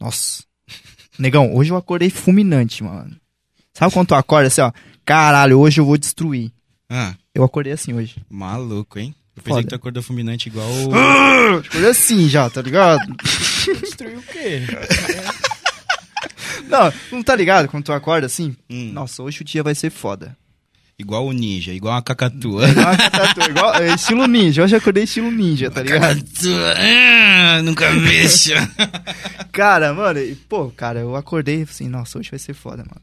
Nossa. Negão, hoje eu acordei fulminante, mano. Sabe quando tu acorda assim, ó? Caralho, hoje eu vou destruir. Ah, Eu acordei assim hoje. maluco, hein? Eu Foda. pensei que tu acordou fulminante igual. Acordei assim já, tá ligado? Destruiu o quê? Não, não tá ligado quando tu acorda assim? Hum, Nossa, hoje o dia vai ser foda. igual o ninja, igual a Tá cacatua. Igual a catatua, igual- é estilo ninja. Hoje eu acordei estilo ninja, tá ligado? Cacatua, ah, nunca mexa. Cara, mano, e, pô, cara, eu acordei assim, nossa, hoje vai ser foda, mano.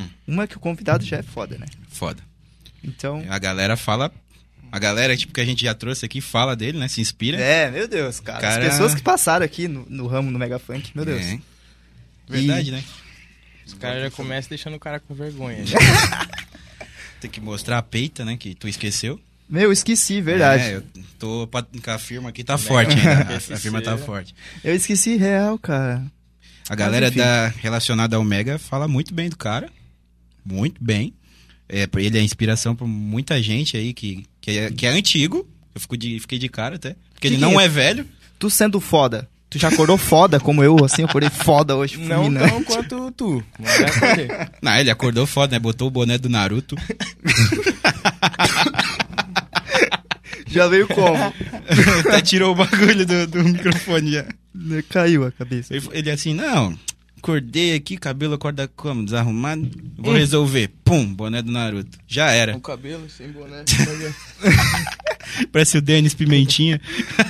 Hum, Uma é que o convidado já é foda, né? foda. Então. A galera fala. A galera, tipo, que a gente já trouxe aqui, fala dele, né? Se inspira. É, meu Deus, cara. Cara- As pessoas que passaram aqui no, no ramo no Mega Funk, meu Deus. É. Verdade, né? Os caras já começam deixando o cara com vergonha. né? Tem que mostrar a peita, né? Que tu esqueceu. Meu, esqueci, verdade. É, eu tô pa- com a firma aqui, tá forte ainda. A, a firma tá Esqueceram. forte. Eu esqueci real, cara. A galera enfim. da, relacionada ao Mega fala muito bem do cara. Muito bem. É, pra ele é inspiração pra muita gente aí que, que, é, que é antigo. Eu fico de, fiquei de cara até. Porque ele Que não que é velho. Tu sendo foda, tu já acordou foda como eu, assim, eu acordei foda hoje. Não fulminante. tão quanto tu. Mas vai fazer. Não, ele acordou foda, né? Botou o boné do Naruto. Já veio como? Até tirou o bagulho do, do microfone já. Caiu a cabeça. Ele, fo- ele assim, não, acordei aqui, cabelo acorda como? Desarrumado? Hum. Vou resolver. Pum, boné do Naruto. Já era. Com cabelo, sem boné. Parece o Denis Pimentinha.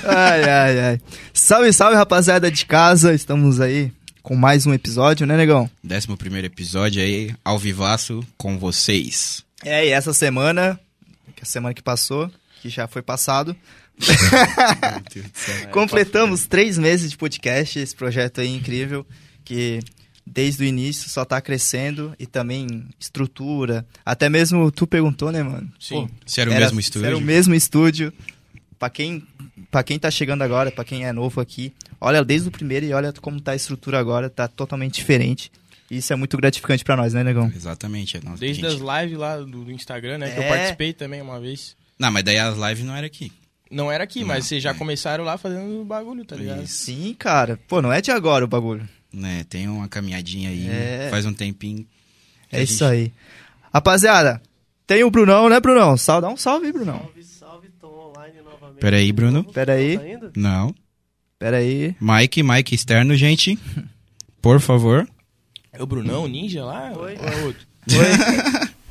Ai, ai, ai. Salve, salve, rapaziada de casa. Estamos aí com mais um episódio, né, negão? Décimo primeiro episódio aí, ao vivaço com vocês. É, e essa semana, que é a semana que passou, que já foi passado, É, completamos três meses de podcast, esse projeto aí é incrível, que desde o início só tá crescendo e também estrutura. Até mesmo tu perguntou, né, mano? Sim. Se era o mesmo estúdio. Era o mesmo estúdio. Pra quem, pra quem tá chegando agora, pra quem é novo aqui, olha desde o primeiro e olha como tá a estrutura agora, tá totalmente diferente. Isso é muito gratificante pra nós, né, negão? Exatamente. é, Nossa, Desde gente. as lives lá do, do Instagram, né? Que É. eu participei também uma vez. Não, mas daí as lives não era aqui. Não era aqui, mas vocês já começaram lá fazendo o bagulho, tá É ligado? Sim, cara. Pô, não é de agora o bagulho. Né? Tem uma caminhadinha aí, É. faz um tempinho. É isso aí. Rapaziada, tem o Brunão, né, Brunão? Sal, dá um salve aí, Brunão. Salve, salve, Tom online novamente. Pera aí, Bruno. Pera aí. Tá indo? Não. Pera aí. Mike, Mike externo, gente. Por favor. É o Brunão, o ninja lá? Oi. Ou é outro?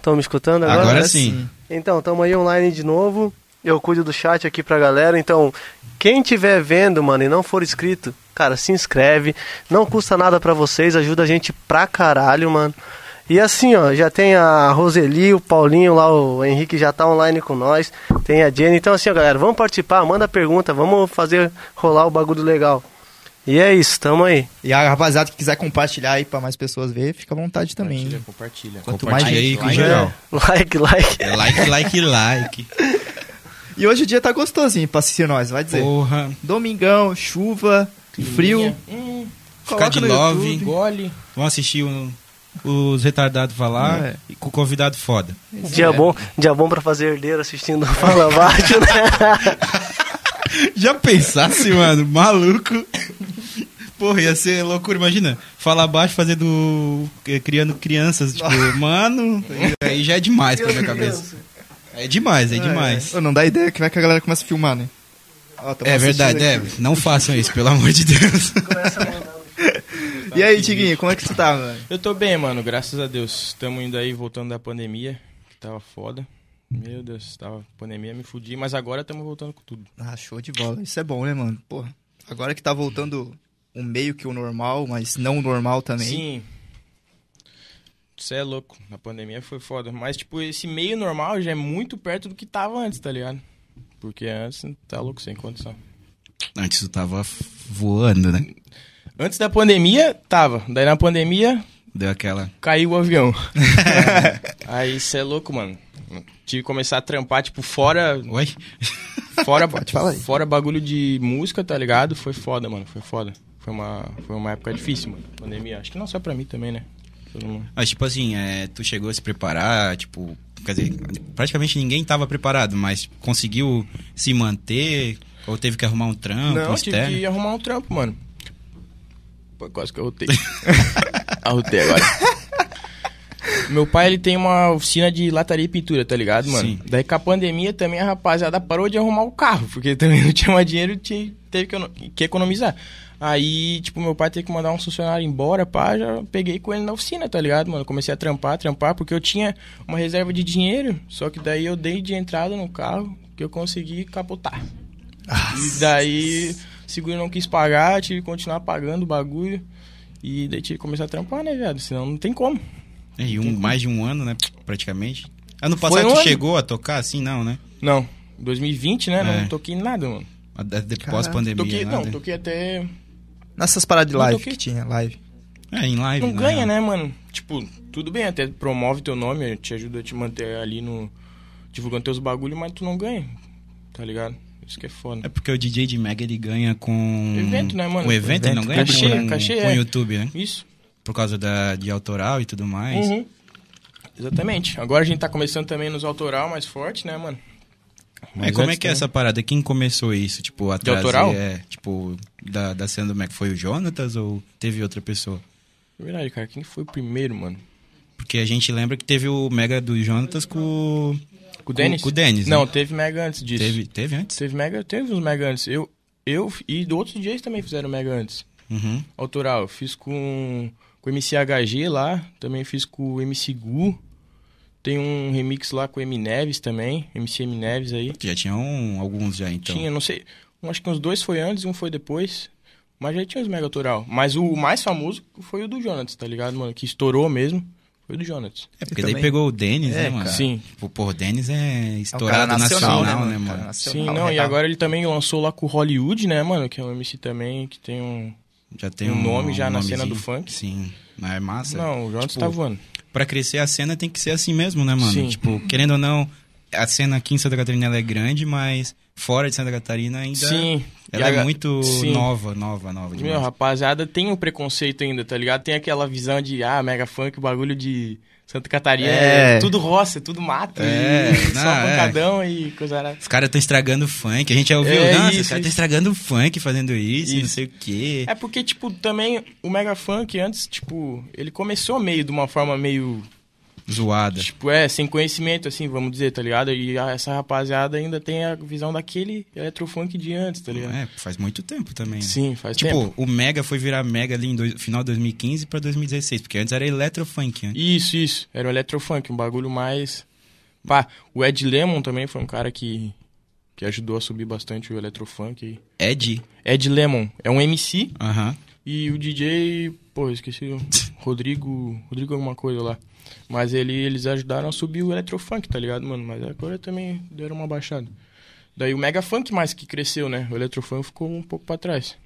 Tão me escutando agora? Agora sim. Então, tamo aí online de novo. Eu cuido do chat aqui pra galera. Então, quem tiver vendo, mano, e não for inscrito, cara, se inscreve. Não custa nada pra vocês, ajuda a gente pra caralho, mano. E assim, ó, já tem a Roseli, o Paulinho lá, o Henrique já tá online com nós. Tem a Jenny. Então, assim, ó, galera, vamos participar, manda pergunta, vamos fazer rolar o bagulho legal. E é isso, tamo aí. E a rapaziada que quiser compartilhar aí pra mais pessoas ver, fica à vontade também. Compartilha, hein? compartilha. Quanto Compartilha mais aí gente com like, geral. Like, like. É like, like, like. E hoje o dia tá gostosinho pra assistir nós, vai dizer. Porra. Domingão, chuva, frio. Hum, Ficar de no love. YouTube. engole. Vão assistir o- os retardados falar É. e com o convidado foda. Dia bom, dia bom pra fazer herdeiro assistindo Fala Baixo, né? Já pensasse, mano, maluco. Porra, ia ser loucura, imagina. Falar baixo fazendo. criando crianças, tipo, mano. Aí já é demais pra minha cabeça. É demais, é demais. Ô, não dá ideia que vai que a galera começa a filmar, né? Ó, tamo É verdade, é. assistindo Não façam isso, pelo amor de Deus. aqui. E aí, Tiguinho, como é que tu tá, mano? Eu tô bem, mano, graças a Deus. Estamos indo aí, voltando da pandemia, que tava foda. Meu Deus, tava pandemia, me fudi, mas agora estamos voltando com tudo. Ah, show de bola. Isso é bom, né, mano? Porra. Agora que tá voltando o meio que o normal, mas não o normal também. Sim. Você é louco, a pandemia foi foda. Mas, tipo, esse meio normal já é muito perto do que tava antes, tá ligado? Porque antes, tá louco, sem condição. Antes tu tava voando, né? Antes da pandemia, tava. Daí na pandemia, Deu aquela. caiu o avião. aí você é louco, mano. Tive que começar a trampar, tipo, fora Oi? Fora, falar aí. fora bagulho de música, tá ligado? Foi foda, mano. Foi foda. Foi uma, foi uma época difícil, mano. Pandemia. Acho que não só pra mim também, né? Todo mundo. Mas, tipo assim, é, tu chegou a se preparar, tipo. Quer dizer, praticamente ninguém tava preparado, mas conseguiu se manter? Ou teve que arrumar um trampo, Não, um tive externo? que arrumar um trampo, mano. Opa, quase que eu rotei. Arrotei agora. Meu pai, ele tem uma oficina de lataria e pintura, tá ligado, mano? Sim. Daí com a pandemia também a rapaziada parou de arrumar o carro, porque também não tinha mais dinheiro, tinha, teve que, econo- que economizar. Aí, tipo, meu pai teve que mandar um funcionário embora, pá, já peguei com ele na oficina, tá ligado, mano? Comecei a trampar, trampar, porque eu tinha uma reserva de dinheiro, só que daí eu dei de entrada no carro que eu consegui capotar. E daí, o seguro não quis pagar, tive que continuar pagando o bagulho. E daí tive que começar a trampar, né, viado? Senão não tem como. E um, mais de um ano, né? Praticamente. Ano passado um tu ano. chegou a tocar assim, não, né? Não, 2020, né? É. Não toquei em nada, mano. A- de- de- Caraca. Pós-pandemia. Toquei, nada. não, toquei até. Nessas paradas de Não live toquei. que tinha, live. É, em live. Não na ganha, real. né, mano? Tipo, tudo bem, até promove teu nome, te ajuda a te manter ali no. divulgando teus bagulhos, mas tu não ganha. Tá ligado? Isso que é foda. É porque o DJ de Mega ele ganha com. Evento, né, mano? O evento, ele não Evento, ganha cachê, com, cachê, com o é. YouTube, né? Isso. Por causa da, de autoral e tudo mais. Uhum. Exatamente. Agora a gente tá começando também nos autoral mais forte, né, mano? né? Mas como é que é essa parada? Quem começou isso? Tipo, a trazer, autoral? É, tipo, da, da cena do Mac. Foi o Jonatas ou teve outra pessoa? Verdade, cara. Quem foi o primeiro, mano? Porque a gente lembra que teve o Mega do Jonatas com. Com o Denis? Com o Dennis, Não, né? teve mega antes disso. Teve, teve antes? Teve mega, teve uns mega antes. Eu, eu f- e outros DJs também fizeram mega antes. Uhum. Autoral, eu fiz com com o MCHG lá, também fiz com o MC Gu. Tem um remix lá com o M Neves também, MC M Neves aí. Já tinham alguns já, então. Tinha, não sei, um- acho que uns dois foi antes, um foi depois. Mas já tinha os mega autoral. Mas o mais famoso foi o do Jonas, tá ligado, mano? Que estourou mesmo. Foi o do Jonas. É, porque Eu daí também. pegou o Denis, É, né, mano? cara. Sim. Tipo, pô, o Denis é É um cara estourado nacional, nacional, Um né, mano? Cara Sim, nacional, não, e real. agora ele também lançou lá com o Hollywood, né, mano? Que é um MC também que tem um. Já tem Um um nome já na nomezinho. cena do funk. Sim. Mas é massa. Não, o Jonas Tipo, tá voando. Pra crescer a cena tem que ser assim mesmo, né, mano? Sim. Tipo, querendo ou não, a cena aqui em Santa Catarina ela é grande, mas fora de Santa Catarina ainda. Sim. Ela E é a- muito sim. nova, nova, nova. Meu, demais. rapaziada, tem um preconceito ainda, tá ligado? Tem aquela visão de, ah, mega funk, o bagulho de Santa Catarina. É. É. Tudo roça, tudo mata. É, e só não, é. pancadão e coisa arada. Os caras estão estragando o funk. A gente já ouviu, É nossa, isso, os caras estão isso. estragando o funk fazendo isso, não Isso. sei o quê. É porque, tipo, também o mega funk antes, tipo, ele começou meio de uma forma meio Zoada. Tipo, é, sem conhecimento, assim, vamos dizer, tá ligado? E a- essa rapaziada ainda tem a visão daquele eletrofunk de antes, tá ligado? É, faz muito tempo também. né? Sim, faz Tipo, tempo. o Mega foi virar Mega ali em dois- final de 2015 pra 2016, porque antes era Eletrofunk, né? Isso, isso. Era um eletrofunk, um bagulho mais... Pá, o Ed Lemon também foi um cara que, que ajudou a subir bastante o eletrofunk aí. Ed. Ed Lemon é um MC Aham. e o DJ... Pô, eu esqueci. o- Rodrigo... Rodrigo alguma coisa lá. Mas ele, eles ajudaram a subir o eletrofunk, tá ligado, mano? Mas agora também deram uma baixada. Daí o Mega Funk mais que cresceu, né? O Eletrofunk ficou um pouco pra trás.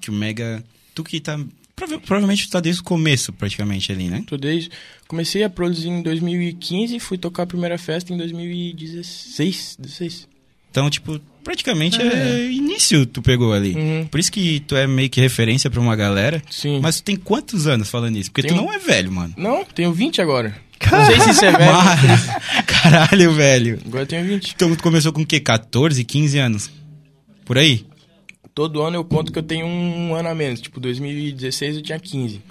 Que o Mega. Tu que tá. prova- Provavelmente tu tá desde o começo, praticamente, ali, né? Tô desde... Comecei a produzir em 2015 e fui tocar a primeira festa em 2016. 16. Então, tipo, praticamente é, início tu pegou ali. Uhum. Por isso que tu é meio que referência pra uma galera. Sim. Mas tu tem quantos anos falando isso? Porque tu Tenho- não é velho, mano. Não, tenho 20 agora. um- Não sei se isso é velho. Mara- Caralho, velho. Agora eu tenho 20. Então tu começou com o quê? 14, 15 anos? Por aí? Todo ano eu conto que eu tenho um ano a menos. Tipo, 2016 eu tinha 15,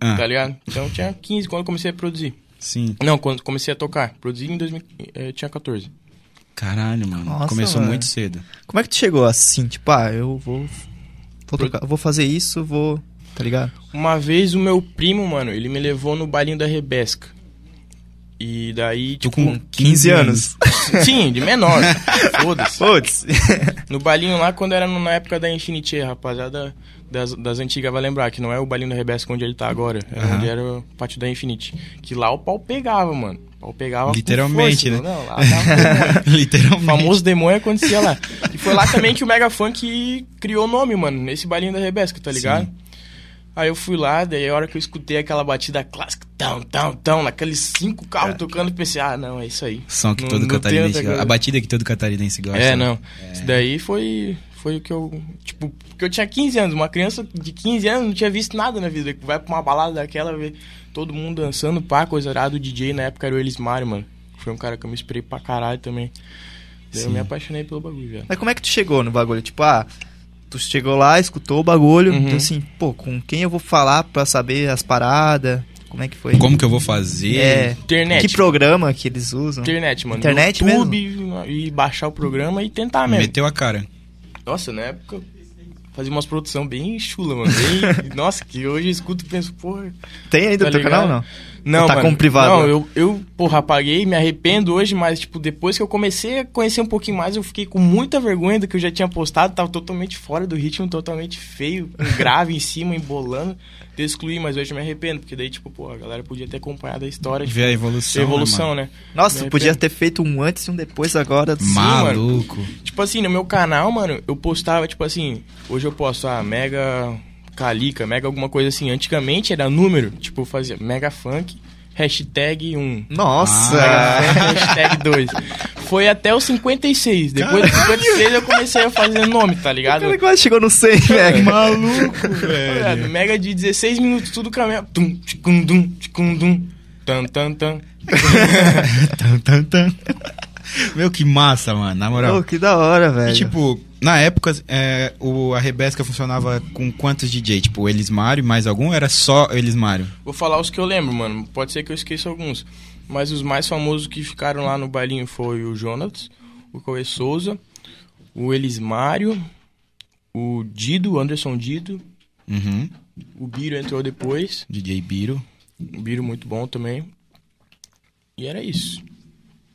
Ah, tá ligado? Então eu tinha 15 quando eu comecei a produzir. sim. Não, quando comecei a tocar. Produzi em 2000, eh, eu tinha 14. Caralho, mano. Nossa, começou mano. muito cedo. Como é que tu chegou assim? Tipo, ah, eu vou. Vou, tocar- vou fazer isso, vou. Tá ligado? Uma vez o meu primo, mano, ele me levou no bailinho da Rebesca. E daí, Tu tipo... com 15, anos. Sim, de menor. Foda-se. Putz! No balinho lá, quando era no- na época da Infinity, rapaziada das, das antigas vai lembrar, que não é o balinho da Rebesca onde ele tá agora, é Aham. onde era o pátio da Infinity. Que lá o pau pegava, mano. O pau pegava com Literalmente, força, né? Ah, Não, lá dava demônio. O Literalmente. famoso demônio acontecia lá. E foi lá também que o Mega Funk criou o nome, mano, nesse balinho da Rebesca, tá ligado? Aí eu fui lá, daí a hora que eu escutei aquela batida clássica, tão, tão, tão, naqueles cinco carros tocando, eu pensei, ah, não, é isso aí. Som que Não- todo não tem catarinense outra gosta. A coisa. batida que todo catarinense Tá gosta. É, né? não. Isso daí foi, foi o que eu. Tipo, porque eu tinha 15 anos. Uma criança de 15 anos não tinha visto nada na vida. Vai pra uma balada daquela, vê todo mundo dançando, pá, coisa arada. O DJ na época era o Elismar, mano. Foi um cara que eu me esperei pra caralho também. Daí eu me apaixonei pelo bagulho, velho. Mas como é que tu chegou no bagulho? Tipo, ah, tu chegou lá, escutou o bagulho, Uhum. então assim, pô, com quem eu vou falar pra saber as paradas? Como é que foi? Como que eu vou fazer? É, Internet. que programa que eles usam? Internet, mano. Internet YouTube e baixar o programa e tentar tá mesmo. Meteu a cara. Nossa, na época eu fazia umas produções bem chula, mano. Bem- nossa, que hoje eu escuto e penso, porra. Tem ainda Tá no teu ligado? canal ou não? Não, tá mano, como privado, Não, né? eu, eu, porra, apaguei, me arrependo hoje, mas, tipo, depois que eu comecei a conhecer um pouquinho mais, eu fiquei com muita vergonha do que eu já tinha postado, tava totalmente fora do ritmo, totalmente feio, com grave em cima, embolando. Eu excluí, mas hoje eu me arrependo, porque daí, tipo, porra, a galera podia ter acompanhado a história, tipo, Ver a evolução. evolução, né? né? Nossa, Me podia arrependo. ter feito um antes e um depois agora. mano? mano. Maluco. Tipo assim, no meu canal, mano, eu postava, tipo assim, hoje eu posto, ah, mega calica, mega alguma coisa assim. Antigamente era número, tipo, eu fazia mega funk, hashtag 1. Nossa! Hashtag 2. Foi até o 56. Depois do 56 eu comecei a fazer nome, tá o ligado? cara quase chegou no 100, velho. Maluco, Olha, velho. mega de 16 minutos, tudo caminhando. Tum, ticum, dum, ticum, dum. Tan, tan, tan. Tan, tan, tan. Meu, que massa, mano. Na moral. Pô, que da hora, velho. E, tipo, na época, é, o, a Rebesca funcionava com quantos DJ? Tipo, o Elismário e mais algum? ou Era só Elismário? Vou falar os que eu lembro, mano. Pode ser que eu esqueça alguns. Mas os mais famosos que ficaram lá no bailinho foi o Jonas, o Cauê Souza, o Elismário, o Dido, o Anderson Dido. Uhum. O Biro entrou depois. DJ Biro. O Biro muito bom também. E era isso.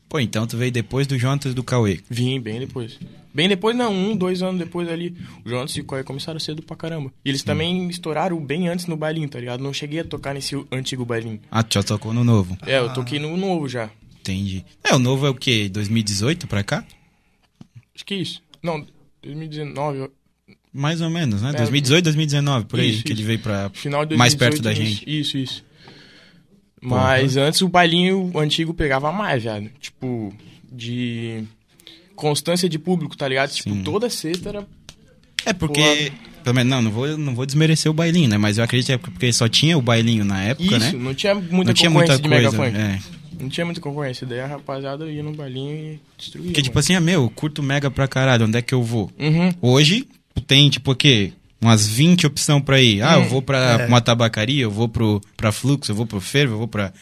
Pô, então tu veio depois do Jonathan e do Cauê. Vim bem depois. Bem depois, não, um, dois anos depois ali. O Jonas e o Cauê começaram cedo pra caramba. E Hum. eles também estouraram bem antes no bailinho, tá ligado? Não cheguei a tocar nesse antigo bailinho. Ah, tu já tocou no novo. É, eu toquei no novo já. Entendi. É, o novo é o quê? 2018 pra cá? Acho que é isso. Não, 2019, eu- Mais ou menos, né? 2018, 2019, por aí, Isso, que ele isso. veio pra... final de 2018. Mais perto da isso, gente. Isso, isso. Mas antes o bailinho antigo pegava mais, velho. Tipo, de constância de público, tá ligado? Sim. Tipo, toda sexta era... É Tipo, porque... Pelo menos, não, não vou, não vou desmerecer o bailinho, né? Mas eu acredito que é porque só tinha o bailinho na época, Isso, né? não tinha muita não tinha concorrência muita de coisa. megafone. é. Não tinha muita concorrência. Daí a rapaziada ia no bailinho e destruía. Porque, tipo mano. assim, ah, meu, eu curto mega pra caralho, onde é que eu vou? Uhum. Hoje, tu tem, tipo, o quê? Umas 20 opções pra ir. Hum, Ah, eu vou pra É. uma tabacaria, eu vou pro, pra Fluxo, eu vou pro Fervo, eu vou pra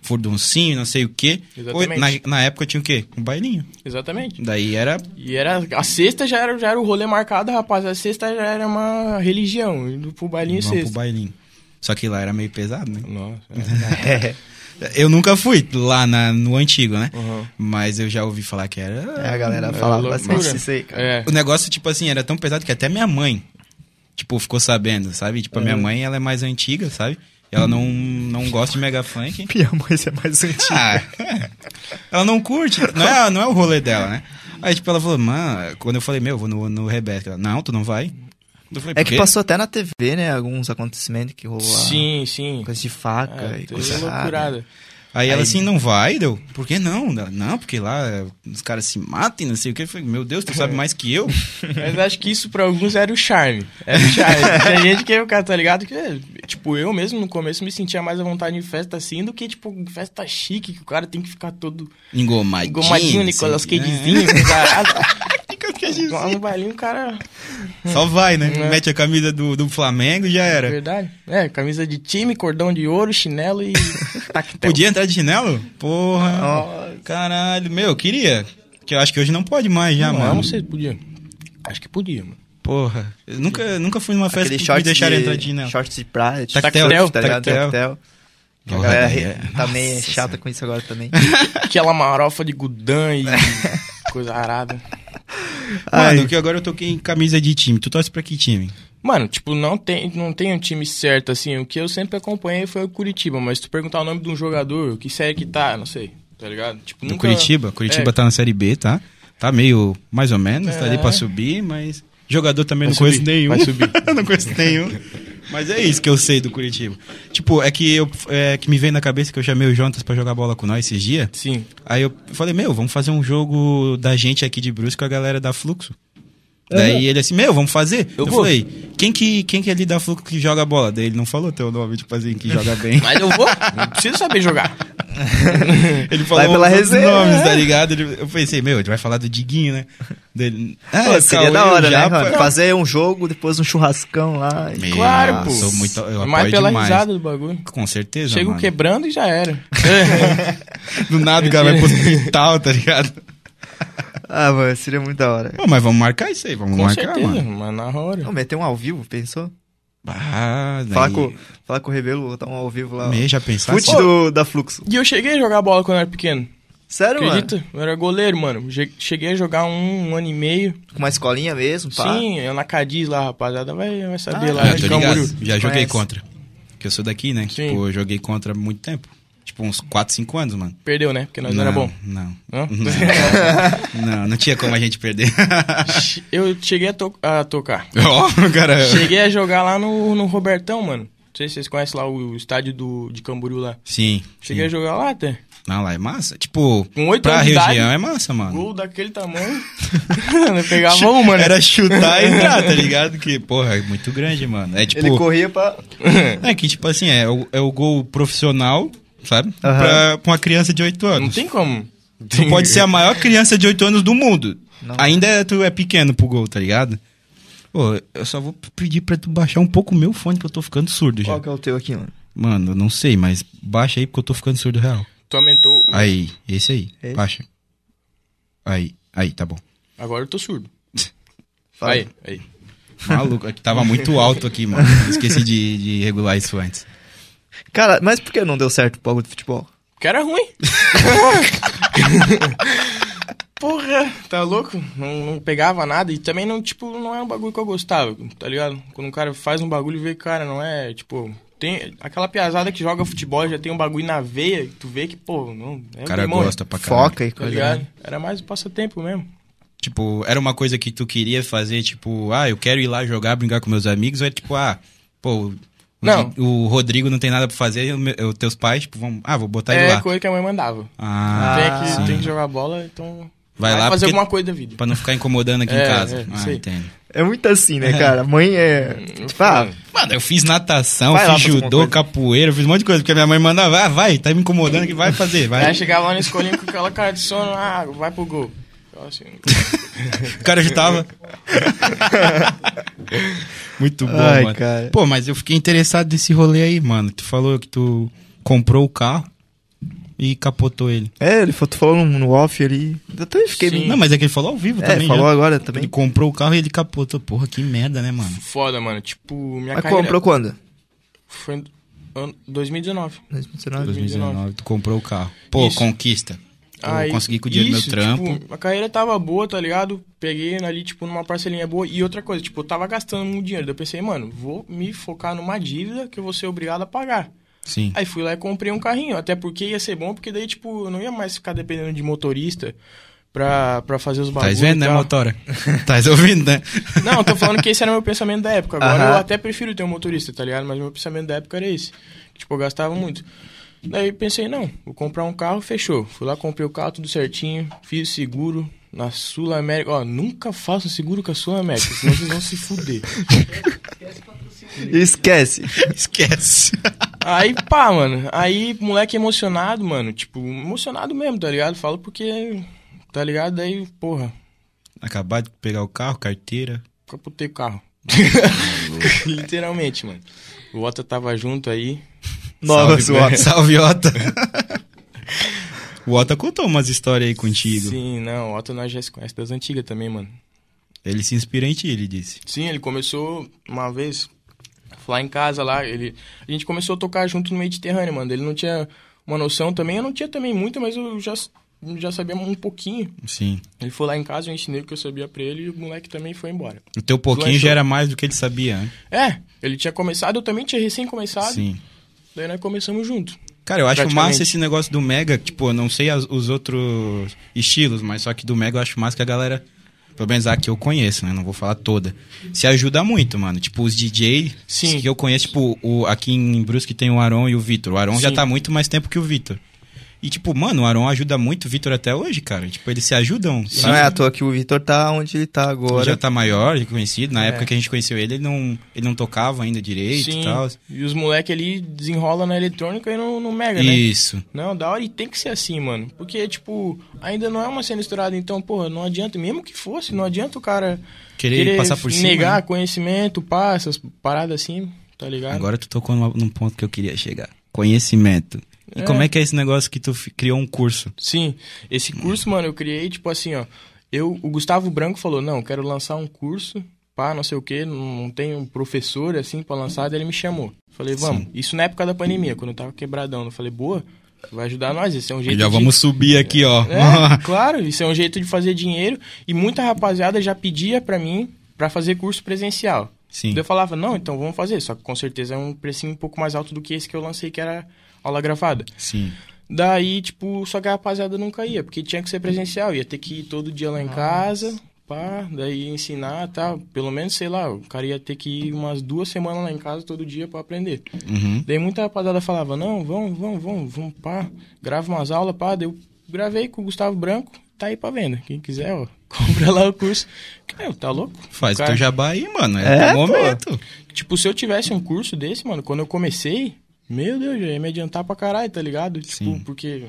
Furduncinho, não sei o quê. Exatamente. Oi, Na, na época tinha o quê? Um bailinho. Exatamente. Daí era... E era, a sexta já era, já era o rolê marcado, rapaz. A sexta já era uma religião. Indo pro bailinho vamos pro sexta. bailinho. Só que lá era meio pesado, né? Nossa. É, Eu nunca fui lá na- no antigo, né? Uhum. Mas eu já ouvi falar que era... é, a galera falava loucura. bastante isso aí, cara. É. O negócio, tipo assim, era tão pesado que até minha mãe, tipo, ficou sabendo, sabe? Tipo, a minha mãe, ela é mais antiga, sabe? Ela não, não gosta de mega funk. Minha mãe é mais antiga. Ah, é. ela não curte, não é, não é o rolê dela, né? Aí, tipo, ela falou, mano, quando eu falei, meu, eu vou no, no Rebeca. Ela, não, tu não vai. Eu falei, é "Por que quê?" passou até na TV, né? Alguns acontecimentos que rolou lá. Sim, sim. Coisa de faca É, e teve coisa errada. loucurada. Aí ela Aí- assim, não vai, deu? Por que não? Ela, não, porque lá é, os caras se matam, e não sei o que. Eu falei, meu Deus, tu sabe mais que eu? Mas acho que isso pra alguns era o charme. Era o charme. Tem gente que, cara, tá ligado? Que, tipo, eu mesmo no começo me sentia mais à vontade em festa assim do que, tipo, festa chique, que o cara tem que ficar todo Engomadinho. engomadinho, não sei o Nicolas quê. né? Cagezinho, com caralho. Nicolas Cagezinho. Lá no bailinho o cara. Só vai, né? É. Mete a camisa do, do Flamengo e já era. Verdade? É, camisa de time, cordão de ouro, chinelo e. Tá tactel. Podia entrar de chinelo? Porra. Caralho, meu, eu queria. Que eu acho que hoje não pode mais já, Não, é um mano. eu não sei se podia. Acho que podia, mano. Porra. Eu nunca, nunca fui numa festa Aquele que me short deixaram de, entrar de chinelo. shorts de praia, de Tactel, shorts, tá ligado? tactel. Tactel. Que a Porra, galera daí re- é- tá meio Nossa chata com isso agora também. Aquela marofa de gudan e coisa arada. Mano, Ai. que agora eu toquei em camisa de time. Tu torce pra que time? Mano, tipo, não tem, não tem um time certo, assim. O que eu sempre acompanhei foi o Curitiba, mas se tu perguntar o nome de um jogador, que série que tá, não sei, tá ligado? Tipo, Do nunca... Curitiba? Curitiba É, tá na Série B, tá? Tá meio mais ou menos, tá ali É. pra subir, mas... Jogador também Vai não conheço subir, nenhum. vai subir. não conheço nenhum. Mas é isso que eu sei do Curitiba. Tipo, é que, eu, é que me veio na cabeça que eu chamei o Jontas pra jogar bola com nós esses dias. Sim. Aí eu falei, meu, vamos fazer um jogo da gente aqui de Brusque com a galera da Fluxo. Daí ele assim, meu, vamos fazer? Eu, Eu vou. falei, quem que, quem que é ali da Fluxo que joga bola? Daí ele não falou teu nome, tipo assim, que joga bem. Mas eu vou, não preciso saber jogar. Ele falou pela os resenha. né? nomes, tá ligado? Ele- eu pensei, meu, ele vai falar do Diguinho, né? Dele, ah, Pô, seria Cauê, da hora, né? Japa. mano? Fazer um jogo, depois um churrascão lá. Meu, Claro, pô. Sou muito, eu Mais apoio pela demais. risada do bagulho. Com certeza, Chego mano. quebrando e já era. Do nada o cara vai pro hospital, tá ligado? Ah, mano, seria muito da hora. Pô, mas vamos marcar isso aí, vamos Com marcar, certeza, mano. mano. na hora. Não, meter um ao vivo, pensou? Ah, daí... Falar com, falar com o Rebelo, botar um ao vivo lá. ó. Me, já pensasse? Fute do, da Fluxo. E eu cheguei a jogar bola quando eu era pequeno. Sério, mano? Acredita? Eu era goleiro, mano. Je- Cheguei a jogar um, um ano e meio. Com uma escolinha mesmo, pá. Sim, eu na Cadiz lá, rapaziada. Vai, vai saber Ah, lá. né, é Ah, tô de Camboriú. ligado. Já joguei Conhece. contra. Que eu sou daqui, né? Sim. Tipo, eu joguei contra há muito tempo. Tipo, uns 4, 5 anos, mano. Perdeu, né? Porque nós não, era bom. Não. Uhum. Hã? Não. não, não tinha como a gente perder. Eu cheguei a, to- a tocar. Ó, cara. Cheguei a jogar lá no, no Robertão, mano. Não sei se vocês conhecem lá o estádio do, de Camboriú lá. Sim. Cheguei a sim. jogar lá até. Não, lá é massa. Tipo, Com oito pra anos de região idade, é massa, mano. Gol daquele tamanho. Eu pegava um, mano. Era chutar e entrar, tá ligado? Que, porra, é muito grande, mano. É tipo. Ele corria pra. É que, tipo assim, é o, é o gol profissional, sabe? Aham. Pra, pra uma criança de 8 Não anos. tem como. Tu pode ser a maior criança de 8 anos do mundo. Não. Ainda é- tu é pequeno pro gol, tá ligado? Pô, eu só vou pedir pra tu baixar um pouco o meu fone, que eu tô ficando surdo já. Qual que é o teu aqui, mano? Mano, eu não sei, mas baixa aí, porque eu tô ficando surdo real. Tu aumentou. Aí, esse aí. Esse? Baixa. Aí, aí, tá bom. Agora eu tô surdo. Fala. Aí, aí. Maluco, é que tava muito alto aqui, mano. Esqueci de, de regular isso antes. Cara, mas por que não deu certo o bagulho de futebol? Porque era ruim. Porra, tá louco? Não, não pegava nada e também não, tipo, não é um bagulho que eu gostava, tá ligado? Quando um cara faz um bagulho e vê, cara, não é, tipo, tem aquela piazada que joga futebol e já tem um bagulho na veia, tu vê que, pô, não, é O um cara demônio, gosta pra caralho. Foca e tá coisa. né? ligado? Era mais um passatempo mesmo. Tipo, era uma coisa que tu queria fazer, tipo, ah, eu quero ir lá jogar, brincar com meus amigos, ou é tipo, ah, pô, o, Não. o Rodrigo não tem nada pra fazer, o meu- os teus pais, tipo, vão, ah, vou botar ele é lá. coisa que a mãe mandava. Ah, tem, sim. que, tem que jogar bola, então Vai lá fazer porque- alguma coisa da vida. Pra não ficar incomodando aqui É, em casa. é, ah, sei. entendo. É muito assim, né, cara? Mãe é. Hum, Tipo, ah, Mano, eu fiz natação, Vai lá fiz fazer alguma judô, coisa. capoeira, fiz um monte de coisa, porque minha mãe mandava, ah, vai, tá me incomodando aqui, vai fazer, vai. Aí chegava lá na escolinha com aquela cara de sono, ah, vai pro gol. Eu assim, O cara chutava. Muito bom, Ai, mano. cara. Pô, mas eu fiquei interessado nesse rolê aí, mano. Tu falou que tu comprou o carro e capotou ele. é, ele falou, tu falou no, no off ali. Eu também fiquei. Sim. meio- Não, mas é que ele falou ao vivo É, também. falou já. agora Ele também. comprou o carro e ele capotou. Porra, que merda, né, mano? Foda, mano. Tipo, minha Mas carreira comprou quando? foi em ano- 2019. 2019. 2019, tu comprou o carro. Pô, Isso. conquista. Eu Aí, consegui com o dinheiro do isso, meu trampo. Tipo, a carreira tava boa, tá ligado? Peguei ali, tipo, numa parcelinha boa. E outra coisa, tipo, eu tava gastando muito dinheiro. Daí eu pensei, mano, vou me focar numa dívida que eu vou ser obrigado a pagar. Sim. Aí fui lá e comprei um carrinho. Até porque ia ser bom, porque daí, tipo, eu não ia mais ficar dependendo de motorista pra, pra fazer os bagulhos. Tá vendo, né, motora? Tá ouvindo, né? Não, eu tô falando que esse era meu pensamento da época. Agora Aham. eu até prefiro ter um motorista, tá ligado? Mas meu pensamento da época era esse. Tipo, eu gastava muito. Daí pensei, não, vou comprar um carro, fechou. Fui lá, comprei o carro, tudo certinho, fiz seguro na Sul América. Ó, nunca façam seguro com a Sul América, senão vocês vão se fuder. Esquece. Esquece. Aí, pá, mano. Aí, moleque emocionado, mano. Tipo, emocionado mesmo, tá ligado? Falo porque, tá ligado? Daí, porra, Acabar de pegar o carro, carteira. capotei o carro. Literalmente, mano. O Ota tava junto aí, Nova Salve, sua. velho. Salve, Ota. o Ota contou umas histórias aí contigo. Sim, não, o Otto nós já se conhece das antigas também, mano. Ele se inspira em ti, ele disse. Sim, ele começou uma vez lá em casa lá, ele a gente começou a tocar junto no Mediterrâneo, mano. Ele não tinha uma noção também, eu não tinha também muita, mas eu já já sabia um pouquinho. Sim. Ele foi lá em casa, eu ensinei o que eu sabia pra ele e o moleque também foi embora. O teu pouquinho Lanchou. já era mais do que ele sabia, né? É, ele tinha começado, eu também tinha recém começado. Sim. Daí nós começamos junto. Cara, eu acho Praticamente. massa esse negócio do Mega, tipo, eu não sei as- os outros estilos, mas só que do Mega eu acho massa que a galera, pelo menos a que eu conheço, né? Não vou falar toda. Se ajuda muito, mano. Tipo, os DJ Sim. os que eu conheço, tipo, o, aqui em Brusque tem o Aron e o Vitor. O Aron já Sim. tá muito mais tempo que o Vitor. E, tipo, mano, o Aron ajuda muito o Vitor até hoje, cara. Tipo, eles se ajudam. né? Não sabe? é à toa que o Vitor tá onde ele tá agora. já tá maior, já conhecido. Na É. época que a gente conheceu ele, ele não, ele não tocava ainda direito Sim. e tal. E os moleque ali desenrola na eletrônica e no, no Mega, né? Isso. Não, da hora e tem que ser assim, mano. Porque, tipo, ainda não é uma cena estourada, então, porra, não adianta, mesmo que fosse, não adianta o cara Querer passar por cima, negar né? conhecimento, passas, paradas assim, tá ligado? Agora tu tocou numa- num ponto que eu queria chegar. Conhecimento. E É. como é que é esse negócio que tu fi- criou um curso? Sim, esse curso, mano, eu criei, tipo assim, ó. Eu, o Gustavo Branco falou, não, eu quero lançar um curso, pá, não sei o quê, não, não tem um professor, assim, pra lançar, daí ele me chamou. Falei, vamos, isso na época da pandemia, quando eu tava quebradão. Eu falei, boa, vai ajudar nós, esse é um jeito Já de... vamos subir aqui, ó. É, claro, isso é um jeito de fazer dinheiro e muita rapaziada já pedia pra mim pra fazer curso presencial. Sim. Daí Eu falava, não, então vamos fazer, só que com certeza é um precinho um pouco mais alto do que esse que eu lancei, que era aula gravada. Sim. Daí, tipo, só que a rapaziada nunca ia, porque tinha que ser presencial, ia ter que ir todo dia lá em casa, pá, daí ensinar, tá, pelo menos, sei lá, o cara ia ter que ir umas duas semanas lá em casa todo dia pra aprender. Uhum. Daí muita rapaziada falava, não, vamos, vamos, vamos, vamos, pá, grava umas aulas, pá, daí eu gravei com o Gustavo Branco, tá aí pra venda, quem quiser, ó, compra lá o curso. Cara, tá louco? Faz então o teu Cara, jabá aí, mano. É, É, o pô. momento. Tipo, se eu tivesse um curso desse, mano, quando eu comecei, meu Deus, já ia me adiantar pra caralho, tá ligado? Tipo, Sim. porque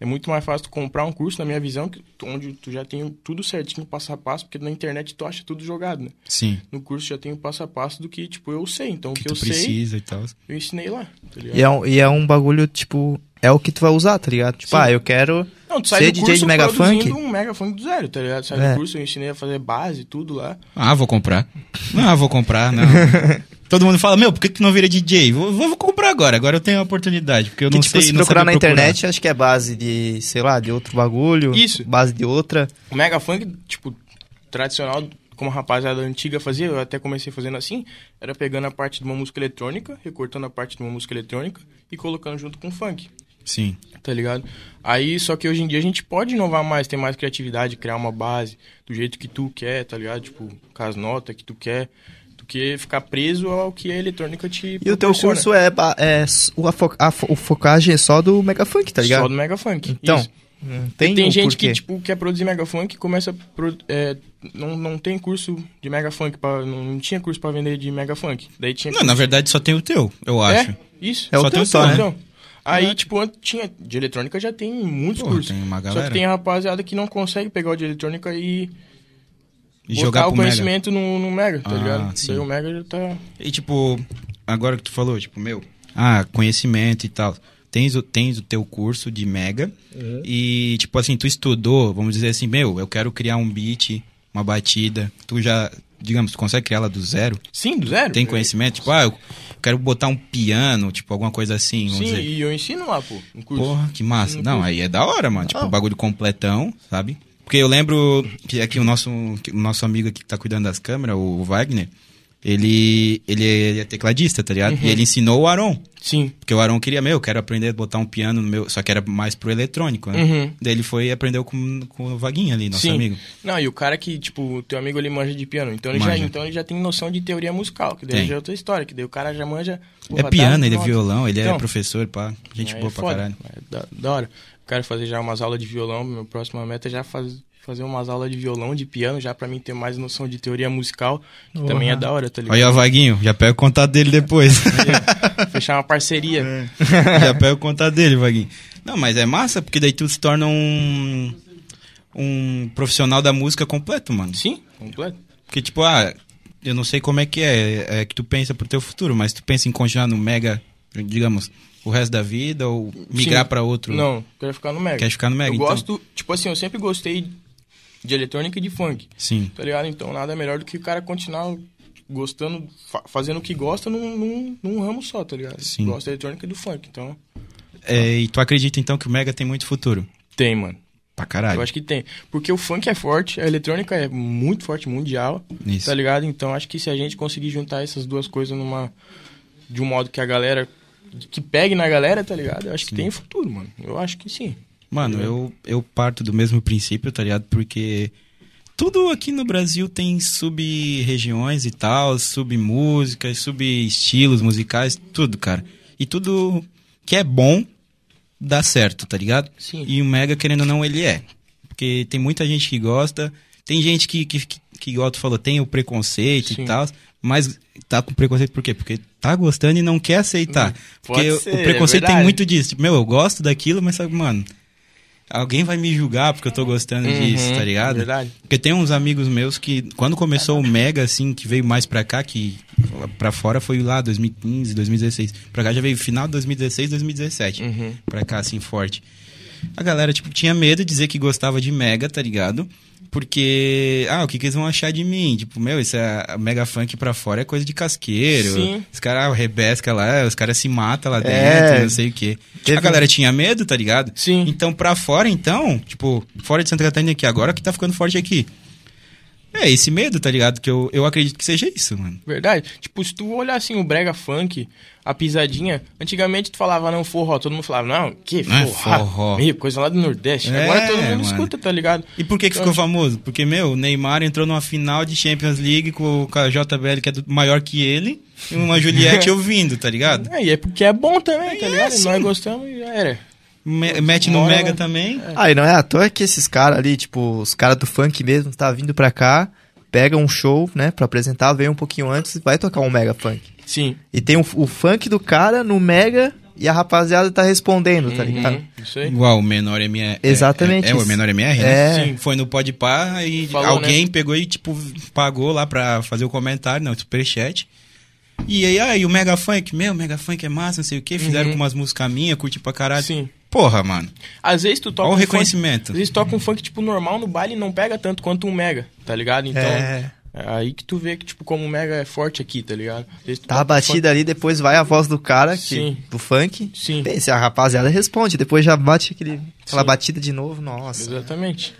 é muito mais fácil tu comprar um curso, na minha visão, que, tu- onde tu já tem tudo certinho, passo a passo, porque na internet tu acha tudo jogado, né? Sim. No curso já tem o passo a passo do que, tipo, eu sei. Então, o que, Que eu tu precisa e tal. sei, eu ensinei lá, tá ligado? E é, um, e é um bagulho, tipo, é o que tu vai usar, tá ligado? Tipo, Sim. ah, eu quero. Não, tu sai Ser do DJ curso de mega produzindo funk? um mega funk do zero, tá ligado? Sai É. do curso, eu ensinei a fazer base, tudo lá. Ah, vou comprar. Ah, vou comprar, não. Todo mundo fala, meu, por que, que tu não vira DJ? Vou, vou comprar agora, agora eu tenho a oportunidade, porque eu Que, não tipo, sei se não procurar na sabia internet, acho que é base de, sei lá, de outro bagulho. Isso. Base de outra. O mega funk, tipo, tradicional, como a rapaziada antiga fazia, eu até comecei fazendo assim, era pegando a parte de uma música eletrônica, recortando a parte de uma música eletrônica e colocando junto com funk, Sim. tá ligado? Aí, só que hoje em dia a gente pode inovar mais, ter mais criatividade, criar uma base do jeito que tu quer, tá ligado? Tipo, com as notas que tu quer, do que ficar preso ao que a eletrônica te E o teu proporciona. curso é, ba- é s- o, a fo- a fo- o focagem é só do Mega Funk, tá ligado? Só do mega funk. Então, isso. não Tem, tem, o gente porquê. que tipo, quer produzir mega funk e começa a pro- é, não, não tem curso de mega funk, pra, não, não tinha curso pra vender de mega funk. Daí tinha Não, na verdade só tem o teu, eu acho. é, isso. É o Só teu tem só, né? Então, aí tipo, antes tinha de eletrônica já tem muitos Pô, cursos. tem uma Só galera. que tem a rapaziada que não consegue pegar o de eletrônica e, E botar jogar o pro mega. conhecimento no, no mega, tá Ah, ligado? sim. Daí o mega já tá E tipo, agora que tu falou, tipo, meu, ah, conhecimento e tal. Tens o, tens o teu curso de mega e, tipo assim, tu estudou, vamos dizer assim, meu, eu quero criar um beat, uma batida. Tu já, digamos, tu consegue criar ela do zero? Sim, do zero. Tem conhecimento? Tipo, ah, eu quero botar um piano, tipo, alguma coisa assim, vamos Sim, dizer. e eu ensino lá, pô, um curso. Porra, que massa. Não Não, curto. aí é da hora, mano. Tipo, o bagulho completão, sabe? Porque eu lembro que aqui o nosso, que o nosso amigo aqui que tá cuidando das câmeras, o Wagner, ele, ele é tecladista, tá ligado? Uhum. E ele ensinou o Aron. Sim. Porque o Aron queria, meu, eu quero aprender a botar um piano no meu. Só que era mais pro eletrônico, né? Uhum. Daí ele foi e aprendeu com, com o Vaguinho ali, nosso Sim. amigo. Não, e o cara que, tipo, teu amigo ele manja de piano, então ele, já, Manja. então ele já tem noção de teoria musical, que daí Tem. já é outra história, que daí o cara já manja. É porra, piano, das ele é notas. violão, ele é Então, professor, pá. Gente aí é boa pra foda, caralho. é Da, da hora. Quero fazer já umas aulas de violão, meu próximo meta é já faz, fazer umas aulas de violão, de piano, já pra mim ter mais noção de teoria musical, que também é da hora, tá Olha ligado? o Vaguinho, já pega o contato dele depois. Fechar uma parceria. É. Já pega o contato dele, Vaguinho. Não, mas é massa, porque daí tu se torna um, um profissional da música completo, mano. Sim, completo. Porque, tipo, ah, eu não sei como é que é, é que tu pensa pro teu futuro, mas tu pensa em continuar no Mega, digamos, o resto da vida ou migrar Sim. pra outro? Não, quero ficar no Mega. Quer ficar no Mega, Eu então? gosto, tipo assim, eu sempre gostei de eletrônica e de funk. Sim. Tá ligado? Então nada melhor do que o cara continuar gostando, fa- fazendo o que gosta num, num, num ramo só, tá ligado? Sim. Gosta da eletrônica e do funk, então. É, e tu acredita, então, que o Mega tem muito futuro? Tem, mano. Pra caralho. Eu acho que tem. Porque o funk é forte, a eletrônica é muito forte, mundial. Isso. Tá ligado? Então acho que se a gente conseguir juntar essas duas coisas numa. De um modo que a galera. Que pegue na galera, tá ligado? Eu acho que tem futuro, mano. Eu acho que sim. Mano, eu, eu parto do mesmo princípio, tá ligado? Porque tudo aqui no Brasil tem sub-regiões e tal, sub-músicas, sub-estilos musicais, tudo, cara. E tudo que é bom dá certo, tá ligado? Sim. E o Mega, querendo ou não, ele é. Porque tem muita gente que gosta, tem gente que, que, que, que igual tu falou, tem o preconceito Sim. e tal, mas tá com preconceito por quê? Porque tá gostando e não quer aceitar. pode Porque o- ser, o é preconceito tem verdade. muito disso. Tipo, meu, eu gosto daquilo, mas sabe, mano, alguém vai me julgar porque eu tô gostando disso, tá ligado? Uhum. Verdade. Porque tem uns amigos meus que, quando começou o Mega, assim, que veio mais pra cá, que lá pra fora foi lá 2015, 2016. Pra cá já veio final de 2016, 2017. Uhum. Pra cá, assim, forte. A galera, tipo, tinha medo de dizer que gostava de Mega, tá ligado? Porque, ah, o que, que eles vão achar de mim? Tipo, meu, isso é a Mega Funk pra fora é coisa de casqueiro. Sim. Os caras rebesca lá, os caras se matam lá É. dentro, não sei o quê. Teve A galera tinha medo, tá ligado? Sim. Então, pra fora, então, tipo, fora de Santa Catarina aqui agora, que tá ficando forte aqui. É, esse medo, tá ligado? Que eu, eu acredito que seja isso, mano. Verdade. Tipo, se tu olhar assim o brega funk, a pisadinha, antigamente tu falava não forró, todo mundo falava não, que Não é forró, forró. Meio coisa lá do Nordeste. É, Agora todo mundo mano. escuta, tá ligado? E por que, que ficou famoso? Porque, meu, o Neymar entrou numa final de Champions League com, com a JBL, que é do- maior que ele, e uma Juliette ouvindo, tá ligado? É, e é porque é bom também, tá É, ligado? sim. Nós gostamos e já era. Me- mete no Mora, Mega né? também. Ah, e não é à toa que esses caras ali, tipo, os caras do funk mesmo, tá vindo pra cá, pega um show, né, pra apresentar, vem um pouquinho antes e vai tocar um mega funk. Sim. E tem o, o funk do cara no mega e a rapaziada tá respondendo, tá ligado? Uhum, Isso aí. Igual o menor MR. Exatamente É, é, é o isso. menor MR, É. né? Foi no Podpah e Falou, né? alguém pegou e, tipo, pagou lá pra fazer o comentário, não, superchat. E aí, aí o Mega Funk, meu, Mega Funk é massa, não sei o que, fizeram Uhum. com umas músicas minhas, curti pra caralho. Sim. Porra, mano. Às vezes tu toca Olha o um funk, reconhecimento. às vezes toca um funk tipo normal no baile e não pega tanto quanto um mega, tá ligado? Então, É. é aí que tu vê que tipo como o mega é forte aqui, tá ligado? Às vezes tu Tá toca a um batida ali, depois vai a voz do cara, que, Sim. do funk. Sim. Bem, se a rapaziada responde, depois já bate aquele, aquela Sim. batida de novo, nossa, funk- Exatamente.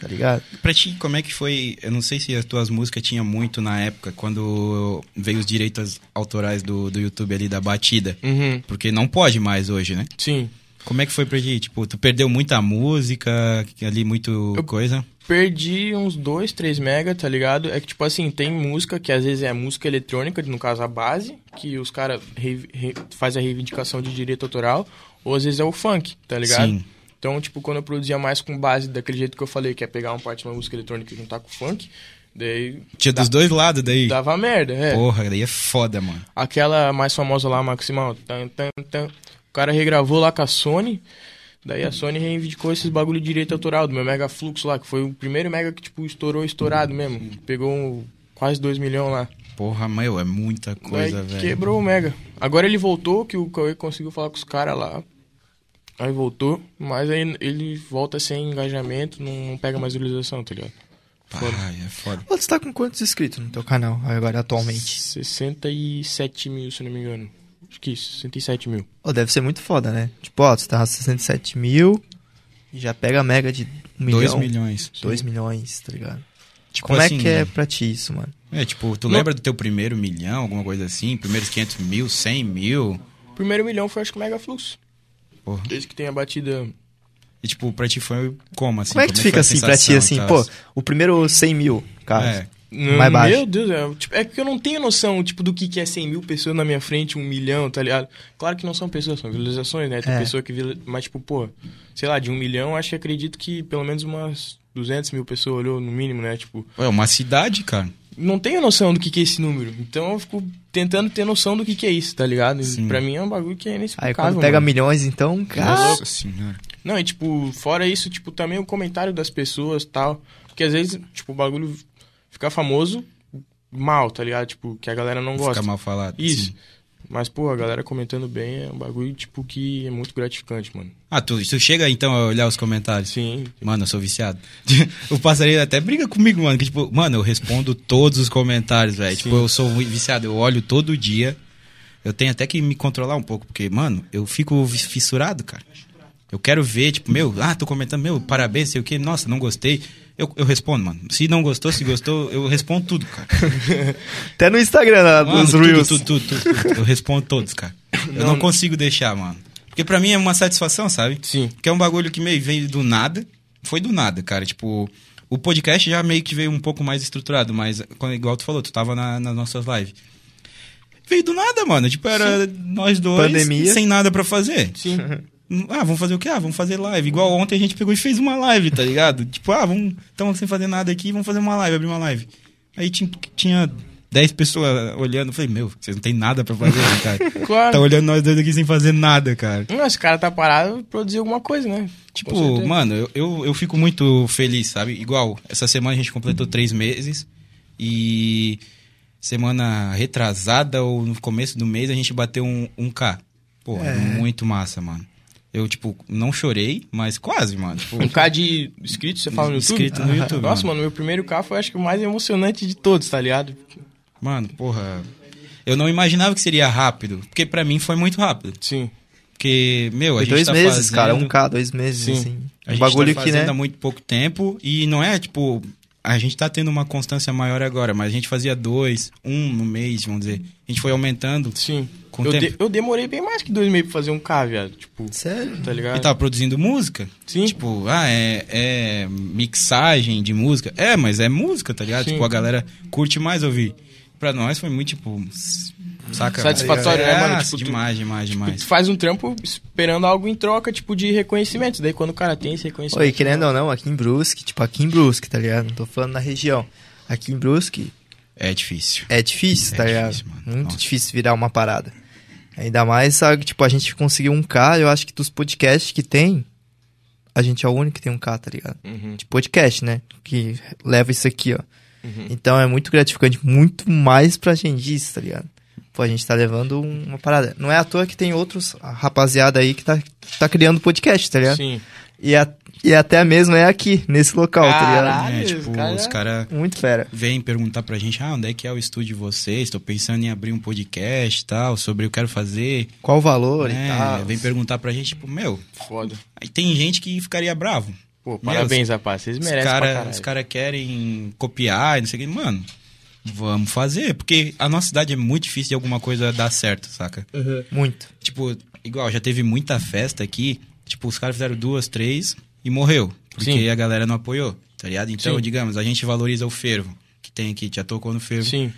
tá ligado? Pra ti, como é que foi? Eu não sei se as tuas músicas tinham muito na época, quando veio os direitos autorais do, do YouTube ali da batida. Uhum. Porque não pode mais hoje, né? Sim. Como é que foi pra ti? Tipo, tu perdeu muita música, ali, muito Eu- coisa. Perdi uns 2, 3 mega, tá ligado? É que, tipo assim, tem música que às vezes é música eletrônica, no caso a base, que os caras re, re- faz a reivindicação de direito autoral, ou às vezes é o funk, tá ligado? Sim. Então, tipo, quando eu produzia mais com base daquele jeito que eu falei, que é pegar uma parte de uma música eletrônica e juntar com funk, daí Tinha dos dois lados daí. dava merda, é. Porra, daí é foda, mano. Aquela mais famosa lá, Maximal, tan, tan, tan. o cara regravou lá com a Sony, daí a Sony reivindicou esses bagulho de direito autoral do meu Mega Flux lá, que foi o primeiro Mega que, tipo, estourou, estourado mesmo. Pegou um- quase 2 milhões lá. Porra, meu, é muita coisa, daí velho. quebrou o Mega. Agora ele voltou, que o Cauê conseguiu falar com os caras lá. Aí voltou, mas aí ele volta sem engajamento, não, não pega mais visualização, tá ligado? Ai, é foda. Ô, Tu tá com quantos inscritos no teu canal agora, atualmente? 67 mil, se não me engano. Acho que isso, 67 mil. Ô, deve ser muito foda, né? Tipo, ó, tu tá 67 mil e já pega a mega de 1 milhão. 2 milhões. 2 milhões, tá ligado? Tipo Como assim, é que é pra ti isso, mano? É, tipo, tu Não. lembra do teu primeiro milhão, alguma coisa assim? Primeiros 500 mil, 100 mil? Primeiro milhão foi acho que o Mega Flux. Porra. Desde que tenha batida. E, tipo, pra ti foi como, assim? Como é que tu fica foi a assim pra ti, assim, sensação e pô, tal? o primeiro 100 mil, cara. É, Mais baixo. Meu Deus, é, tipo, é que eu não tenho noção tipo, do que, que é 100 mil pessoas na minha frente, um milhão, tá ligado? Claro que não são pessoas, são visualizações, né? Tem É. pessoa que. vira- Mas, tipo, pô, sei lá, de um milhão, acho que acredito que pelo menos umas 200 mil pessoas olhou, no mínimo, né? Tipo, é uma cidade, cara. não tenho noção do que, que é esse número. Então eu fico tentando ter noção do que, que é isso, tá ligado? E Sim. Pra mim é um bagulho que é Aí inexplicável. quando pega mano. milhões, então, cara. Nossa senhora. Não, e tipo, fora isso, tipo, também o comentário das pessoas tal. Porque às vezes, tipo, o bagulho fica famoso mal, tá ligado? Tipo, que a galera não gosta. Fica mal falado. Isso. assim. Mas, pô, a galera comentando bem é um bagulho, tipo, que é muito gratificante, mano. Ah, tu, tu chega então a olhar os comentários. Sim. Mano, eu sou viciado. o passarinho até briga comigo, mano. Que, tipo, mano, eu respondo todos os comentários, velho. Tipo, eu sou muito viciado, eu olho todo dia. Eu tenho até que me controlar um pouco, porque, mano, eu fico vi- fissurado, cara. Eu quero ver, tipo, meu, ah, tô comentando, meu, parabéns, sei o quê, nossa, não gostei. Eu, eu respondo, mano. Se não gostou, se gostou, eu respondo tudo, cara. Até no Instagram, né, Mano, nos tudo, Reels. tudo, tudo, tudo, tudo. Eu respondo todos, cara. Eu não consigo deixar, mano. Porque pra mim é uma satisfação, sabe? Sim. Que é um bagulho que meio veio do nada. Foi do nada, cara. Tipo, o podcast já meio que veio um pouco mais estruturado, mas quando- igual tu falou, tu tava na- nas nossas lives. Veio do nada, mano. Tipo, era nós dois Pandemia. sem nada pra fazer. Sim. Ah, vamos fazer o quê? Ah, vamos fazer live. Igual ontem a gente pegou e fez uma live, tá ligado? tipo, ah, vamos. Estamos sem fazer nada aqui, vamos fazer uma live, abrir uma live. Aí tinha, tinha 10 pessoas olhando. Eu falei, meu, vocês não tem nada pra fazer, né, cara. Claro. tá olhando nós dois aqui sem fazer nada, cara. Não, esse cara tá parado produzir alguma coisa, né? Com Tipo, certeza. mano, eu, eu, eu fico muito feliz, sabe? Igual, essa semana a gente completou Uhum. três meses e semana retrasada ou no começo do mês a gente bateu um, um K. Pô, é. muito massa, mano. Eu, tipo, não chorei, mas quase, mano. Tipo, Um K de inscritos, você fala no YouTube? Inscrito no YouTube, Nossa, mano. mano, meu primeiro K foi acho que o mais emocionante de todos, tá ligado? mano, porra. Eu não imaginava que seria rápido, porque pra mim foi muito rápido. Sim. Porque, meu, a Foi gente dois tá meses, fazendo... cara. Um K, dois meses, Sim. assim. A um gente bagulho tá que, fazendo né? há muito pouco tempo e não é, tipo, a gente tá tendo uma constância maior agora, mas a gente fazia dois, um no mêmês, vamos dizer. A gente foi aumentando Sim. com o eu, tempo. de- eu demorei bem mais que dois meses pra fazer um K, viado. Tipo, Sério? tá E ligado? tava produzindo música. Sim. Tipo, ah, é, é mixagem de música. É, mas é música, tá ligado? Sim. Tipo, a galera curte mais ouvir. Pra nós foi muito, tipo, saca? Satisfatório, né, mano? Ah, Tipo, tu- demais, demais, Tipo, demais. tu faz um trampo esperando algo em troca, tipo, de reconhecimento. Daí quando o cara tem esse reconhecimento. Oi, querendo ou não, aqui em Brusque, tipo, aqui em Brusque, tá ligado? Não tô falando na região. Aqui em Brusque É difícil. é difícil, É tá difícil, ligado? mano. Muito Nossa. difícil virar uma parada. Ainda mais, sabe, tipo, a gente conseguiu um K, eu acho que dos podcasts que tem, a gente é o único que tem um K, tá ligado? Uhum. de podcast, né? Que leva isso aqui, ó. Uhum. Então é muito gratificante, muito mais pra gente isso, tá ligado? Pô, a gente tá levando um- uma parada. Não é à toa que tem outros a rapaziada aí que tá, tá criando podcast, tá ligado? Sim. E, a- e até mesmo é aqui, nesse local, tá ligado? Caralho, é, os tipo, cara- os caras Muito fera. vem perguntar pra gente, ah, onde é que é o estúdio de vocês? Tô pensando em abrir um podcast e tal, sobre o que eu quero fazer. Qual o valor né? e tal. Vem perguntar pra gente, tipo, meu, Foda. aí tem gente que ficaria bravo. Pô, parabéns, rapaz. Vocês Os merecem pra cara, caralho. os cara querem copiar e não sei o que. Mano, vamos fazer. Porque a nossa cidade é muito difícil de alguma coisa dar certo, saca? Muito. Tipo, igual, já teve muita festa aqui. Tipo, os caras fizeram duas, três e morreu. Porque Sim. a galera não apoiou, tá ligado? Então, Sim. digamos, a gente valoriza o fervo. Que tem aqui, já tocou no fervo. Sim.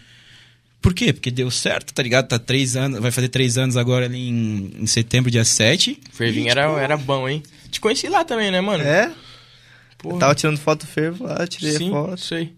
Por quê? Porque deu certo, tá ligado? Tá três anos, vai fazer três anos agora ali em, em setembro, dia 7. Fervinho era, era bom, hein? Te conheci lá também, né, mano? É? Porra. Eu tava tirando foto fervo lá, eu tirei Sim, a foto. isso aí.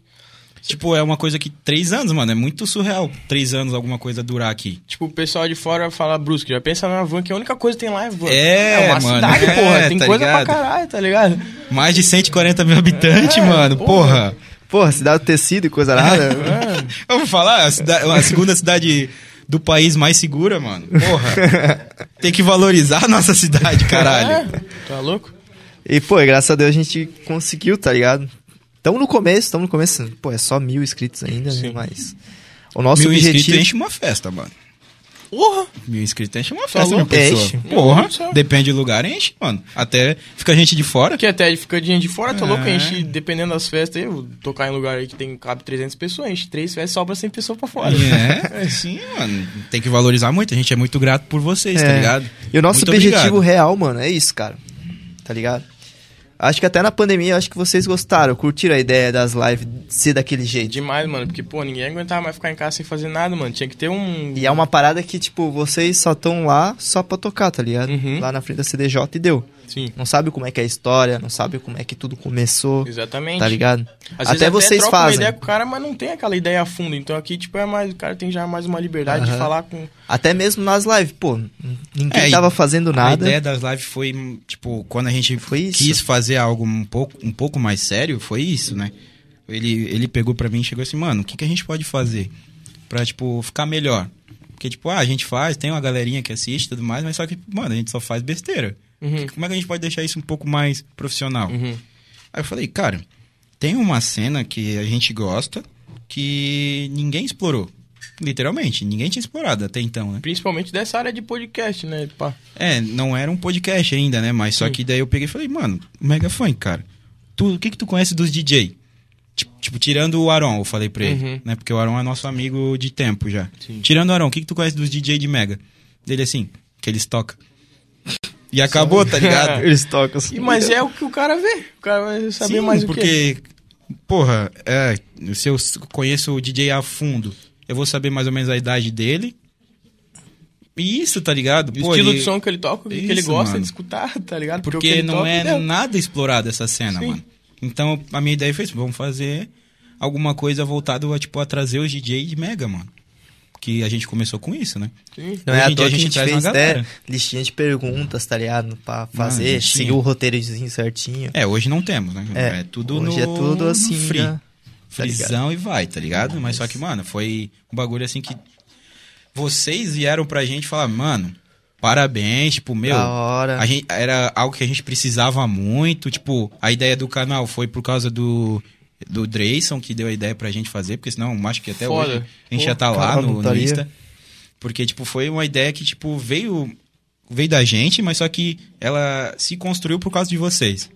Tipo, é uma coisa que. Três anos, mano, é muito surreal. Três anos alguma coisa durar aqui. Tipo, o pessoal de fora fala brusque, já pensa na van, que a única coisa que tem lá é van. É, uma mano, cidade, é, porra. Tem tá coisa ligado? pra caralho, tá ligado? Mais de 140 mil habitantes, mano, É, porra. Porra, cidade do tecido e coisa nada. É. Vamos falar, a, cida- a segunda cidade do país mais segura, mano, porra. Tem que valorizar a nossa cidade, caralho. É, tá louco? E, pô, graças a Deus a gente conseguiu, tá ligado? Tamo no começo, tamo no começo. Pô, é só mil inscritos ainda, né? Sim. Mas. O nosso Mil inscritos objetivo. enche uma festa, mano. Porra! Mil inscritos enche uma Tá festa, meu louco? pessoa. Enche. Porra, Meu Deus do céu. depende do lugar, enche, mano. Até fica gente de fora. Aqui até fica de gente de fora, tá É. louco? Enche, dependendo das festas, eu vou tocar em lugar aí que tem, cabe 300 pessoas, enche três festas, sobra 100 pessoas pra fora. É, sim, mano. Tem que valorizar muito. A gente é muito grato por vocês, tá É. ligado? E o nosso Muito objetivo obrigado. real, mano, é isso, cara. Tá ligado? Acho que até na pandemia, acho que vocês gostaram, curtiram a ideia das lives ser daquele É jeito. demais, mano, porque, pô, ninguém aguentava mais ficar em casa sem fazer nada, mano. Tinha que ter um. E é uma parada que, tipo, vocês só estão lá só pra tocar, tá ligado? Uhum. Lá na frente da CDJ e deu. Sim, Não sabe como é que é a história, não sabe como é que tudo começou, exatamente. tá ligado? Às vezes até vocês troca uma fazem. ideia com o cara, mas não tem aquela ideia a fundo. Então aqui, tipo, é mais. O cara tem já mais uma liberdade de Aham. falar com. Até mesmo nas lives, pô, ninguém É, e tava fazendo nada. A ideia das lives foi, tipo, quando a gente Foi isso. quis fazer algo um pouco, um pouco mais sério, foi isso, né? Ele, ele pegou pra mim e chegou assim, mano, o que, que a gente pode fazer pra, tipo, ficar melhor? Porque, tipo, ah, a gente faz, tem uma galerinha que assiste e tudo mais, mas só que, mano, a gente só faz besteira. Uhum. Como é que a gente pode deixar isso um pouco mais profissional? Uhum. Aí eu falei, cara, tem uma cena que a gente gosta que ninguém explorou. Literalmente, ninguém tinha explorado até então, né? Principalmente dessa área de podcast, né? Pá. É, não era um podcast ainda, né? Mas só Sim. que daí eu peguei e falei, mano, mega funk, cara. Tu, o que que tu conhece dos DJ? Tipo, tipo, tirando o Aron, eu falei pra ele, Uhum. né? Porque o Aron é nosso amigo de tempo já. Sim. Tirando o Aron, o que que tu conhece dos DJ de mega? Ele assim, que eles tocam. E acabou, tá ligado? Eles tocam. assim. E, mas é o que o cara vê. O cara vai saber Sim, mais o quê? porque, porra, é, se eu s- conheço o DJ a fundo, eu vou saber mais ou menos a idade dele. Isso, tá ligado? E o Pô, estilo ele- de som que ele toca, o que ele Isso, gosta mano. de escutar, tá ligado? o que Porque ele não toca, é entendeu? nada explorada essa cena, Sim. mano. Então, a minha ideia foi isso. Vamos fazer alguma coisa voltada a, tipo, a trazer os DJ de Mega, mano. Que a gente começou com isso, né? Sim. Não é Hoje à em dia toa a que a gente gente traz fez uma até galera. listinha de perguntas, tá ligado? Pra fazer, listinha. seguir o roteirozinho certinho. É, hoje não temos, né? É, tudo Hoje no- é tudo no assim, free. né? Tá ligado? Frisão e vai, tá ligado? Mas só que, mano, foi um bagulho assim que vocês vieram pra gente falar, mano, parabéns, tipo, meu, da hora. a gente, era algo que a gente precisava muito, tipo, a ideia do canal foi por causa do do Dreyson que deu a ideia pra gente fazer, porque senão acho que até Foda. hoje a gente Pô, já tá lá cara, no, no putaria. Insta. Porque tipo foi uma ideia que tipo veio veio da gente, mas só que ela se construiu por causa de vocês.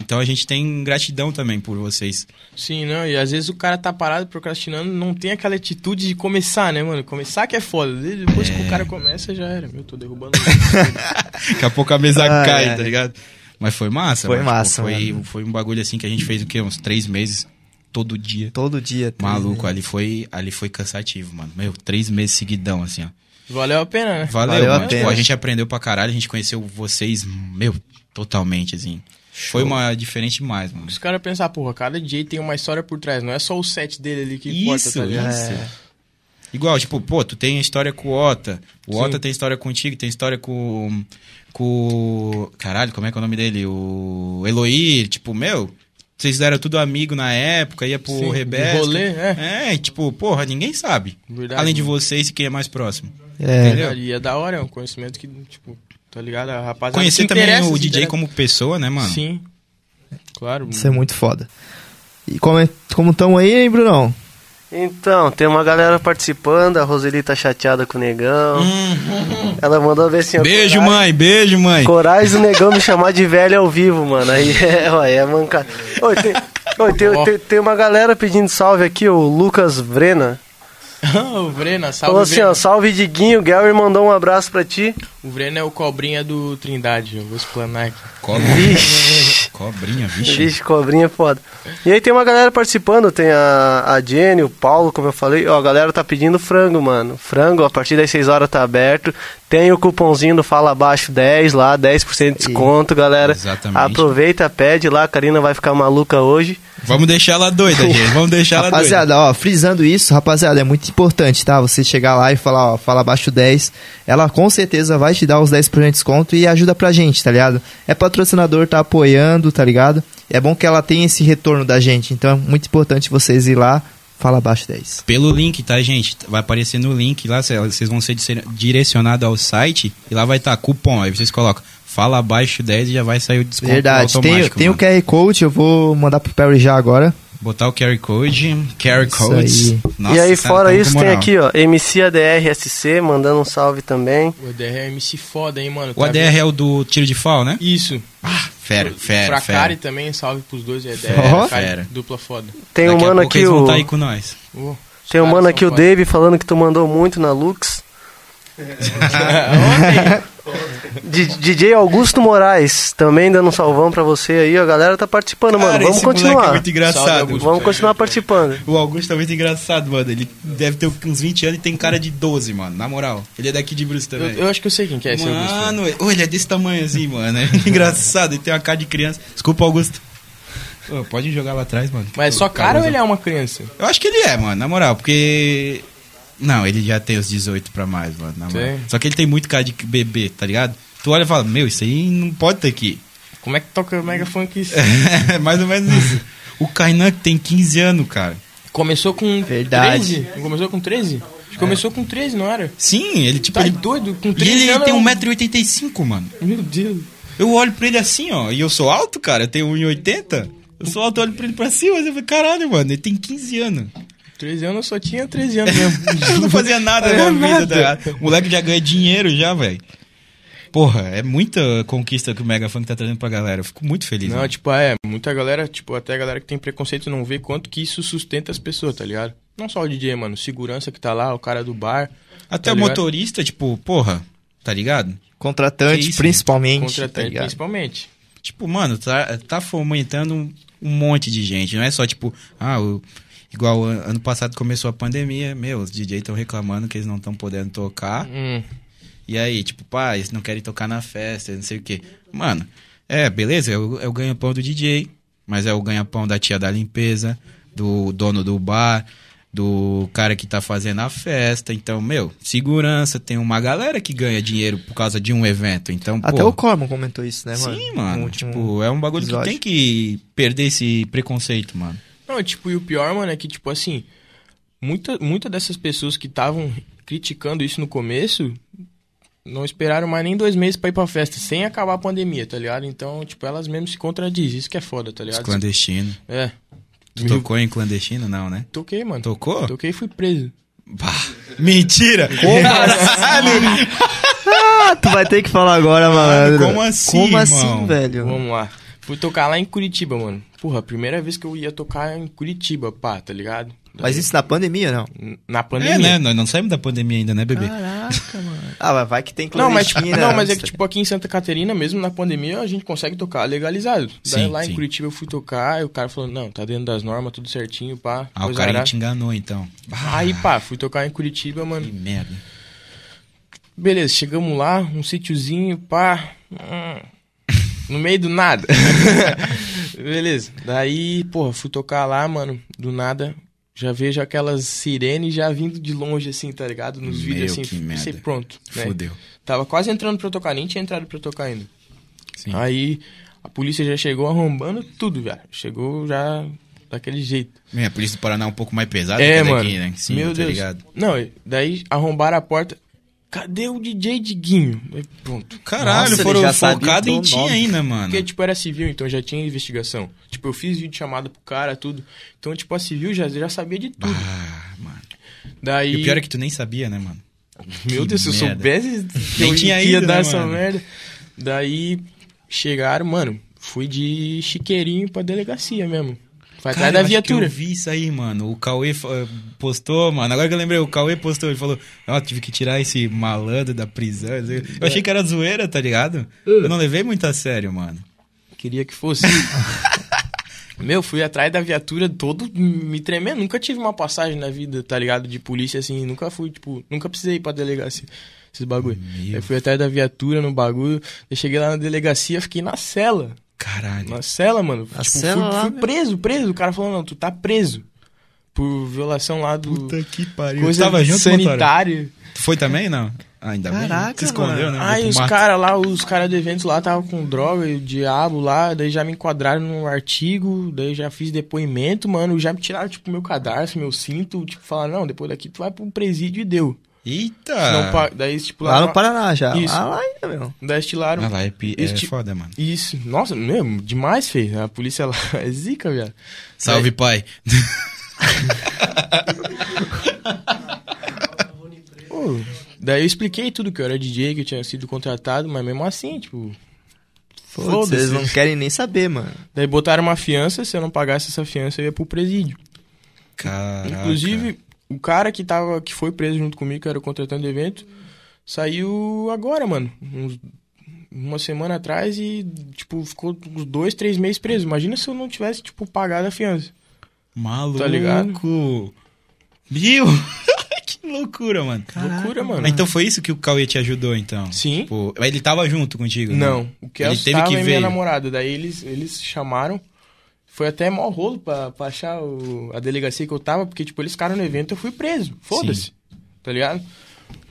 Então a gente tem gratidão também por vocês. Sim, não, e às vezes o cara tá parado procrastinando, não tem aquela atitude de começar, né, mano? Começar que é foda. Depois que o cara começa, já era. Meu, tô derrubando. Daqui a pouco a mesa Ah, cai, é. tá ligado? Mas foi massa. Foi mano. Tipo, massa, foi, mano. foi um bagulho assim que a gente fez o quê? Uns três meses, todo dia. Todo dia. tá Maluco, ligado? ali foi, ali foi cansativo, mano. Meu, três meses seguidão, assim, ó. Valeu a pena, né? Valeu, Valeu a mano. pena. Pô, a gente aprendeu pra caralho, a gente conheceu vocês, meu, totalmente, assim. Foi uma diferente demais, mano. Os caras pensam, porra, cada DJ tem uma história por trás, não é só o set dele ali que importa, Isso, tá ligado? isso. É. Igual, tipo, pô, tu tem história com o Ota. O Sim. Ota tem história contigo, tem história com. Com. Caralho, como é que é o nome dele? O Eloir, tipo, meu. Vocês eram tudo amigo na época, ia pro Sim, de Rebeste. rolê, é. é. e tipo, porra, ninguém sabe. Verdade, Além de né? mano. vocês e quem é mais próximo. É. Entendeu? E é da hora, é um conhecimento que, tipo, tá ligado? A rapaziada Conhecer se também interessa, é o se DJ interessa. como pessoa, né, mano? Sim. Claro. Isso é muito foda. E como é, como estão aí, hein, Brunão? Então, tem uma galera participando, a Roseli tá chateada com o negão. Ela mandou ver assim, ó, Uhum. Beijo, coragem- mãe, beijo, mãe. Coragem do negão me chamar de velho ao vivo, mano. Aí é, ó, é mancada. Oi, tem, oi, tem, tem- tem uma galera pedindo salve aqui, o Lucas Vrena. o Vrena, salve. Falou assim, Vrena. ó, salve Diguinho, o Gary mandou um abraço pra ti. O Vrena é o cobrinha do Trindade, eu vou explanar aqui. Cobrinha. Cobrinha, vixe. Vixe, cobrinha é foda. E aí tem uma galera participando, tem a, a Jenny, o Paulo, como eu falei. Ó, a galera tá pedindo frango, mano. Frango, a partir das 6 horas tá aberto. Tem o cupomzinho do Fala Abaixo 10 lá, 10% de desconto, galera. Exatamente. Aproveita, pede lá, a Karina vai ficar maluca hoje. Vamos deixar ela doida, gente. Vamos deixar ela doida. Rapaziada, ó, frisando isso, rapaziada, é muito importante, tá? Você chegar lá e falar, ó, fala abaixo 10. Ela com certeza vai te dar os 10% de desconto e ajuda pra gente, tá ligado? É patrocinador, tá apoiando, tá ligado? É bom que ela tenha esse retorno da gente. Então é muito importante vocês ir lá, fala abaixo 10. Pelo link, tá, gente? Vai aparecer no link lá, cê- vocês vão ser dire- direcionados ao site e lá vai estar cupom. Aí vocês colocam fala abaixo 10 e já vai sair o desconto Verdade. Tem, automático. tem o mano. QR Code, eu vou mandar pro Perry já agora. Botar o QR Code, QR Isso Codes. aí. Nossa, e aí, cara, fora tamo com isso, tem moral. aqui, ó, MC ADRSC mandando um salve também. O ADR é MC foda, hein, mano. O ADR é o do tiro de fall, né? Isso. Fera, fera, Fracari fera. também, salve pros dois. É ADR, Ó. Fracari, Fera. dupla foda. Tem um Daqui a mano pouco aqui, eles vão o, tá aí com nós. Uh, os tem um caras mano são aqui, o foda. Dave, falando que tu mandou muito na Lux. É. D- DJ Augusto Moraes, também dando um salvão pra você aí, ó, a galera tá participando, mano, Cara, vamos esse moleque É continuar. muito engraçado. Salve, Augusto. Vamos continuar participando. O Augusto é muito engraçado, mano. Ele deve ter uns 20 anos e tem cara de 12, mano. Na moral. Ele é daqui de Bruce Eu, também. eu acho que eu sei quem que é esse Augusto. mano, ô, ele é desse tamanho assim, mano. É engraçado. Ele tem uma cara de criança. Desculpa, Augusto. Ô, pode jogar lá atrás, mano. Mas só cara ou ele é uma criança? Eu acho que ele é, mano. Na moral, porque... Não, ele já tem os 18 pra mais, mano. Na moral. Tem. Só que ele tem muito cara de bebê, tá ligado? Tu olha e fala, meu, isso aí não pode ter aqui. Como é que toca Mega Funk isso? É mais ou menos isso. O Kainan tem 15 anos, cara. Começou com Verdade. 13? Não começou com 13? Acho que começou com 13, não era? Sim, ele tipo... Tá ele... doido? Com E 13 ele anos tem é um- 1,85m, mano. Meu Deus. Eu olho pra ele assim, ó, e eu sou alto, cara, eu tenho 1,80. Eu sou alto, eu olho pra ele pra cima, mas eu falei, caralho, mano, ele tem 15 anos. 13 anos eu só tinha 13 anos mesmo. Eu não fazia nada na Fazia minha vida, tá É nada. ligado? O moleque já ganha dinheiro já, velho. Porra, é muita conquista que o Mega Funk tá trazendo pra galera. Eu fico muito feliz. Não, mano. tipo, é, muita galera, tipo, até a galera que tem preconceito não vê quanto que isso sustenta as pessoas, tá ligado? Não só o DJ, mano, o segurança que tá lá, o cara do bar, Até tá o ligado? motorista, tipo, porra, tá ligado? Contratante, Que isso, principalmente. tá contratante ligado? principalmente. Tipo, mano, tá, tá fomentando um, um monte de gente. Não é só, tipo, ah, o- igual an- ano passado começou a pandemia, meu, os DJ estão reclamando que eles não estão podendo tocar. Hum, E aí, tipo, pá, eles não querem tocar na festa, não sei o quê. Mano, é, beleza, é o, é o ganha-pão do DJ, mas é o ganha-pão da tia da limpeza, do dono do bar, do cara que tá fazendo a festa. Então, meu, segurança, tem uma galera que ganha dinheiro por causa de um evento. Então, Até pô, o Cormo comentou isso, né, mano? Sim, No mano. último- Tipo, é um bagulho episódio. que tem que perder esse preconceito, mano. Não, tipo, e o pior, mano, é que, tipo assim, muita, muita dessas pessoas que estavam criticando isso no começo não esperaram mais nem dois meses pra ir pra festa, sem acabar a pandemia, tá ligado? Então, tipo, elas mesmas se contradizem, isso que é foda, tá Os ligado? clandestinos. É. Tu tocou em clandestino? Não, né? Toquei, mano. Tocou? Toquei e fui preso. Bah. Mentira! Caralho! Ah, tu vai ter que falar agora, malandro. como assim, Como assim, irmão? velho? Vamos lá. Fui tocar lá em Curitiba, mano. Porra, primeira vez que eu ia tocar em Curitiba, pá, tá ligado? Mas isso na pandemia, não? Na pandemia. É, né? Nós não saímos da pandemia ainda, né, bebê? Caraca, mano. Ah, mas vai que tem Não, mas, tipo, clandestina, não, mas é que, sei. tipo, aqui em Santa Catarina, mesmo na pandemia, a gente consegue tocar legalizado. Daí Sim, lá sim. em Curitiba eu fui tocar, e o cara falou, não, tá dentro das normas, tudo certinho, pá. Ah, o coisa cara arada. te enganou, então. Bah, Aí, pá, fui tocar em Curitiba, que mano. merda. Beleza, chegamos lá, um sítiozinho, pá. Hum. No meio do nada. Beleza. Daí, porra, fui tocar lá, mano. Do nada, já vejo aquelas sirenes já vindo de longe, assim, tá ligado? Nos Meu, vídeos, assim. que pensei, merda. pronto. né? Fudeu. Tava quase entrando pra eu tocar, nem tinha entrado pra eu tocar ainda. Sim. Aí a polícia já chegou arrombando tudo, velho. Chegou já daquele jeito. Minha, a polícia do Paraná é um pouco mais pesada que é, a mano. daqui, né? Sim, Meu tá Deus. ligado? Não, e daí arrombaram a porta. Cadê o DJ Diguinho? Aí, pronto. Caralho, Nossa, ele foram já sabia focados o em teu ti nome. ainda, mano. Porque, tipo, era civil, então já tinha investigação. Tipo, eu fiz vídeo chamado pro cara, tudo. Então, tipo, a civil já, já sabia de tudo. Ah, mano. Daí. E o pior é que tu nem sabia, né, mano? Meu Que Deus, se eu merda. soubesse que Nem eu tinha ia ido, dar né, essa mano? merda. Daí chegaram, mano, fui de chiqueirinho pra delegacia mesmo. Foi Cara, atrás da eu acho que viatura. Eu vi isso aí, mano. O Cauê fa- postou, mano. Agora que eu lembrei, o Cauê postou, ele falou: Ó, tive que tirar esse malandro da prisão. É. Eu achei que era zoeira, tá ligado? Eu não levei muito a sério, mano. Queria que fosse. Meu, fui atrás da viatura todo me tremendo. Nunca tive uma passagem na vida, tá ligado? De polícia assim. Nunca fui, tipo, nunca precisei ir pra delegacia. Esses bagulho. Meu. Eu fui atrás da viatura no bagulho. Eu cheguei lá na delegacia, fiquei na cela. Caralho. Na cela, mano. Na tipo, cela fui, lá, fui meu. preso, preso. O cara falou, não, tu tá preso. Por violação lá do. Puta que pariu. coisa tu tava junto, Motora? sanitária. Tu foi também, não? Ah, ainda bem. Caraca, Se escondeu, mano. né? Foi Aí pro os mato. caras lá, os caras do evento lá estavam com droga e o diabo lá, daí já me enquadraram num artigo, daí já fiz depoimento, mano, já me tiraram, tipo, meu cadarço, meu cinto, tipo, falaram, não, depois daqui tu vai pro presídio e deu. Eita! Não, pa- daí, tipo, lá, Lá no Paraná já. Isso. Ah, lá ainda, meu. Daí estilaram. Ah, lá, é, pi- é Este- foda, mano. Isso, nossa, mesmo, demais, fez. A polícia lá é zica, velho. Salve, pai. Pô, daí eu expliquei tudo que eu era DJ, que eu tinha sido contratado, mas mesmo assim, tipo. Putz, Foda-se. vocês não querem nem saber, mano. Daí botaram uma fiança, se eu não pagasse essa fiança, eu ia pro presídio. Caraca. Inclusive, o Ah, cara que tava, que foi preso junto comigo, que era o contratante do evento, saiu agora, mano. Uns- uma semana atrás e, tipo, ficou uns dois, três meses preso. Imagina se eu não tivesse, tipo, pagado a fiança. Maluco. Tá ligado? Viu? que loucura, mano. Loucura, Ah, mano. Então foi isso que o Cauê te ajudou, então? Sim. Tipo, mas ele tava junto contigo? né? Não, o que Ele eu teve estava que é ver. minha namorada. Daí eles, eles chamaram. Foi até mó rolo pra, pra achar o- a delegacia que eu tava, porque, tipo, eles ficaram no evento eu fui preso. Foda-se. Tá ligado?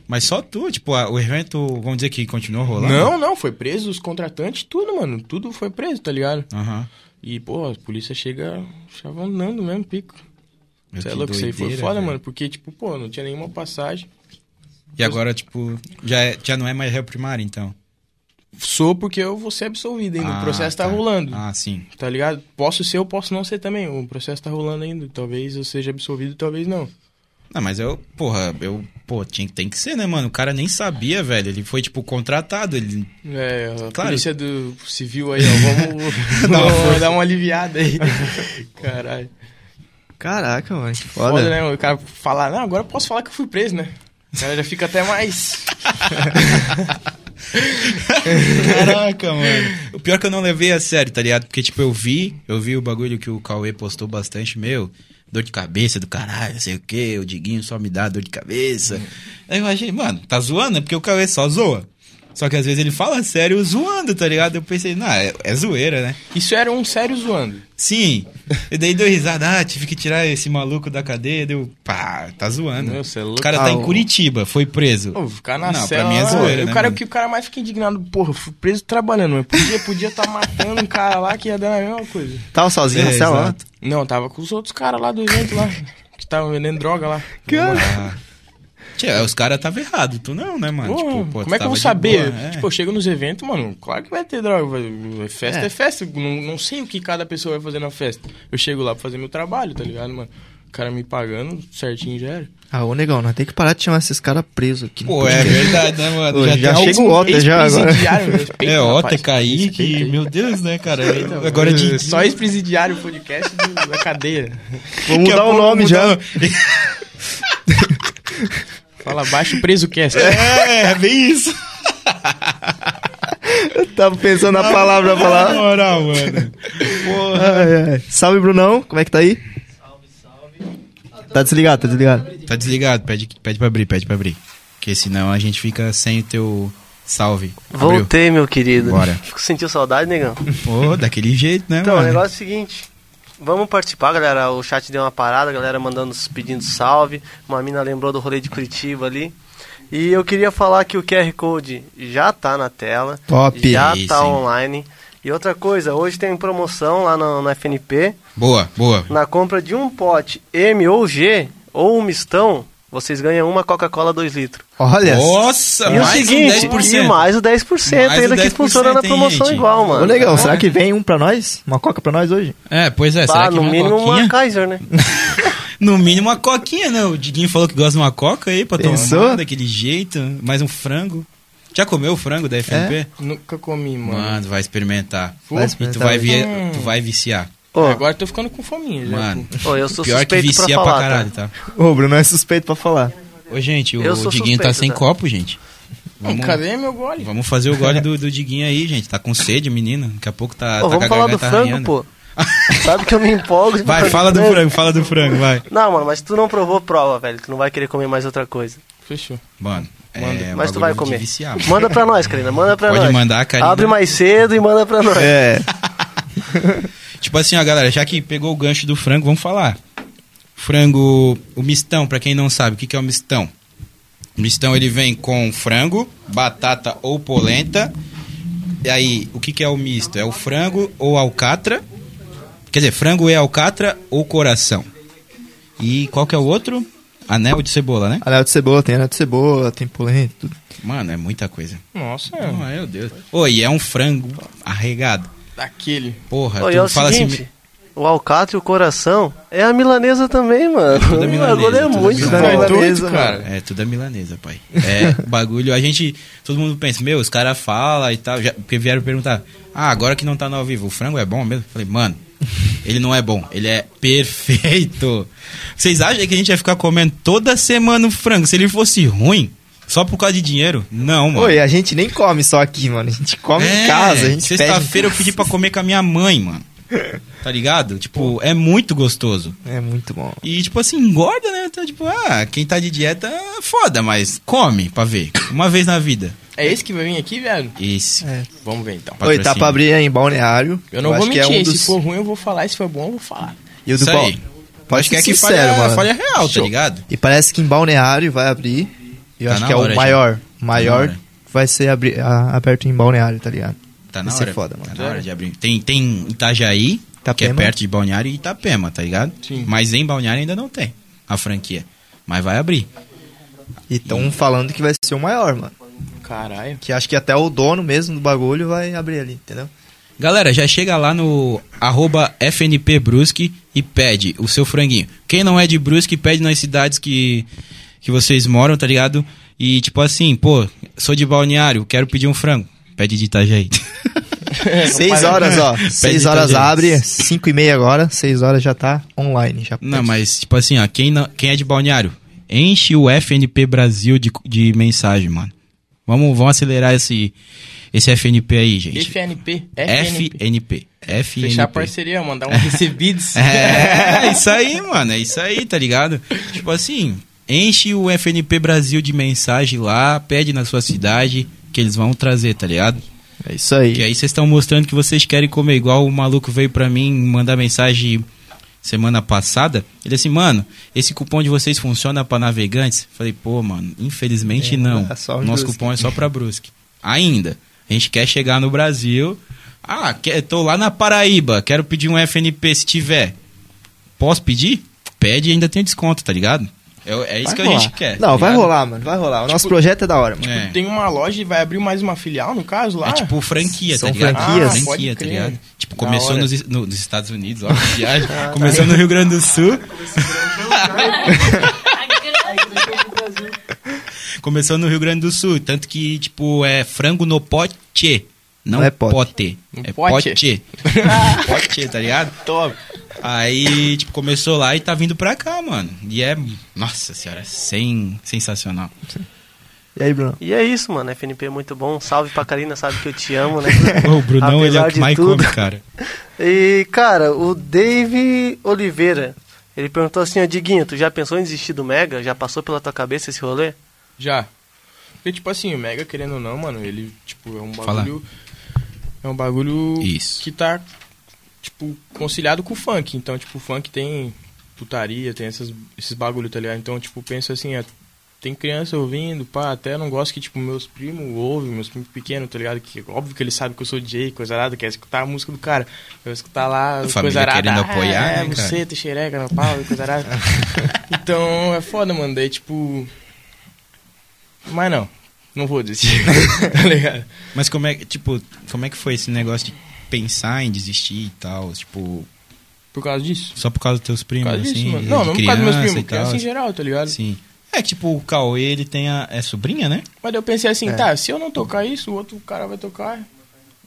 Mas só tu, tipo, a- o evento, vamos dizer que continuou rolando? Não, não, foi preso, os contratantes, tudo, mano. Tudo foi preso, tá ligado? Aham. E, pô, a polícia chega chavandando mesmo, pico. Meu, Você é que louco, isso aí foi doideira, foda, velho. mano. Porque, tipo, pô, não tinha nenhuma passagem. E agora, tipo, já, é- já não é mais réu primário, então? Sou porque eu vou ser absolvido ainda. Ah, o processo tá, tá. rolando, Ah, sim. tá ligado? Posso ser ou posso não ser também. O processo tá rolando ainda. Talvez eu seja absolvido, talvez não. Não, mas eu, porra, eu, pô, tinha, tem que ser, né, mano? O cara nem sabia, velho. Ele foi, tipo contratado, ele É, a Claro. polícia do civil aí, ó. Vamos, vamos dar uma aliviada aí. Caralho. Caraca, mano, que Foda, foda. né? mano? O cara falar, não, agora eu posso falar que eu fui preso, né? O cara já fica até mais... Caraca, mano. O pior é que eu não levei a sério, tá ligado? Porque, tipo, eu vi, eu vi o bagulho que o Cauê postou bastante, meu. dor de cabeça do caralho, não sei o que, o Diguinho só me dá dor de cabeça. Aí eu achei, mano, tá zoando? É porque o Cauê só zoa. Só que às vezes ele fala sério zoando, tá ligado? Eu pensei, não, é, é zoeira, né? Isso era um sério zoando. Sim. E daí deu risada, ah, tive que tirar esse maluco da cadeia, deu, pá, tá zoando. Meu, cê é O louco. cara tá Ah, em o- Curitiba, foi preso. Ô, ficar na Não, pra cela. mim é lá, zoeira, o né, cara mano? que o cara mais fica indignado, porra, fui preso trabalhando, mas podia podia tá matando um cara lá que ia dar a mesma coisa. Tava sozinho na É, cela lá? exato. Não, tava com os outros caras lá do evento lá, que estavam vendendo droga lá. Cara, Ah. Tchê, os caras estavam errados, tu não, né, mano? tu como é que eu tava vou de saber? boa, é. Tipo, eu chego nos eventos, mano, claro que vai ter droga, vai- festa é, É. festa, não, não sei o que cada pessoa vai fazer na festa. Eu chego lá pra fazer meu trabalho, tá ligado, mano? O cara me pagando certinho já era. Ah, ô negão, nós temos que parar de chamar esses caras presos aqui. Pô, é verdade, né, mano? Ô, já tem chega algum- o Otter já agora. Ex-presidiário, respeita, É, ó, um rapaz. TKI, que, meu Deus, né, cara? Agora de... Só ex-presidiário o podcast do- da cadeia. Vamos Daqui a mudar o pouco nome muda já. o- Fala baixo, preso cast. É, é bem isso. é. Tava pensando na palavra pra Na lá. moral, mano. Porra. Ai, ai. Salve, Brunão. Como é que tá aí? Salve, salve. Tá desligado, tá desligado. Tá desligado, pede, pede pra abrir, pede pra abrir. Porque senão a gente fica sem o teu salve. Abriu. Voltei, meu querido. Bora. Sentiu saudade, negão? Pô, daquele jeito, né, Então, o mano? negócio é o seguinte. Vamos participar, galera. O chat deu uma parada, a galera mandando, pedindo salve. Uma mina lembrou do rolê de Curitiba ali. E eu queria falar que o QR Code já tá na tela. Top. Já Isso, tá hein? online. E outra coisa, hoje tem promoção lá na, na FNP. Boa, boa. Na compra de um pote M ou G, ou um mistão, vocês ganham uma Coca-Cola 2 litros. Olha. Nossa, E o mais seguinte, um 10%. e mais o 10% Mais ainda o que 10%, funciona na hein, promoção gente? igual, Ô, mano. negão, será que vem um pra nós? Uma coca pra nós hoje? É, pois é, será Bah, que no uma mínimo coquinha? uma Kaiser, né? No mínimo uma coquinha, né? O Diguinho falou que gosta de uma coca aí pra Pensou? tomar daquele jeito. Mais um frango. Já comeu o frango da FNP? Nunca comi, mano. Mano, vai experimentar. É. Vai E tu experimentar vai, hoje. vi- Hum. tu vai viciar. Ô, Agora eu tô ficando com fominha já. Mano, pô. é ô, eu sou pior que suspeito pra vicia pra, falar, tá? caralho, tá? Ô, Brunão é suspeito pra falar. Ô, gente, o Eu sou Diguinho tá suspeito, sem tá? copo, gente. Não, Vamos, cadê meu gole? vamos fazer o gole do, do Diguinho aí, gente. Tá com sede, menino. Daqui a pouco tá, Ô, tá com vamos a falar do garganta frango, arranhando. pô. Sabe que eu me empolgo. de Vai, falar fala do frango, fala do frango, vai. Não, mano, mas tu não provou prova, velho. Tu não vai querer comer mais outra coisa. Fechou. Mano, é, um mas bagulho tu vai de comer. viciar, mano. Manda pra nós, Karina. Manda pra Pode nós. mandar, Karina. Abre mais cedo e manda pra nós. É. Tipo assim, ó, galera, já que pegou o gancho do frango, vamos falar. Frango, o mistão, pra quem não sabe, o que, que é o mistão? O mistão ele vem com frango, batata ou polenta. E aí, o que, que é o misto? É o frango ou alcatra? Quer dizer, frango é alcatra ou coração? E qual que é o outro? Anel de cebola, né? Anel de cebola, tem anel de cebola, tem polenta, tudo. Mano, é muita coisa. Nossa, Oh, meu Deus. Ô, e é um frango arregado. daquele. Porra, Ô, e tu é o fala seguinte, assim. o alcatra e o coração é a milanesa também, mano. tudo é O milanesa, bagulho é tudo é muito milanesa. bom. É velho. doido, Tá cara. É, tudo é milanesa, pai. É, o bagulho, a gente, todo mundo pensa, meu, os caras falam e tal, já, porque vieram perguntar, ah, agora que não tá no ao vivo, o frango é bom mesmo? Falei, mano, ele não é bom, ele é perfeito. Vocês acham que a gente ia ficar comendo toda semana o frango? Se ele fosse ruim, só por causa de dinheiro? Não, mano. Oi, a gente nem come só aqui, mano. A gente come em É, casa, a gente pede. Sexta-feira eu pedi pra comer com a minha mãe, mano. Tá ligado? Tipo, é muito gostoso. É muito bom. E, tipo assim, engorda, né? Então, tipo, ah, quem tá de dieta, foda, mas come pra ver. Uma vez na vida. É esse que vai vir aqui, velho? Esse. É. Vamos ver então. Oi, tá pra abrir aí em Balneário. Eu não vou acho que mentir, é um se dos... for ruim eu vou falar, se for bom eu vou falar. E o do Isso Bal- aí. Pode Acho que ser é que sincero, falha, mano. falha real, tá Show. ligado? E parece que em Balneário vai abrir. E eu Tá acho na que é hora o já. maior. Maior hora. vai ser abri... a- aberto em Balneário, tá ligado? Tá na Isso é hora. foda, mano. Tá na hora de abrir. Tem, tem Itajaí, que é Itapema. perto de Balneário, e Itapema, tá ligado? Sim. Mas em Balneário ainda não tem a franquia. Mas vai abrir. E Hum. estão falando que vai ser o maior, mano. Caralho. Que acho que até o dono mesmo do bagulho vai abrir ali, entendeu? Galera, já chega lá no arroba FNP Brusque e pede o seu franguinho. Quem não é de Brusque, pede nas cidades que, que vocês moram, tá ligado? E tipo assim, pô, sou de Balneário, quero pedir um frango. Pede de Itajaí. Seis horas, ó. Seis pra horas gente. abre, cinco e meia agora, seis horas já tá online. Já Não, pode. mas tipo assim, ó, quem, não, quem é de Balneário, enche o FNP Brasil de, de mensagem, mano. Vamos, vamos acelerar esse, esse FNP aí, gente. FNP. FNP. FNP. FNP. Fechar a parceria, mandar um recebidos. É, é isso aí, mano. É isso aí, tá ligado? Tipo assim, enche o FNP Brasil de mensagem lá, pede na sua cidade, que eles vão trazer, tá ligado? É isso aí. Que aí vocês estão mostrando que vocês querem comer igual o maluco veio pra mim mandar mensagem semana passada. Ele assim, mano, esse cupom de vocês funciona pra navegantes? Falei, pô, mano, infelizmente É, não. é só o Nosso Brusque. cupom é só pra Brusque. Ainda. A gente quer chegar no Brasil. Ah, quer, tô lá na Paraíba, quero pedir um FNP se tiver. Posso pedir? Pede e ainda tem desconto, tá ligado? É, é isso Vai que a rolar. gente quer. Não, tá vai ligado? rolar, mano. Vai rolar. O nosso projeto é da hora, mano. É. Tem uma loja e vai abrir mais uma filial, no caso, lá? É tipo franquia, Ah, São tá ligado? franquias. Ah, Ah, pode franquia, tá crer. Ah, ligado? Tipo, Da começou hora. nos, no- nos Estados Unidos, ó, a tá. viagem. começou no Rio Grande do Sul. começou no Rio Grande do Sul, tanto que, tipo, é frango no pote. Não, Não é é pote. pote. No É pote. pote. pote, tá ligado? Top. Aí, tipo, começou lá e tá vindo pra cá, mano. E é, nossa senhora, sem, sensacional. E aí, Bruno? E é isso, mano. FNP é muito bom. Salve pra Karina, sabe que eu te amo, né? O Brunão, ele é Apesar o que de mais tudo. come, cara. E, cara, o Dave Oliveira, ele perguntou assim, ó, Diguinho, tu já pensou em desistir do Mega? Já passou pela tua cabeça esse rolê? Já. Porque, tipo assim, o Mega, querendo ou não, mano, ele, tipo, é um Fala. bagulho. É um bagulho Isso. que tá, tipo, conciliado com o funk. Então, tipo, o funk tem putaria, tem essas, esses bagulho, tá ligado? Então, tipo, penso assim, é, tem criança ouvindo, pá, até não gosto que, tipo, meus primos ouvem, meus primos pequenos, tá ligado? Que óbvio que ele sabe que eu sou DJ, coisa arada, quer escutar a música do cara. Eu escutar lá, família coisa arada. querendo ah, apoiar, é, né, cara? buceta, xereca, na pau, coisa arada. então, é foda, mano. Daí, tipo, mas não, não vou desistir. tá ligado? Mas como é, que- tipo, como é que foi esse negócio de pensar em desistir e tal? Tipo, Por causa disso. só por causa dos teus Por primos, causa disso, assim? mano. de Não, não por causa dos meus criança primos, e tal, criança em geral, tá ligado? Sim. É, tipo, o Cauê, ele tem a... É sobrinha, né? Mas eu pensei assim, É. tá, se eu não tocar isso, o outro cara vai tocar.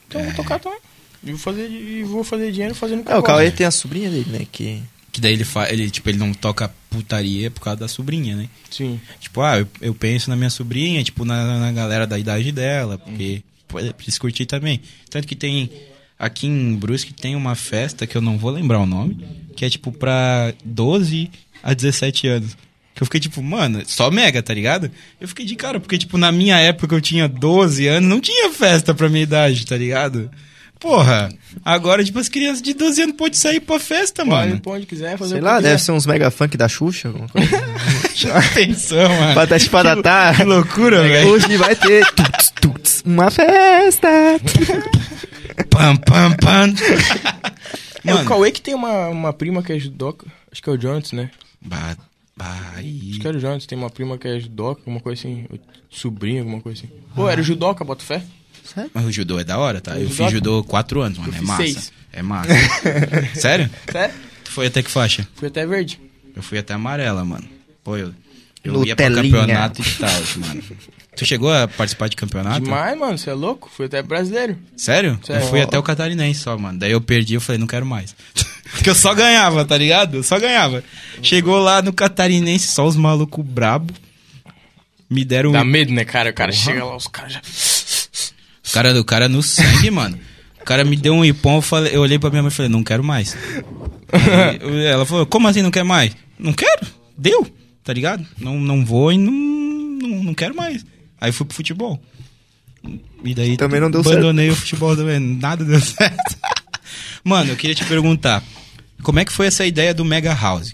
Então eu vou tocar também. E vou fazer, e vou fazer dinheiro fazendo o que É, eu o Cauê gosto. tem a sobrinha dele, né? Que... Que daí ele, fa... ele, tipo, ele não toca putaria por causa da sobrinha, né? Sim. Tipo, ah, eu, eu penso na minha sobrinha, tipo, na, na galera da idade dela, porque pô, é pra eles curtir também. Tanto que tem. Aqui em Brusque tem uma festa que eu não vou lembrar o nome, que é tipo pra 12 a 17 anos. Que eu fiquei tipo, mano, só mega, tá ligado? Eu fiquei de cara, porque tipo, na minha época eu tinha 12 anos, não tinha festa pra minha idade, tá ligado? Porra, agora tipo as crianças de 12 anos podem sair pra festa, Mano, mano. pra onde quiser, fazer Sei o que lá, quiser. deve ser uns mega funk da Xuxa, alguma coisa. tá Já pensou, mano? Patati patatá. Que loucura, velho. Hoje vai ter tuts, tuts, uma festa. Pam, pam, pam. É o Cauê que tem uma, uma prima que é judoca. Acho que é o Jones, né? Bah, bah, aí. Acho que é- era o Jones. Tem uma prima que é judoca, alguma coisa assim. ou Sobrinha, alguma coisa assim. Pô, Ah. era o judoca, bota fé? Mas o judô é da hora, tá? Eu Judô? fiz judô quatro anos, mano. Eu É fiz massa. seis. É massa. Sério? Sério? Tu foi até que faixa? Fui até verde. Eu fui até amarela, mano. Pô, eu, eu ia pra Nutelinha. campeonato e tal, mano. Tu chegou a participar de campeonato? Demais, é mano, você é louco? Fui até brasileiro. Sério? Sério. Eu fui até o catarinense só, mano. Daí eu perdi, eu falei, não quero mais. Porque eu só ganhava, tá ligado? Eu só ganhava. Chegou lá no catarinense, só os malucos brabo. Me deram Dá um medo, né, cara? O cara chega lá, os caras já. O cara, o cara no sangue, mano. O cara me deu um ipom, eu, falei, eu olhei pra minha mãe e falei, não quero mais. Aí, eu- ela falou, como assim não quer mais? Não quero, deu, tá ligado? Não, não vou e não, não, não quero mais. Aí fui pro futebol. E daí Também não deu abandonei o futebol também, nada deu certo. mano, eu queria te perguntar, como é que foi essa ideia do Mega House?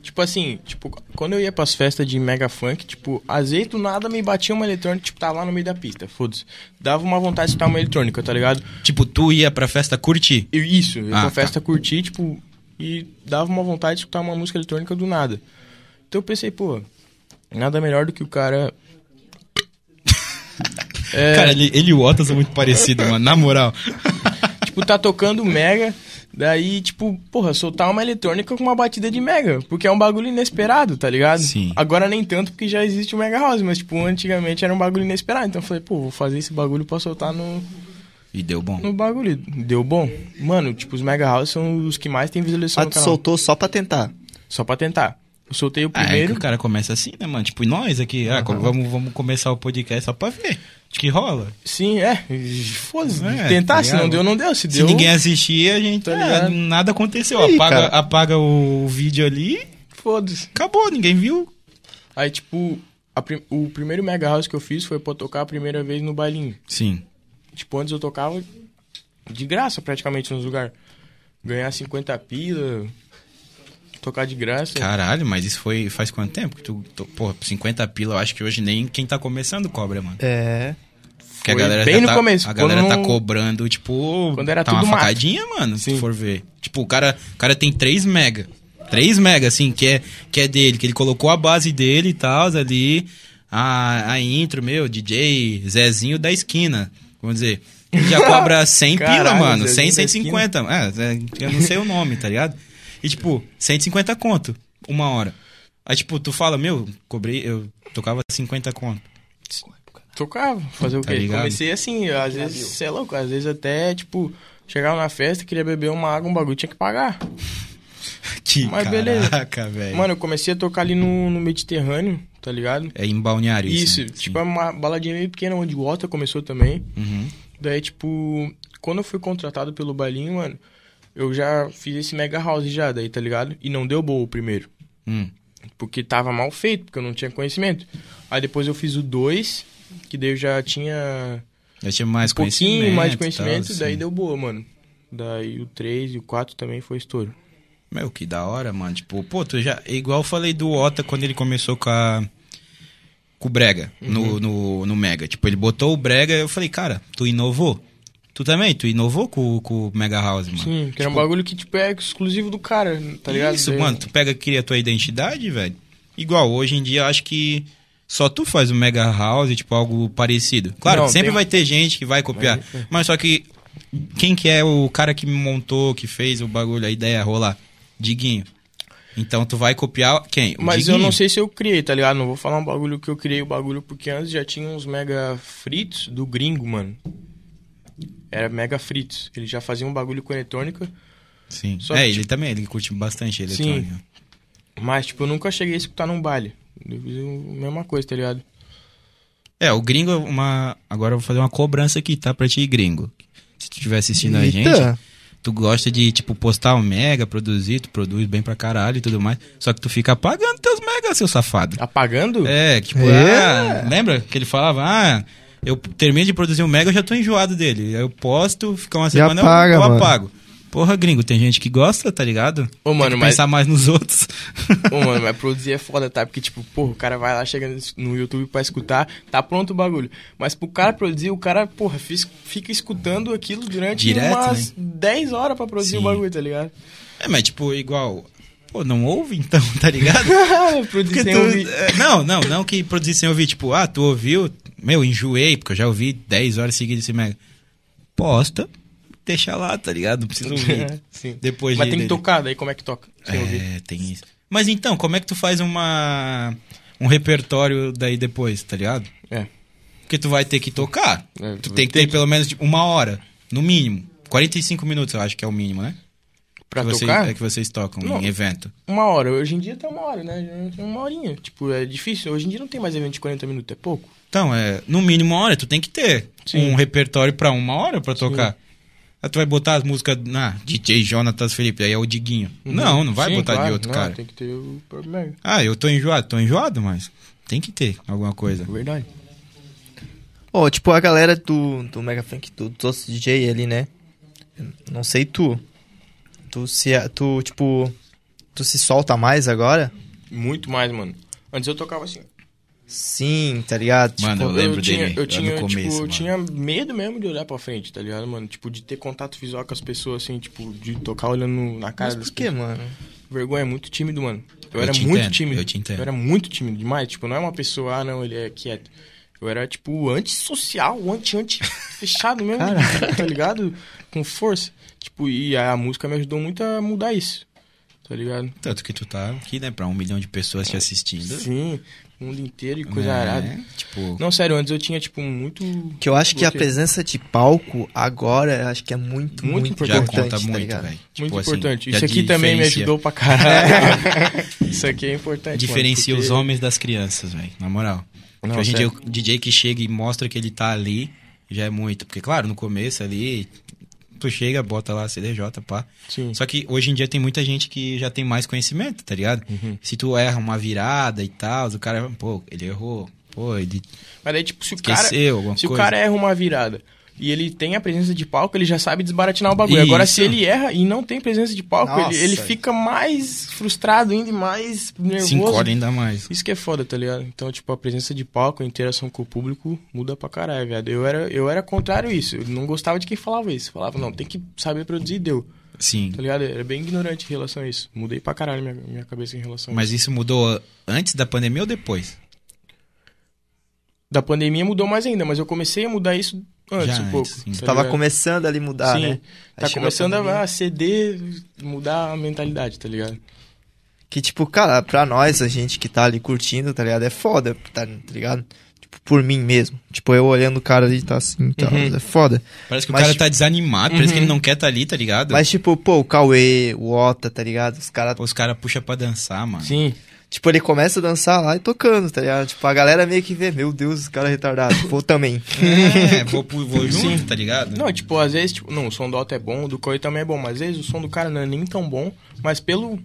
Tipo assim, tipo, quando eu ia pras festas de mega funk, tipo, às vezes do nada me batia uma eletrônica, tipo, tava lá no meio da pista, foda-se. Dava uma vontade de escutar uma eletrônica, tá ligado? Tipo, tu ia pra festa curtir? Eu, isso, eu ia Ah, pra tá. festa curtir, tipo, e dava uma vontade de escutar uma música eletrônica do nada. Então eu pensei, pô, nada melhor do que o cara. É, Cara, ele, ele e o Otto são muito parecidos, mano, na moral. tipo, tá tocando mega, daí, tipo, porra, soltar uma eletrônica com uma batida de mega, porque é um bagulho inesperado, tá ligado? Sim. Agora nem tanto, porque já existe o mega house, mas, tipo, antigamente era um bagulho inesperado, então eu falei, pô, vou fazer esse bagulho pra soltar no, E deu bom. no bagulho. Deu bom? Ah, Mano, tipo, os mega house são os que mais tem Ah, Só visualização no tu canal. soltou só pra tentar. Só pra tentar. Eu soltei o Ah, é que primeiro. o cara começa assim, né, mano? Tipo, e nós aqui, ah, vamos, vamos começar o podcast só pra ver o que rola. Sim, é. e Foda-se. É, tá Tentar, se não ligado? deu, não deu. Se Se deu. ninguém assistir, a gente. Tá ah, ligado? nada aconteceu. Ih, apaga, cara. apaga o vídeo ali, Foda-se. acabou, ninguém viu. Aí, tipo, a prim- o primeiro Mega House que eu fiz foi pra eu tocar a primeira vez no bailinho. Sim. Tipo, antes eu tocava de graça praticamente nos lugares. Ganhar 50 pila, tocar de graça. Caralho, mas isso foi faz quanto tempo? Que tu, tu- porra, 50 pila, eu acho que hoje nem quem tá começando cobra, mano. É. Porque a foi galera bem já no tá, começo, A quando galera tá não- cobrando, tipo. Quando era tá tudo uma mato. facadinha, mano, se Sim. for ver. Tipo, o cara, o cara tem 3 mega. 3 mega, assim, que é, que é dele, que ele colocou a base dele e tal, ali. A, a intro, meu, DJ Zezinho da esquina. Vamos dizer. Ele já cobra 100 pila, Caralho, mano. Zezinho 100, da 150. É, é, eu não sei o nome, tá ligado? E tipo, 150 conto, uma hora. Aí, tipo, tu fala, meu, cobrei, eu tocava 50 conto. Tocava, fazer o Tá quê? ligado? Comecei assim, às vezes, sei lá, às vezes até, tipo, chegava na festa, queria beber uma água, um bagulho, tinha que pagar. Que Mas beleza. caraca, velho. Mano, eu comecei a tocar ali no, no Mediterrâneo, tá ligado? É em balneário Isso, né? tipo, é Sim. uma baladinha meio pequena, onde o Walter começou também. Uhum. Daí, tipo, quando eu fui contratado pelo bailinho, mano, eu já fiz esse mega house já, daí, tá ligado? E não deu boa o primeiro. Hum. porque tava mal feito, porque eu não tinha conhecimento. Aí depois eu fiz o 2, que daí eu já tinha Eu tinha mais um pouquinho conhecimento. mais de e conhecimento, tal, daí assim. deu boa, mano. Daí o 3 e o 4 também foi estouro. Meu, que da hora, mano. Tipo, pô, tu já. Igual eu falei do Ota quando ele começou com a. Com o Brega Uhum. no, no, no Mega. Tipo, ele botou o Brega eu falei, cara, tu inovou. Tu também, tu inovou com, o- com o Mega House, mano. Sim, que era um bagulho que tipo, é exclusivo do cara, tá ligado? Isso, Daí- mano, tu pega, cria a tua identidade, velho. Igual, hoje em dia, eu acho que só tu faz o Mega House, tipo, algo parecido. Claro, Não, sempre tem- vai ter gente que vai copiar. Mas só que, quem que é o cara que montou, que fez o bagulho, a ideia rolar? Diguinho. Então, tu vai copiar quem? O Mas eu Diguinho. não sei se eu criei, tá ligado? Não vou falar um bagulho que eu criei o bagulho, porque antes já tinha uns mega fritos do gringo, mano. Era mega fritos. Ele já fazia um bagulho com eletrônica, Sim. Só é, que, ele também, ele é curte bastante Sim. eletrônica. Mas, tipo, eu nunca cheguei a escutar num baile. Eu fiz a mesma coisa, tá ligado? É, o gringo, é uma... Agora eu vou fazer uma cobrança aqui, tá? Pra ti, gringo. Se tu estiver assistindo a gente... Eita. Tu gosta de, tipo, postar um mega, produzir, tu produz bem pra caralho e tudo mais. Só que tu fica apagando teus megas, seu safado. Apagando? É, tipo, É. ah, lembra que ele falava, ah, eu termino de produzir um mega, eu já tô enjoado dele. Eu posto, fica uma semana, eu- apaga, eu, mano. apago. Porra, gringo, tem gente que gosta, tá ligado? Ô, mano, Tem que mas- Pensar mais nos outros. Ô, mano, mas produzir é foda, tá? Porque, tipo, porra, o cara vai lá, chega no YouTube pra escutar, tá pronto o bagulho. Mas pro cara produzir, o cara, porra, fis- fica escutando aquilo durante Direto, né? umas 10 horas pra produzir Sim. o bagulho, tá ligado? é, mas, tipo, igual... Pô, não ouve então, tá ligado? produzir Porque sem tu- ouvir. é, Não, não, não que produzir sem ouvir. Tipo, ah, tu ouviu? Meu, enjoei, porque eu já ouvi 10 horas seguidas esse mega. Posta, deixa lá, tá ligado? Não precisa ouvir. Sim. Depois É. mas de- tem dele. que tocar, daí como é que toca? Sem ouvir. É, tem isso. Mas então, como é que tu faz uma um repertório daí depois, tá ligado? É. Porque tu vai ter que tocar. É, tu tu tem que ter pelo menos tipo, uma hora, no mínimo. 45 minutos, eu acho que é o mínimo, né? Pra que vocês- tocar, é que vocês tocam Não. em evento. uma hora. Hoje em dia tá uma hora, né? Já tem Uma horinha. Tipo, é difícil. Hoje em dia não tem mais evento de 40 minutos, é pouco. Então, é, no mínimo uma hora, tu tem que ter Sim. um repertório pra uma hora pra tocar. Aí tu vai botar as músicas na DJ Jonatas Felipe, aí é o Diguinho. Não, não vai Uhum. Sim, botar de claro. outro Não, cara. Tem que ter o problema. Ah, eu tô enjoado, tô enjoado, mas tem que ter alguma coisa. É Verdade. Ó, tipo, a galera do, do Mega Funk, do, dos outros DJ ali, né? Não sei tu. Tu se. a- Tu, tipo. Tu se solta mais agora? Muito mais, mano. Antes eu tocava assim. Sim, tá ligado? Tipo, Mano, eu lembro tinha, dele eu lá tinha, no tipo, começo, eu mano. tinha medo mesmo de olhar pra frente, tá ligado, mano? Tipo, de ter contato visual com as pessoas, assim, tipo, de tocar olhando na cara mas das por que, mano? pessoas. Vergonha, é muito tímido, mano. Eu, Eu era te muito entendo, tímido. eu te entendo. era muito tímido demais. Tipo, não é uma pessoa, ah, não, ele é quieto. Eu era, tipo, antissocial, anti-anti, fechado mesmo, tá ligado? Com força. Tipo, e a música me ajudou muito a mudar isso, tá ligado? Tanto que tu tá aqui, né, pra um milhão de pessoas te assistindo. Né, Sim, mundo inteiro e coisa arada. Tipo, Não, sério, antes eu tinha, tipo, muito. Que eu acho que a Bloqueio. presença de palco agora, eu acho que é muito, muito, Muito já importante, conta tá muito, ligado? velho. Muito Tipo, assim, importante. já Isso aqui também me diferencia- ajudou pra caralho. Isso aqui é importante. Diferencia mano, os porque- homens das crianças, velho. Na moral. Porque Não, hoje em dia sério. o DJ que chega e mostra que ele tá ali já é muito. Porque, claro, no começo ali, tu chega, bota lá CDJ, pá. Sim. Só que hoje em dia tem muita gente que já tem mais conhecimento, tá ligado? Uhum. Se tu erra uma virada e tal, o cara, pô, ele errou. Pô, ele Mas daí, tipo, se o cara. esqueceu alguma Se o coisa. cara é erra uma virada e ele tem a presença de palco, ele já sabe desbaratinar o bagulho. Agora, Isso. se ele erra e não tem presença de palco, Nossa. ele, ele fica mais frustrado ainda e mais nervoso. se encolhe ainda mais. Isso que é foda, tá ligado? Então, tipo, a presença de palco, a interação com o público muda pra caralho, velho. Eu era, eu era contrário a isso. Eu não gostava de quem falava isso. Falava, não, tem que saber produzir e deu. Sim. Tá ligado? Eu era bem ignorante em relação a isso. Mudei pra caralho minha, minha cabeça em relação a isso. Mas isso mudou antes da pandemia ou depois? Da pandemia mudou mais ainda, mas eu comecei a mudar isso antes Já um antes, pouco. sim. tá Tu Tipo, tava ligado? começando ali mudar, Sim. né? Aí Tá chegou começando pandemia. a, ceder, mudar a mentalidade, tá ligado? Que, tipo, cara, pra nós, a gente que tá ali curtindo, tá ligado? É foda, tá, tá ligado? Tipo, por mim mesmo. Tipo, eu olhando o cara ali, tá assim, tá, Uhum. é foda. Parece que Mas, o cara tipo- tá desanimado, parece que ele não quer tá ali, tá ligado? Mas, tipo, pô, o Cauê, o Ota, tá ligado? Os caras, Pô, os caras puxam pra dançar, mano. Sim. tipo, ele começa a dançar lá e tocando, tá ligado? Tipo, a galera meio que vê, meu Deus, os caras retardados, vou também. É, vou, pro- vou junto, tá é. ligado? Não, tipo, às vezes, tipo, não, o som do Otto é bom, o do Coi também é bom, mas às vezes o som do cara não é nem tão bom, mas pelo O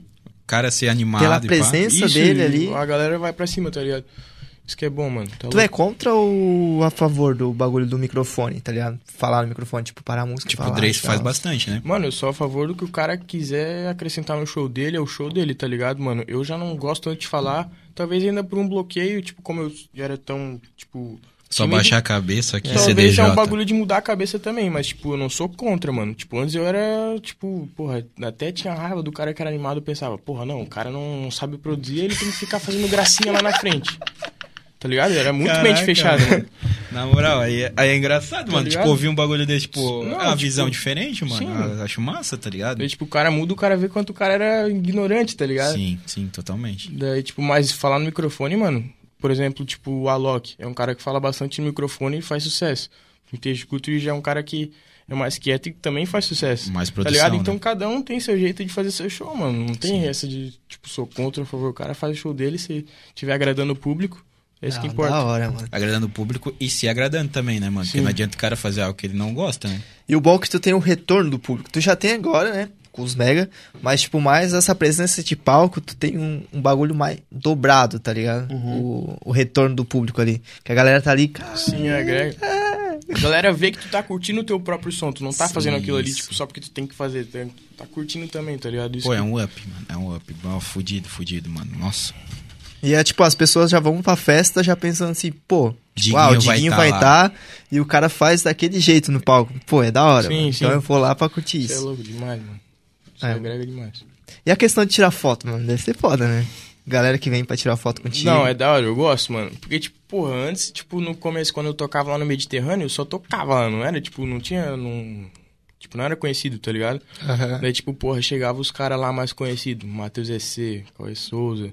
cara ser animado Pela e pá. presença. Isso, dele ali. A galera vai pra cima, tá ligado? Isso que é bom, mano. Tá Tu é contra ou a favor do bagulho do microfone, tá ligado? Falar no microfone, tipo, parar a música. e Tipo, falar, o Drake tá faz ligado? bastante, né? Mano, eu sou a favor do que o cara quiser acrescentar no show dele, é o show dele, tá ligado, mano? Eu já não gosto tanto de falar, talvez ainda por um bloqueio, tipo, como eu já era tão, tipo... Só tímido, baixar a cabeça aqui, Talvez CDJ. é um bagulho de mudar a cabeça também, mas, tipo, eu não sou contra, mano. Tipo, antes eu era, tipo, porra, até tinha raiva do cara que era animado, eu pensava, porra, não, o cara não sabe produzir, ele tem que ficar fazendo gracinha lá na frente. Tá ligado? Eu Era muito bem Caraca, mente fechada, mano. mano. Na moral, aí, é- aí é engraçado, Tá mano. ligado? Tipo, ouvir um bagulho desse, tipo, Não, é uma tipo, visão diferente, mano. sim. Ah, acho massa, tá ligado? Daí, tipo, o cara muda, o cara vê quanto o cara era ignorante, tá ligado? Sim, sim, totalmente. Daí, tipo, mas falar no microfone, mano. Por exemplo, tipo, o Alok é um cara que fala bastante no microfone e faz sucesso. O Teixeira já é um cara que é mais quieto e também faz sucesso. Mais Tá produção, ligado? né? Então cada um tem seu jeito de fazer seu show, mano. Não tem essa de, tipo, sou contra, por favor. O cara faz o show dele, se tiver agradando o público, é isso que Ah, importa. Da hora, mano. Agradando o público e se agradando também, né, mano? Porque Sim. não adianta o cara fazer algo que ele não gosta, né? E o bom é que tu tem o retorno do público. Tu já tem agora, né? Com os mega, mas, tipo, mais essa presença de palco, tu tem um, um bagulho mais dobrado, tá ligado? Uhum. O, o retorno do público ali. Que a galera tá ali, cara. Sim, é, agrega. A galera vê que tu tá curtindo o teu próprio som, tu não tá É. Sim, fazendo aquilo ali, isso. tipo, só porque tu tem que fazer. Tá, tá curtindo também, tá ligado? Isso Pô, que- é um up, mano. É um up. Ó, fudido, fudido, mano. Nossa. E é tipo, as pessoas já vão pra festa já pensando assim, pô, tipo, Diguinho ah, o vai Diguinho tá vai lá. estar e o cara faz daquele jeito no palco. Pô, é da hora. Sim, mano. sim. Então eu vou lá pra curtir um Isso é isso. louco demais, mano. Isso É. agrega demais. E a questão de tirar foto, mano, deve ser foda, né? Galera que vem pra tirar foto contigo. Não, é da hora, eu gosto, mano. Porque, tipo, porra, antes, tipo, no começo, quando eu tocava lá no Mediterrâneo, eu só tocava lá, não era, tipo, não tinha, não... Tipo, não era conhecido, tá ligado? Ah. Aham. Daí, tipo, porra, chegava os caras lá mais conhecidos, Matheus EC, Cauê Souza,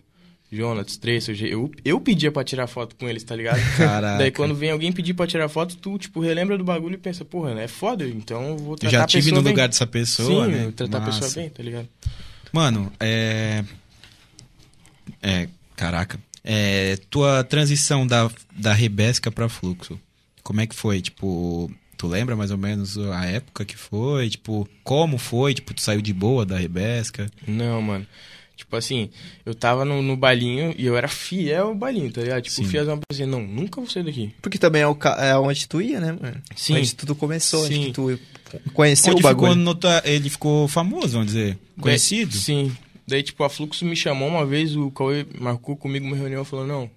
Jonas, Três, eu, eu, eu pedia pra tirar foto com eles, tá ligado? Caraca. Daí, quando vem alguém pedir pra tirar foto, tu, tipo, relembra do bagulho e pensa, porra, é foda, então eu vou Eu tratar já a pessoa tive no bem. lugar dessa pessoa, Sim, né? eu tratar a pessoa Massa. bem, tá ligado? Mano, é. É. Caraca. É. Tua transição da, da rebesca pra fluxo. Como é que foi? Tipo. Tu lembra mais ou menos a época que foi? Tipo, como foi? Tipo, tu saiu de boa da rebesca? Não, mano. Tipo assim, eu tava no, no balinho e eu era fiel ao balinho, tá ligado? Tipo, Sim. fielzão pra dizer, não, nunca vou sair daqui. Porque também é, o, ca- é onde tu ia, né, mano? Sim. Onde tudo começou, Sim. onde tu é conheceu o Onde bagulho. ficou nota- Ele ficou famoso, vamos dizer. Conhecido? Daí- sim. Daí, tipo, a Fluxo me chamou uma vez, o Cauê marcou comigo uma reunião, falou, não,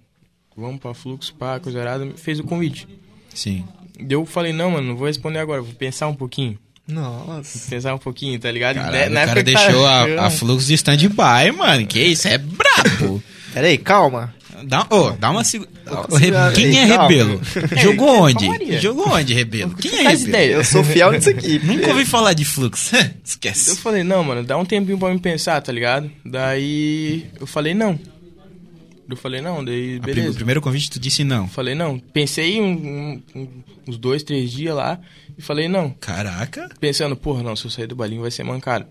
vamos pra Fluxo, pá, coisa arada, me fez o convite. Sim. Daí eu falei, não, mano, não vou responder agora, vou pensar um pouquinho. Nossa. Pensar um pouquinho, tá ligado? Caralho, Na- na o cara época que tá tava- deixou a, a fluxo de stand-by, mano. Que isso, é brabo. Pera aí, calma. Dá, ô, dá uma segura. segurada aí, Quem é calma. Rebelo? Jogou onde? É, calmaria. Jogou onde, Rebelo? Quem é Faz Rebelo? ideia. Eu sou fiel nisso aqui. Nunca É. ouvi falar de fluxo. Eu Esquece. falei, não, mano, dá um tempinho pra me pensar, tá ligado? Daí eu falei, não. Eu falei, não, daí A pri- O beleza. primeiro convite tu disse não. Falei, não. Pensei um- um- um- uns dois, três dias lá e falei, não. Caraca. Pensando, porra, não, se eu sair do balinho vai ser mancado.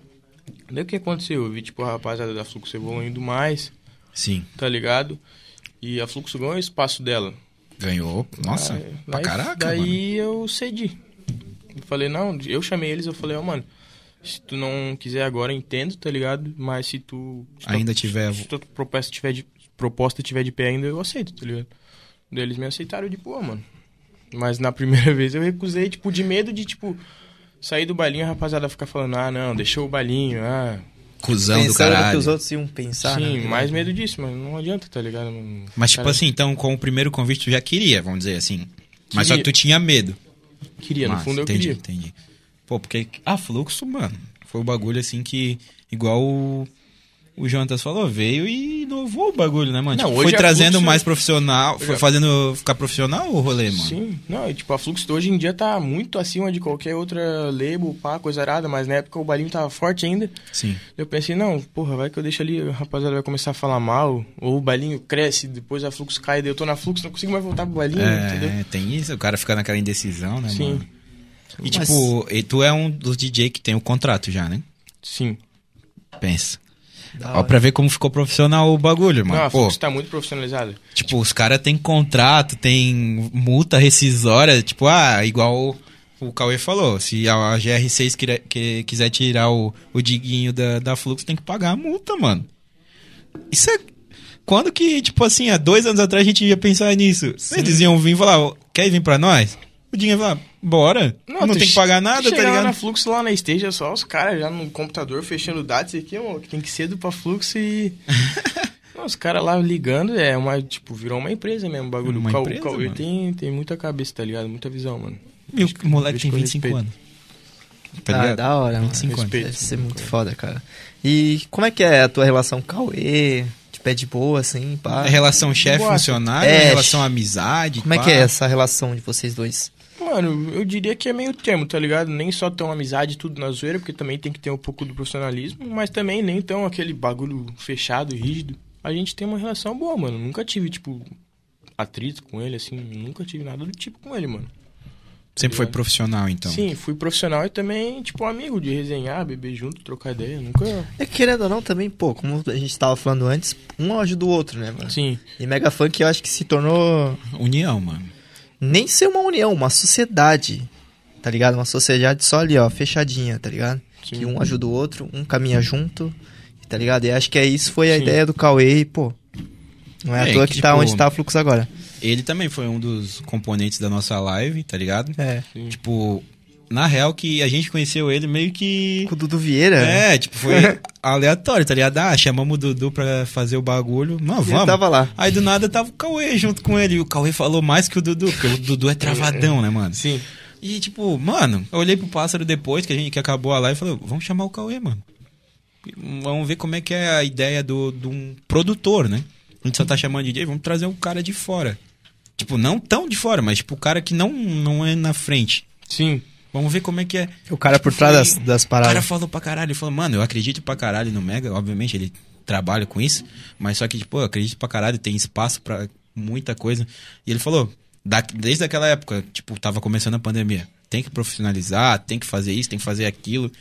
Daí o que aconteceu? Eu vi, tipo, a rapaziada da Fluxo evoluindo mais, Sim, tá ligado? E a Fluxo ganhou o espaço dela. ganhou. Nossa, Aí- pra daí- caraca, mano. Ah, é. Daí eu cedi. Eu falei, não, eu chamei eles, eu falei, ó, mano, se tu não quiser agora, entendo, tá ligado? Mas se tu... Se tua- Ainda tiver- Se tua proposta tiver de, proposta tiver de pé ainda, eu aceito, tá ligado? Daí eles me aceitaram de boa, mano. Mas na primeira vez eu recusei, tipo, de medo de, tipo, sair do balinho, a rapaziada ficar falando, ah, não, deixou o balinho, ah... Cusão Pensando do no que caralho. os outros iam pensar. Sim, né? mais medo disso, mas não adianta, tá ligado? Não- Ah, Mas, tipo cara, assim, então com o primeiro convite tu já queria, vamos dizer assim. Mas só que Queria. tu tinha medo. Queria, no Massa, fundo eu assim, entendi, queria. Entendi. Pô, porque a Fluxo, mano, foi o bagulho assim que. Igual o, o Jonatas falou, veio e inovou o bagulho, né, mano? Não, Tipo, hoje foi a trazendo Fluxo- mais profissional, foi Já- fazendo ficar profissional o rolê, mano? Sim, não, e, tipo, a Fluxo hoje em dia tá muito acima de qualquer outra label, pá, coisa arada, mas na época o balinho tava forte ainda. Sim. Eu pensei, não, porra, vai que eu deixo ali, a rapaziada vai começar a falar mal, ou o balinho cresce, depois a Fluxo cai, daí eu tô na Fluxo, não consigo mais voltar pro balinho, entendeu? É, tem isso, o cara fica naquela indecisão, né, Sim. mano? E tipo, e tu é um dos DJ que tem o contrato já, né? Sim. Pensa. Ó, pra ver como ficou profissional o bagulho, mano. não, a Pô, Fluxo tá muito profissionalizada. Tipo, os caras têm contrato, tem multa rescisória, tipo, ah, igual o, o Cauê falou, se a, a GR6 quira- que- quiser tirar o, o diguinho da, da Fluxo, tem que pagar a multa, mano. Isso é... Quando que, tipo assim, há dois anos atrás a gente ia pensar nisso? Eles iam vir e falar, "Ó, quer vir pra nós? O Diguinho ia falar, bora, não, tu tem que che- pagar tu nada, tá chegar lá ligado? na Fluxo, lá na stage, é só os caras já no computador fechando dados aqui, mano, que tem que ir cedo pra Fluxo e... Não, os caras lá ligando, é uma, tipo, virou uma empresa mesmo o bagulho. Uma o Cau- empresa, Cauê mano. tem, tem muita cabeça, tá ligado? Muita visão, mano. E o moleque Deixa tem com 25 respeito. anos. Tá Ah, ligado? da hora, mano. 25 anos. Respeito. Deve ser muito foda, cara. E como é que é a tua relação com o Cauê? De pé de boa, assim, pá? É Relação Boa. chefe-funcionário, É, relação amizade. Como é pá. que é essa relação de vocês dois? Mano, eu diria que é meio termo, tá ligado? Nem só tão amizade e tudo na zoeira, porque também tem que ter um pouco do profissionalismo, mas também nem tão aquele bagulho fechado, rígido. A gente tem uma relação boa, mano. Nunca tive, tipo, atrito com ele, assim, nunca tive nada do tipo com ele, mano. Sempre foi profissional, então. Sim, fui profissional e também, tipo, amigo de resenhar, beber junto, trocar ideia, nunca... É que, querendo ou não, também, pô, como a gente tava falando antes, um ajuda o outro, né, mano? Sim, E Mega Funk eu acho que se tornou União, mano. nem ser uma união, uma sociedade. Tá ligado? Uma sociedade só ali, ó, fechadinha, tá ligado? Sim. Que um ajuda o outro, um caminha junto, tá ligado? E acho que é isso foi a Sim. ideia do Cauê e, pô. Não é, É, à toa que, que, tá tipo, onde tá a Flux agora. Ele também foi um dos componentes da nossa live, tá ligado? É. Tipo, na real que a gente conheceu ele meio que. Com o Dudu Vieira. É, tipo, foi aleatório, tá ligado? Ah, chamamos o Dudu pra fazer o bagulho. Não, Ele vamos. tava lá. Aí do nada tava o Cauê junto com ele. E o Cauê falou mais que o Dudu, porque o Dudu é travadão, né, mano? sim. E tipo, mano, eu olhei pro pássaro depois que a gente que acabou a live e falei, vamos chamar o Cauê, mano. Vamos ver como é que é a ideia do, de um produtor, né? A gente só tá chamando de DJ, vamos trazer um cara de fora. Tipo, não tão de fora, mas tipo, o cara que não, não é na frente. Sim, Vamos ver como é que é. O cara por trás das, das O cara paradas. falou pra caralho, ele falou, mano, eu acredito pra caralho no Mega, obviamente ele trabalha com isso, mas só que, tipo, eu acredito pra caralho, tem espaço pra muita coisa. E ele falou, da- desde aquela época, tipo, tava começando a pandemia, tem que profissionalizar, tem que fazer isso, tem que fazer aquilo.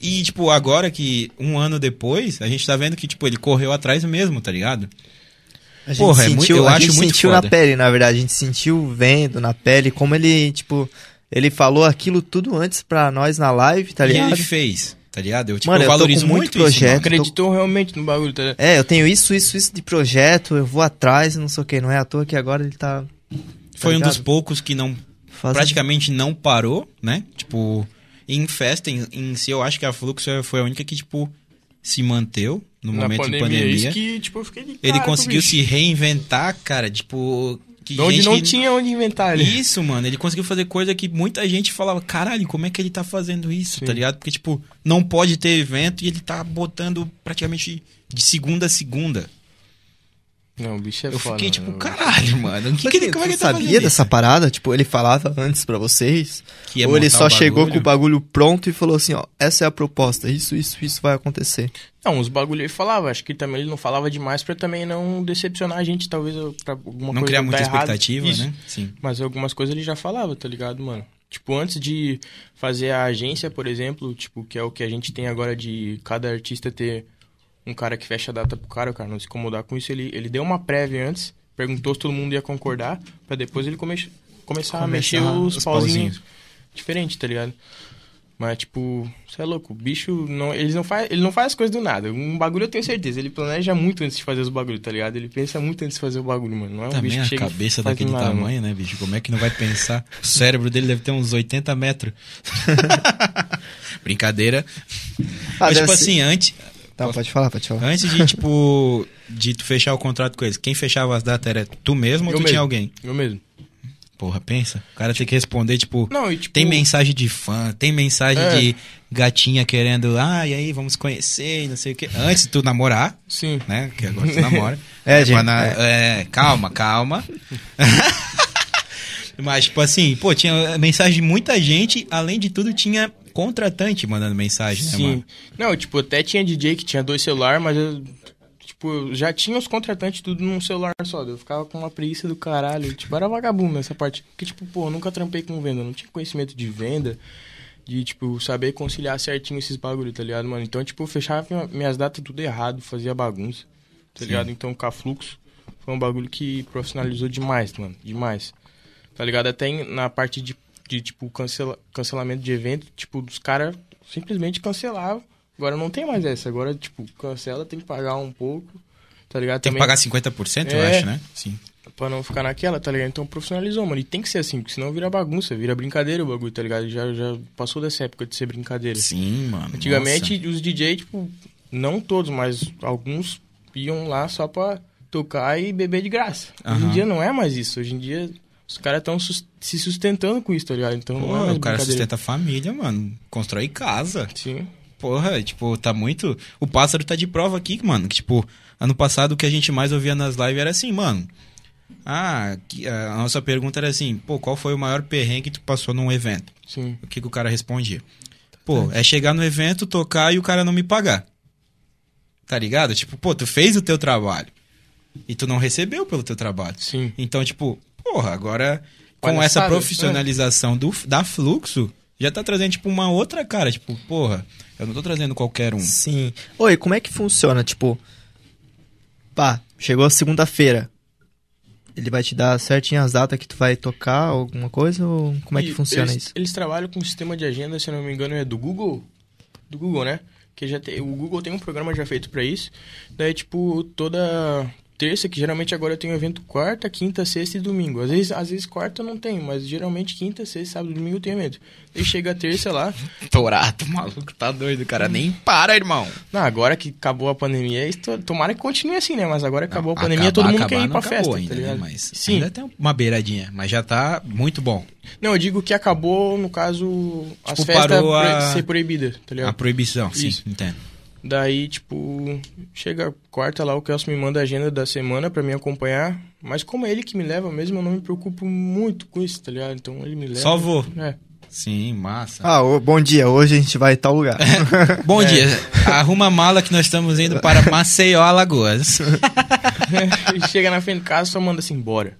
E, tipo, agora que um ano depois, a gente tá vendo que, tipo, ele correu atrás mesmo, tá ligado? A gente Porra, é sentiu, muito- eu a acho gente muito sentiu foda. na pele, na verdade. A gente sentiu vendo na pele como ele, tipo, ele falou aquilo tudo antes pra nós na live, tá e ligado? ele fez, tá ligado? Eu, tipo, Mano, eu eu tô valorizo com muito muito, isso, mano. projeto. acreditou realmente no bagulho, tá ligado? É, eu tenho isso, isso, isso de projeto, eu vou atrás, não sei o que. Não é à toa que agora ele tá Foi um ligado? dos poucos que não fazendo. praticamente não parou, né? Tipo, em festa em, em si, eu acho que a Fluxo foi a única que, tipo, se manteu no Na momento pandemia, de pandemia. isso que, tipo, eu fiquei de Ele cara, conseguiu bicho. se reinventar, cara, tipo... Que Onde gente não que- tinha onde inventar né? ali. Isso, mano, ele conseguiu fazer coisa que muita gente falava, caralho, como é que ele tá fazendo isso, Sim. tá ligado? Porque, tipo, não pode ter evento e ele tá botando praticamente de segunda a segunda. Não, o bicho é Eu foda. fiquei tipo, mano. caralho, mano. O que, que ele, como é que ele tá fazendo sabia isso? dessa parada? Tipo, ele falava antes pra vocês? Que ia ou ele é montar só o chegou bagulho? com o bagulho pronto e falou assim, ó, essa é a proposta, isso, isso, isso vai acontecer. Não, os bagulho ele falava. Acho que também ele não falava demais pra também não decepcionar a gente, talvez eu- pra Não alguma coisa tá criar dar muita errado. expectativa, Isso. né? Sim. Mas algumas coisas ele já falava, tá ligado, mano? Tipo, antes de fazer a agência, por exemplo, tipo, que é o que a gente tem agora de cada artista ter um cara que fecha a data pro cara, o cara não se incomodar com isso, ele, ele deu uma prévia antes, perguntou se todo mundo ia concordar, pra depois ele come, começar a mexer os, os pauzinhos pauzinhos. diferente, tá ligado? Mas, tipo, você é louco, o bicho não, eles não faz, ele não faz as coisas do nada. Um bagulho eu tenho certeza, ele planeja muito antes de fazer os bagulhos, tá ligado? Ele pensa muito antes de fazer o bagulho, mano. Não é um bicho Também que a chega e cabeça faz do daquele nada, mano. tamanho, né, bicho? Como é que não vai pensar? O cérebro dele deve ter uns 80 metros. Brincadeira. Ah, Mas, deve tipo ser- assim, antes, Tá, pode falar, pode falar. antes de, tipo, de tu fechar o contrato com eles, quem fechava as datas era tu mesmo ou Eu tu tinha mesmo. alguém? Eu mesmo. Porra, pensa. O cara tem que responder, tipo, Não, e tipo. tem mensagem de fã, tem mensagem É. de gatinha querendo, ah, e aí, vamos conhecer, e não sei o quê. Antes de tu namorar, Sim. né? Que agora tu namora. É, gente, pra na- é, calma, calma. Mas, tipo assim, pô, tinha mensagem de muita gente, além de tudo, tinha contratante mandando mensagem, né, Sim. mano? Não, tipo, até tinha DJ que tinha dois celulares, mas eu, tipo, eu já tinha os contratantes tudo num celular só. Eu ficava com uma preguiça do caralho. Tipo, era vagabundo nessa parte. Porque, tipo, pô, eu nunca trampei com venda. eu Não tinha conhecimento de venda. De, tipo, saber conciliar certinho esses bagulho, tá ligado, mano? Então, tipo, eu fechava minha- minhas datas tudo errado, fazia bagunça, tá ligado? Então, o Cafluxo foi um bagulho que profissionalizou demais, mano. Demais. Tá ligado? Até em- na parte de, de tipo, cancela, cancelamento de evento, tipo, dos caras simplesmente cancelavam. Agora não tem mais essa. Agora, tipo, cancela, tem que pagar um pouco, tá ligado? Tem que Também- pagar 50%, eu É. acho, né? Sim. Pra não ficar naquela, tá ligado? Então profissionalizou, mano. E tem que ser assim, porque senão vira bagunça, vira brincadeira o bagulho, tá ligado? Já, já passou dessa época de ser brincadeira. Sim, mano. Antigamente os DJ, tipo, não todos, mas alguns iam lá só pra tocar e beber de graça. Hoje em Aham. dia não é mais isso. Hoje em dia os caras estão se sustentando com isso, tá ligado? Então Nossa. não é Pô, mais o cara brincadeira. sustenta a família, mano. Constrói casa. Sim. Porra, tipo, tá muito. O pássaro tá de prova aqui, mano. Que, tipo, ano passado o que a gente mais ouvia nas lives era assim, mano. Ah, que- a nossa pergunta era assim, pô, qual foi o maior perrengue que tu passou num evento? Sim. O que, que o cara respondia? Pô, é chegar no evento, tocar e o cara não me pagar. Tá ligado? Tipo, pô, tu fez o teu trabalho. E tu não recebeu pelo teu trabalho. Sim. Então, tipo, porra, agora com Palhaçada, essa né? profissionalização do, da Fluxo, já tá trazendo, tipo, uma outra cara. Tipo, porra, eu não tô trazendo qualquer um. Sim. Oi, como é que funciona? Tipo, pá, chegou segunda-feira. Ele vai te dar certinho as datas que tu vai tocar, alguma coisa? Ou como é E que funciona eles, isso? Eles trabalham com um sistema de agenda, se eu não me engano, é do Google. Do Google, né? Que já tem, o Google tem um programa já feito pra isso. Daí, tipo, toda terça, que geralmente agora eu tenho evento quarta, quinta, sexta e domingo. Às vezes, às vezes quarta eu não tenho, mas geralmente quinta, sexta, sábado e domingo eu tenho evento. Daí chega a terça lá. Dourado, maluco, tá doido, cara. Nem para, irmão. Não, agora que acabou a pandemia, isso to- tomara que continue assim, né? Mas agora que acabou a pandemia, Acabar, todo mundo acabar, quer ir não pra acabou festa, ainda, tá né? ligado? Mas Sim. ainda tem uma beiradinha, mas já tá muito bom. Não, eu digo que acabou, no caso, as Tipo, festas parou a- Ah, ser proibidas, tá ligado? A proibição, sim, Isso. entendo. Daí, tipo, chega quarta lá, o Kelso me manda a agenda da semana pra me acompanhar. Mas como é ele que me leva mesmo, eu não me preocupo muito com isso, tá ligado? Então ele me leva. Só vou. É. Sim, massa. É. Ah, ô, bom dia, hoje a gente vai em tal lugar. Bom dia. Arruma a mala que nós estamos indo para Maceió, Alagoas. ele chega na frente de casa só assim, manda-se embora.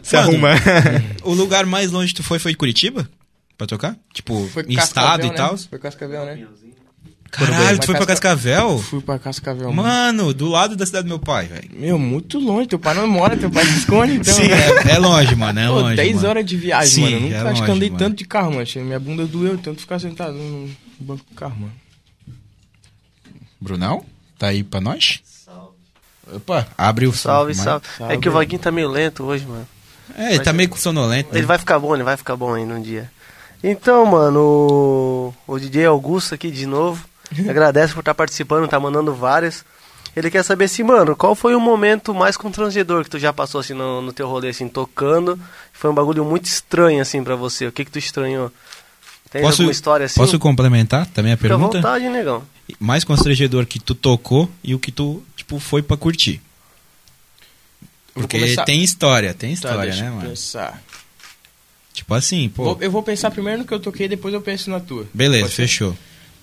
Se arruma. O lugar mais longe que tu foi foi de Curitiba? Pra tocar? Tipo, Foi em estado Cascavel, e né? tal? Foi Cascavel, né? Caralho, Mas tu foi pra Casca- Cascavel? Fui pra Cascavel, mano. Mano, do lado da cidade do meu pai, velho. Meu, muito longe. Teu pai não mora, teu pai se esconde, então. Sim, né? é, é longe, mano, é Pô, longe. 10 mano. horas de viagem, Sim, mano. Eu nunca é acho longe, que andei mano. tanto de carro, mano. Achei- Minha bunda doeu, tanto ficar sentado no banco do carro, mano. Brunão, tá aí pra nós? Opa, abre o som, Salve, mano. salve. É que o Vaguinho tá meio lento hoje, mano. É, ele tá meio com sonolento. né? Ele vai ficar bom, ele vai ficar bom ainda um dia. Então, mano, o, o DJ Augusto aqui de novo. Agradece por estar participando, tá mandando várias. Ele quer saber assim, mano, qual foi o momento mais constrangedor que tu já passou assim no, no teu rolê, assim, tocando? Foi um bagulho muito estranho, assim, pra você. O que que tu estranhou? Tem alguma história assim? Posso complementar também a Fica à pergunta? vontade, negão. Mais constrangedor que tu tocou e o que tu, tipo, foi pra curtir. Eu vou Porque começar- tem história, tem Tá, história, deixa né, eu mano? pensar. Tipo assim, pô. Vou- eu vou pensar primeiro no que eu toquei, depois eu penso na tua. Beleza, Pode ser? fechou.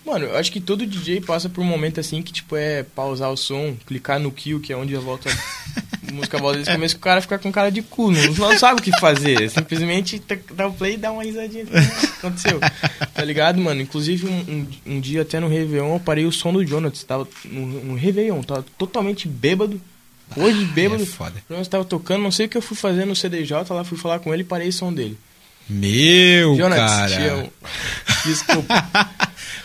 Mano, eu acho que todo DJ passa por um momento assim que, tipo, é pausar o som, clicar no kill, que é onde a volta. a música volta desde o começo que o cara fica com cara de cu, não, não sabe o que fazer. Simplesmente tá- dá o play e dá uma risadinha. assim, "Ah, Aconteceu. Tá ligado, mano? Inclusive, um, um- um dia até no Réveillon eu parei o som do Jonathan. Tava no, no Réveillon, tava totalmente bêbado. Hoje bêbado. É foda. Nós tava tocando, não sei o que eu fui fazer no CDJ, lá fui falar com ele e parei o som dele. Meu, Jonathan, cara. te amo. Desculpa.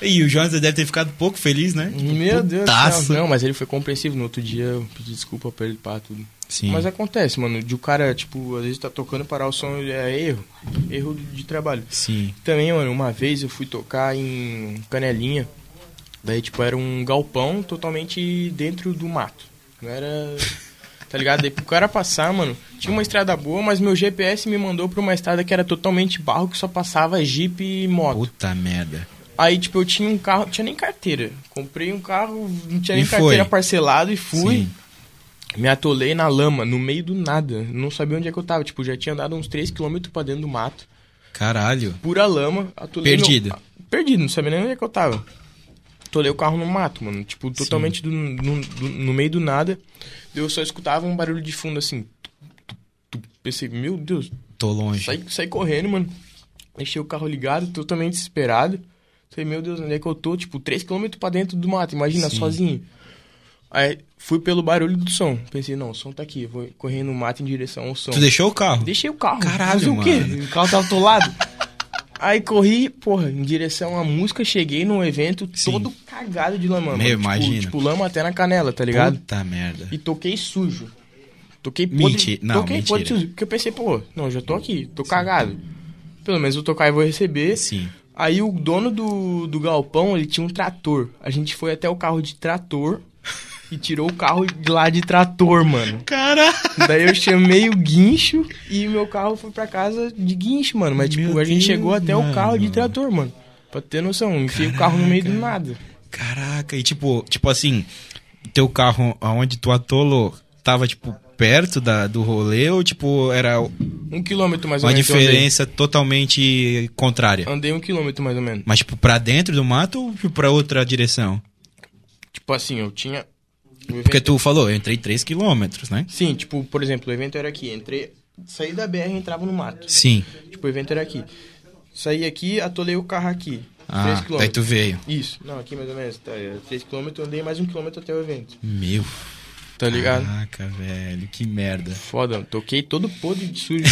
E o Jonas deve ter ficado pouco feliz, né? Meu Deus do putaço. céu. Não, mas ele foi compreensivo. No outro dia eu pedi desculpa pra ele, pá, tudo. Sim. Mas é acontece, mano, de o cara, tipo, às vezes tá tocando parar o som, é erro. Erro de trabalho. Sim. Também, mano, uma vez eu fui tocar em Canelinha. Daí, tipo, era um galpão totalmente dentro do mato. Não era. Tá ligado? Daí pro cara passar, mano, tinha uma estrada boa, mas meu GPS me mandou pra uma estrada que era totalmente barro, que só passava Jeep e moto. Puta merda. Aí, tipo, eu tinha um carro, não tinha nem carteira. Comprei um carro, não tinha E nem foi. carteira parcelado e fui. Sim. Me atolei na lama, no meio do nada. Não sabia onde é que eu tava. Tipo, já tinha andado uns 3km pra dentro do mato. Caralho. Pura lama, atolei. no- Perdido. Ah, Perdido, não sabia nem onde é que eu tava. Atolei o carro no mato, mano. Tipo, totalmente do, no, do- no meio do nada. Eu só escutava um barulho de fundo assim. Tu- tu- tu. Pensei, meu Deus, Tô longe. Saí, saí correndo, mano. Deixei o carro ligado, totalmente desesperado. Falei, meu Deus, onde é que eu tô? Tipo, 3km pra dentro do mato, imagina, Sim. sozinho. Aí fui pelo barulho do som. Pensei, não, o som tá aqui, eu vou correr no mato em direção ao som. Tu deixou o carro? Deixei o carro. Caralho, fazer o mano. quê? O carro tava atolado. Aí corri, porra, em direção à música, cheguei num evento Sim. todo cagado de Meu, lama, mano. Tipo- imagino. Tipo, lama até na canela, tá ligado? Puta merda. E toquei sujo. Toquei Menti- não, toquei mentira. podre sujo. Porque eu pensei, pô, não, já tô aqui, tô cagado. Pelo menos vou tocar e vou receber. Sim. Aí o dono do, do galpão, ele tinha um trator. A gente foi até o carro de trator e tirou o carro de lá de trator, mano. Caralho. Daí eu chamei o guincho e o meu carro foi pra casa de guincho, mano. Mas, tipo, Meu a gente Deus, chegou até o carro de mano. trator, mano. Pra ter noção, enfiei o carro no meio do nada. Caraca, e tipo, tipo assim, teu carro aonde tu atolou tava tipo perto da, do rolê ou tipo era Um quilômetro mais ou uma menos. eu andei. diferença totalmente contrária? Andei um quilômetro mais ou menos. Mas tipo pra dentro do mato ou tipo, pra outra direção? Tipo assim, eu tinha. o evento- Porque tu falou, eu entrei 3 km, né? Sim, tipo, por exemplo, o evento era aqui. Entrei. Saí da BR e entrava no mato. Sim. Tipo, o evento era aqui. Saí aqui, atolei o carro aqui. Ah, 3 km. daí tu veio. Isso. Não, aqui mais ou menos. Tá, 3 km, andei mais um quilômetro até o evento. Meu. Tá ligado? Caraca, velho, que merda. Foda, toquei todo podre de sujo.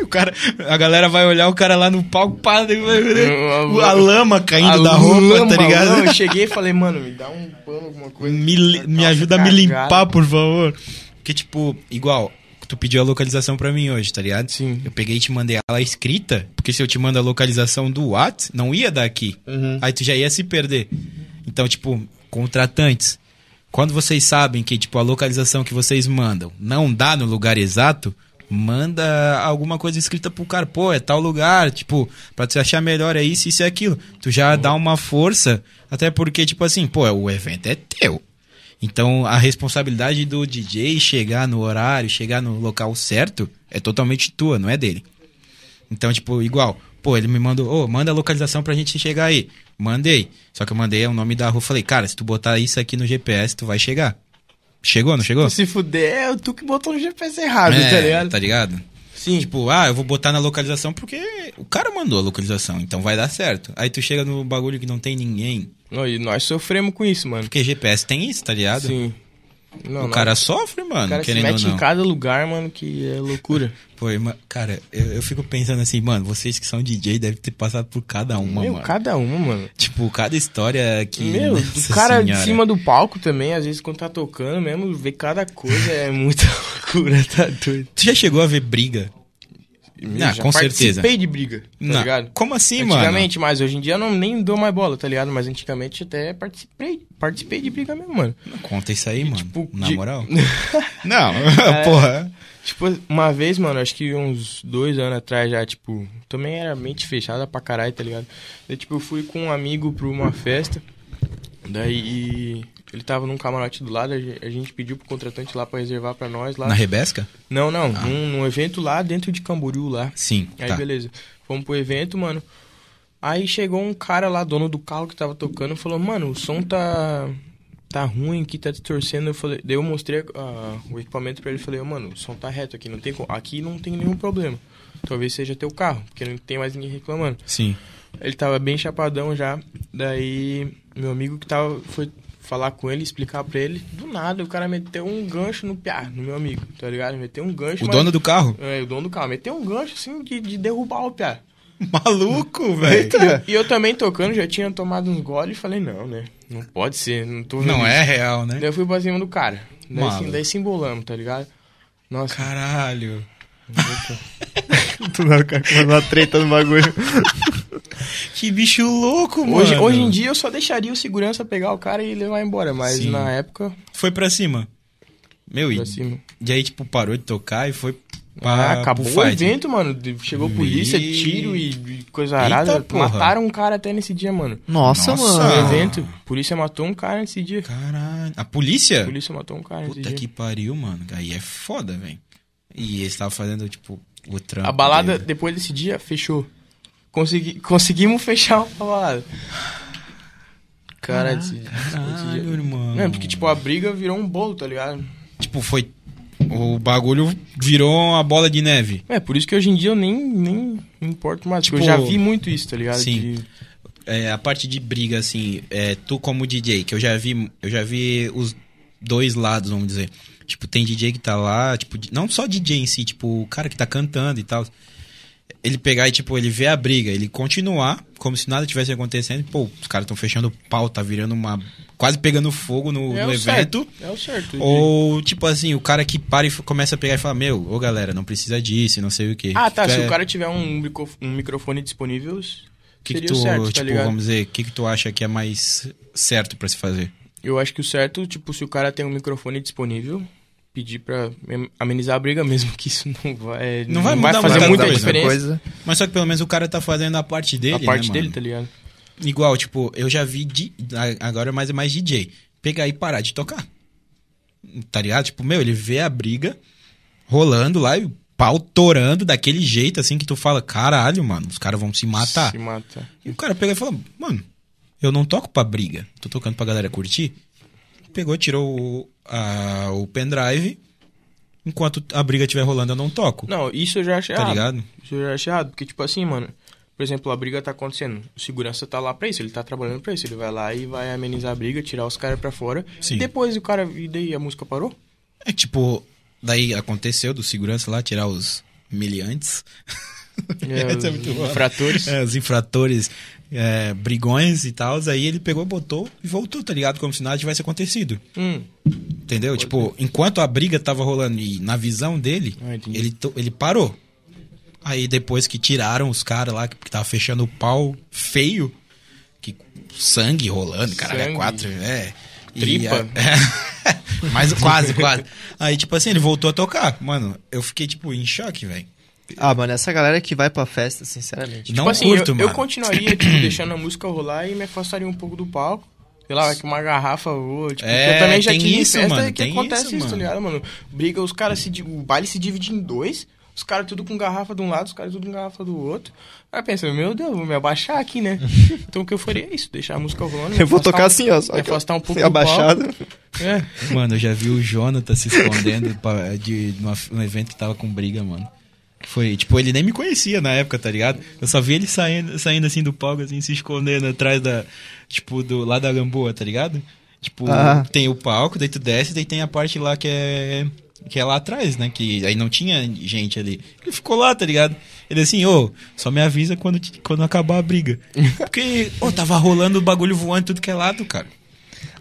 O cara, a galera vai olhar o cara lá no palco, pá, a A lama caindo A da roupa, lama, tá ligado? lama, eu cheguei e falei, mano, me dá um pano, alguma coisa. Me, Tá li- me calça ajuda a me cagada. limpar, por favor. Porque, tipo, igual, tu pediu a localização pra mim hoje, tá ligado? Sim. Eu peguei e te mandei ela escrita, porque se eu te mando a localização do Whats, não ia daqui. Uhum. Aí tu já ia se perder. Então, tipo, contratantes, quando vocês sabem que, tipo, a localização que vocês mandam não dá no lugar exato, manda alguma coisa escrita pro cara, pô, é tal lugar, tipo, pra tu achar melhor é isso, isso e aquilo. Tu já dá uma força, até porque, tipo assim, pô, o evento é teu. Então, a responsabilidade do DJ chegar no horário, chegar no local certo, é totalmente tua, não é dele. Então, tipo, igual, pô, ele me mandou, ô, manda a localização pra gente chegar aí. Mandei. Só que eu mandei o nome da rua, falei, cara, se tu botar isso aqui no GPS, tu vai chegar. Chegou, não chegou? Se fuder, é tu que botou no GPS errado, É, tá ligado? Tá ligado? Sim. Tipo, ah, eu vou botar na localização porque o cara mandou a localização, então vai dar certo. Aí tu chega no bagulho que não tem ninguém. Não, e nós sofremos com isso, mano. Porque GPS tem isso, tá ligado? Sim. Não, O não. cara sofre, mano, o cara se querendo mete ou em não. cada lugar, mano, que é loucura. Pô, irmã, cara, eu, eu fico pensando assim, mano, vocês que são DJ devem ter passado por cada uma, Meu, mano. cada uma, mano. Tipo, cada história que. Meu, Nossa o cara Senhora. de cima do palco também, às vezes quando tá tocando mesmo, vê cada coisa, é muita loucura, tá doido. Tu já chegou a ver briga? Meu, com certeza. participei de briga, tá Não. ligado? Como assim, mano? antigamente, mas hoje em dia eu não, nem dou mais bola, tá ligado? Mas antigamente até participei, participei de briga mesmo, mano. Não conta isso aí, mano. tipo, na de- É, moral. Não, porra. Tipo, uma vez, mano, acho que uns dois anos atrás já, tipo, também era mente fechada pra caralho, tá ligado? Daí, tipo, eu fui com um amigo pra uma festa. Daí ele tava num camarote do lado, a ge- a gente pediu pro contratante lá pra reservar pra nós lá. Na Rebesca? Não, não, num, num evento lá dentro de Camboriú lá. Sim. Aí tá. beleza. Fomos pro evento, mano. Aí chegou um cara lá, dono do carro que tava tocando, e falou: "Mano, o som tá tá ruim aqui, tá distorcendo". Eu falei, daí eu mostrei ah, o equipamento pra ele, e falei: "Ô, "Mano, o som tá reto aqui, não tem co- aqui não tem nenhum problema. Talvez seja teu carro, porque não tem mais ninguém reclamando". Sim. Ele tava bem chapadão já. Daí, meu amigo que tava. Foi falar com ele, explicar pra ele. Do nada, o cara meteu um gancho no piá, no meu amigo, tá ligado? Meteu um gancho. O mas- dono do carro? É, o dono do carro. Meteu um gancho assim de, de derrubar o piá. Maluco, velho. E eu também tocando, já tinha tomado uns goles e falei, não, né? Não pode ser, não tô Não vendo é isso. real, Daí né? eu fui pra cima do cara. Daí, Maluco. assim, daí se embolamos, tá ligado? Nossa, Caralho. Tu não cara com uma treta no bagulho. Que bicho louco, mano. hoje, hoje em dia eu só deixaria o segurança pegar o cara e levar embora, mas Sim. na época, Foi pra cima. Meu, e, pra cima. e aí, tipo, parou de tocar e foi Ah, pra, acabou pro o fight. evento, mano. De- Chegou polícia, Ih. tiro e e coisa Eita arada. porra. Mataram um cara até nesse dia, mano. Nossa, Nossa. No Ah. mano. evento, polícia matou um cara nesse dia. Caralho. A polícia? polícia matou um cara nesse Puta dia. que pariu, mano. Aí é foda, velho. E eles estavam fazendo, tipo, o trampo. A balada, dele. depois desse dia, fechou. Consegui, conseguimos fechar a balada. Cara, esse, esse Caralho, dia. irmão. Não, porque, tipo, a briga virou um bolo, tá ligado? Tipo, foi. O bagulho virou uma bola de neve. É, por isso que hoje em dia eu nem, nem me importo mais. Tipo, eu Tipo, já vi muito isso, tá ligado? sim. De- É, a parte de briga, assim, é, tu como DJ, que eu já vi, eu já vi os dois lados, vamos dizer. Tipo, tem DJ que tá lá, tipo, di- não só DJ em si, tipo, o cara que tá cantando e tal. Ele pegar e, tipo, ele vê a briga, ele continuar, como se nada tivesse acontecendo, e, pô, os caras tão fechando pau, tá virando uma. quase pegando fogo no, é no o evento. certo. É o certo. de- Ou, tipo assim, o cara que para e f- começa a pegar e fala, meu, ô galera, não precisa disso, e não sei o quê. Ah, tá. Tu Se é- o cara tiver um, micro- um microfone disponível, O que, que seria tu, o certo, tá tipo, ligado? vamos dizer, o que, que tu acha que é mais certo pra se fazer? Eu acho que o certo, tipo, se o cara tem um microfone disponível, pedir pra am- amenizar a briga mesmo, que isso não vai... Não vai mudar fazer muita muita coisa. diferença. Mas só que pelo menos o cara tá fazendo a parte dele, a parte né, dele, mano? tá ligado? Igual, tipo, eu já vi, di- a- agora mais é mais DJ, pegar e parar de tocar. Tá ligado? Tipo, meu, ele vê a briga rolando lá e o pau torando daquele jeito, assim, que tu fala, caralho, mano, os caras vão se matar. Se mata. E o cara pega e fala, mano, eu não toco pra briga, tô tocando pra galera curtir. Pegou, tirou o, a- o pendrive, enquanto a briga estiver rolando eu não toco, Não, isso eu já achei tá errado. ligado? Isso eu já achei errado, porque, tipo assim, mano... Por exemplo, a briga tá acontecendo. O segurança tá lá pra isso, ele tá trabalhando pra isso. Ele vai lá e vai amenizar a briga, tirar os caras pra fora. Sim. Depois o cara... E daí a música parou? É tipo, daí aconteceu do segurança lá tirar os miliantes. Essa é muito boa. Fratores. É, os infratores é, brigões e tal, aí ele pegou, botou e voltou, tá ligado? Como se nada tivesse acontecido. Hum. Entendeu? tipo, enquanto a briga tava rolando e na visão dele, Ah, entendi. ele, to- ele parou. Aí depois que tiraram os caras lá, que que tava fechando o pau feio, que sangue rolando, caralho, é Sangue. quatro, é. E Tripa. a- é. Mas quase, quase. Aí, tipo assim, ele voltou a tocar. Mano, eu fiquei, tipo, em choque, velho. Ah, mano, essa galera que vai pra festa, sinceramente. Não tipo assim, curto, eu, mano. eu continuaria, tipo, deixando a música rolar e me afastaria um pouco do palco. Sei lá, vai que uma garrafa voa, tipo, É, eu também já tem tive em isso, festa mano, que tem acontece isso, isso, mano. tá ligado, mano? Briga, os caras se. di- O baile se divide em dois, os caras tudo com garrafa de um lado, os caras tudo com garrafa do outro. Aí pensa, meu Deus, vou me abaixar aqui, né? então o que eu faria é isso, deixar a música rolando. me Eu vou afastar tocar um- assim, ó. Só me que eu- afastar um pouco do abaixado. palco. É. Mano, eu já vi o Jonathan se escondendo pra- de numa- um evento que tava com briga, mano. Foi, tipo, ele nem me conhecia na época, tá ligado? Eu só vi ele saindo, saindo assim do palco, assim, se escondendo atrás da. Tipo, do, lá da Gamboa, tá ligado? Tipo, Ah. tem o palco, daí tu desce, daí tem a parte lá que é. Que é lá atrás, né? Que aí não tinha gente ali. Ele ficou lá, tá ligado? Ele assim, ô, só me avisa quando, te- quando acabar a briga. Porque, ô, tava rolando o bagulho voando em tudo que é lado, cara.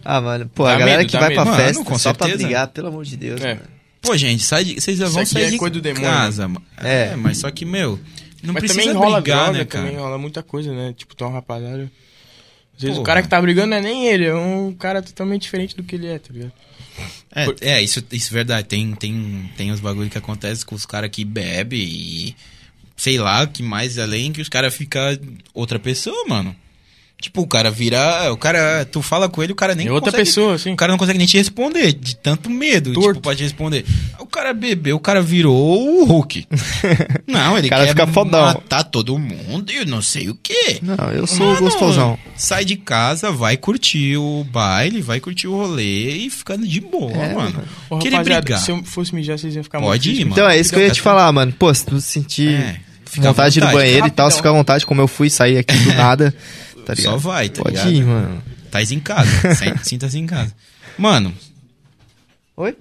Ah, mano, pô, Dá a galera medo, que dá vai medo. pra Mano, festa com só pra certeza. brigar, pelo amor de Deus. É. mano. Pô, gente, sai de, vocês já Isso vão aqui sair é de coisa do demônio. casa, mano. É. É, mas só que, meu, não Mas precisa também rola brigar, droga, né, cara? também rola muita coisa, né? Tipo, tão rapaziada. Às vezes Porra. o cara que tá brigando não é nem ele, é um cara totalmente diferente do que ele é, tá ligado? É, é, isso, isso é verdade. Tem, tem, tem os bagulho que acontece com os caras que bebe e sei lá, o que mais além que os caras ficam outra pessoa, mano. Tipo, o cara vira. O cara. Tu fala com ele, o cara nem É outra consegue- pessoa, assim. O cara não consegue nem te responder, de tanto medo. Torto. Tipo, pode responder. O cara bebeu, o cara virou o Hulk. Não, ele O cara quer fica fodão. matar todo mundo e eu não sei o quê. Não, eu sou Mano, gostosão. Sai de casa, vai curtir o baile, vai curtir o rolê e ficando de boa, É, mano. mano. Ô, Querer rapaziada, brigar. se eu fosse mijar, vocês iam ficar Pode muito ir, tristes. mano. Então é isso que eu ia te fica- falar, mano. Pô, se tu sentir É, fica à Hum. vontade do vontade, banheiro cara. e tal, se fica à vontade, como eu fui sair aqui do nada, tá ligado? Só vai, tá Pode ligado? ir, mano. Tais em casa. sente- Sinta-se em casa. Mano, Oi?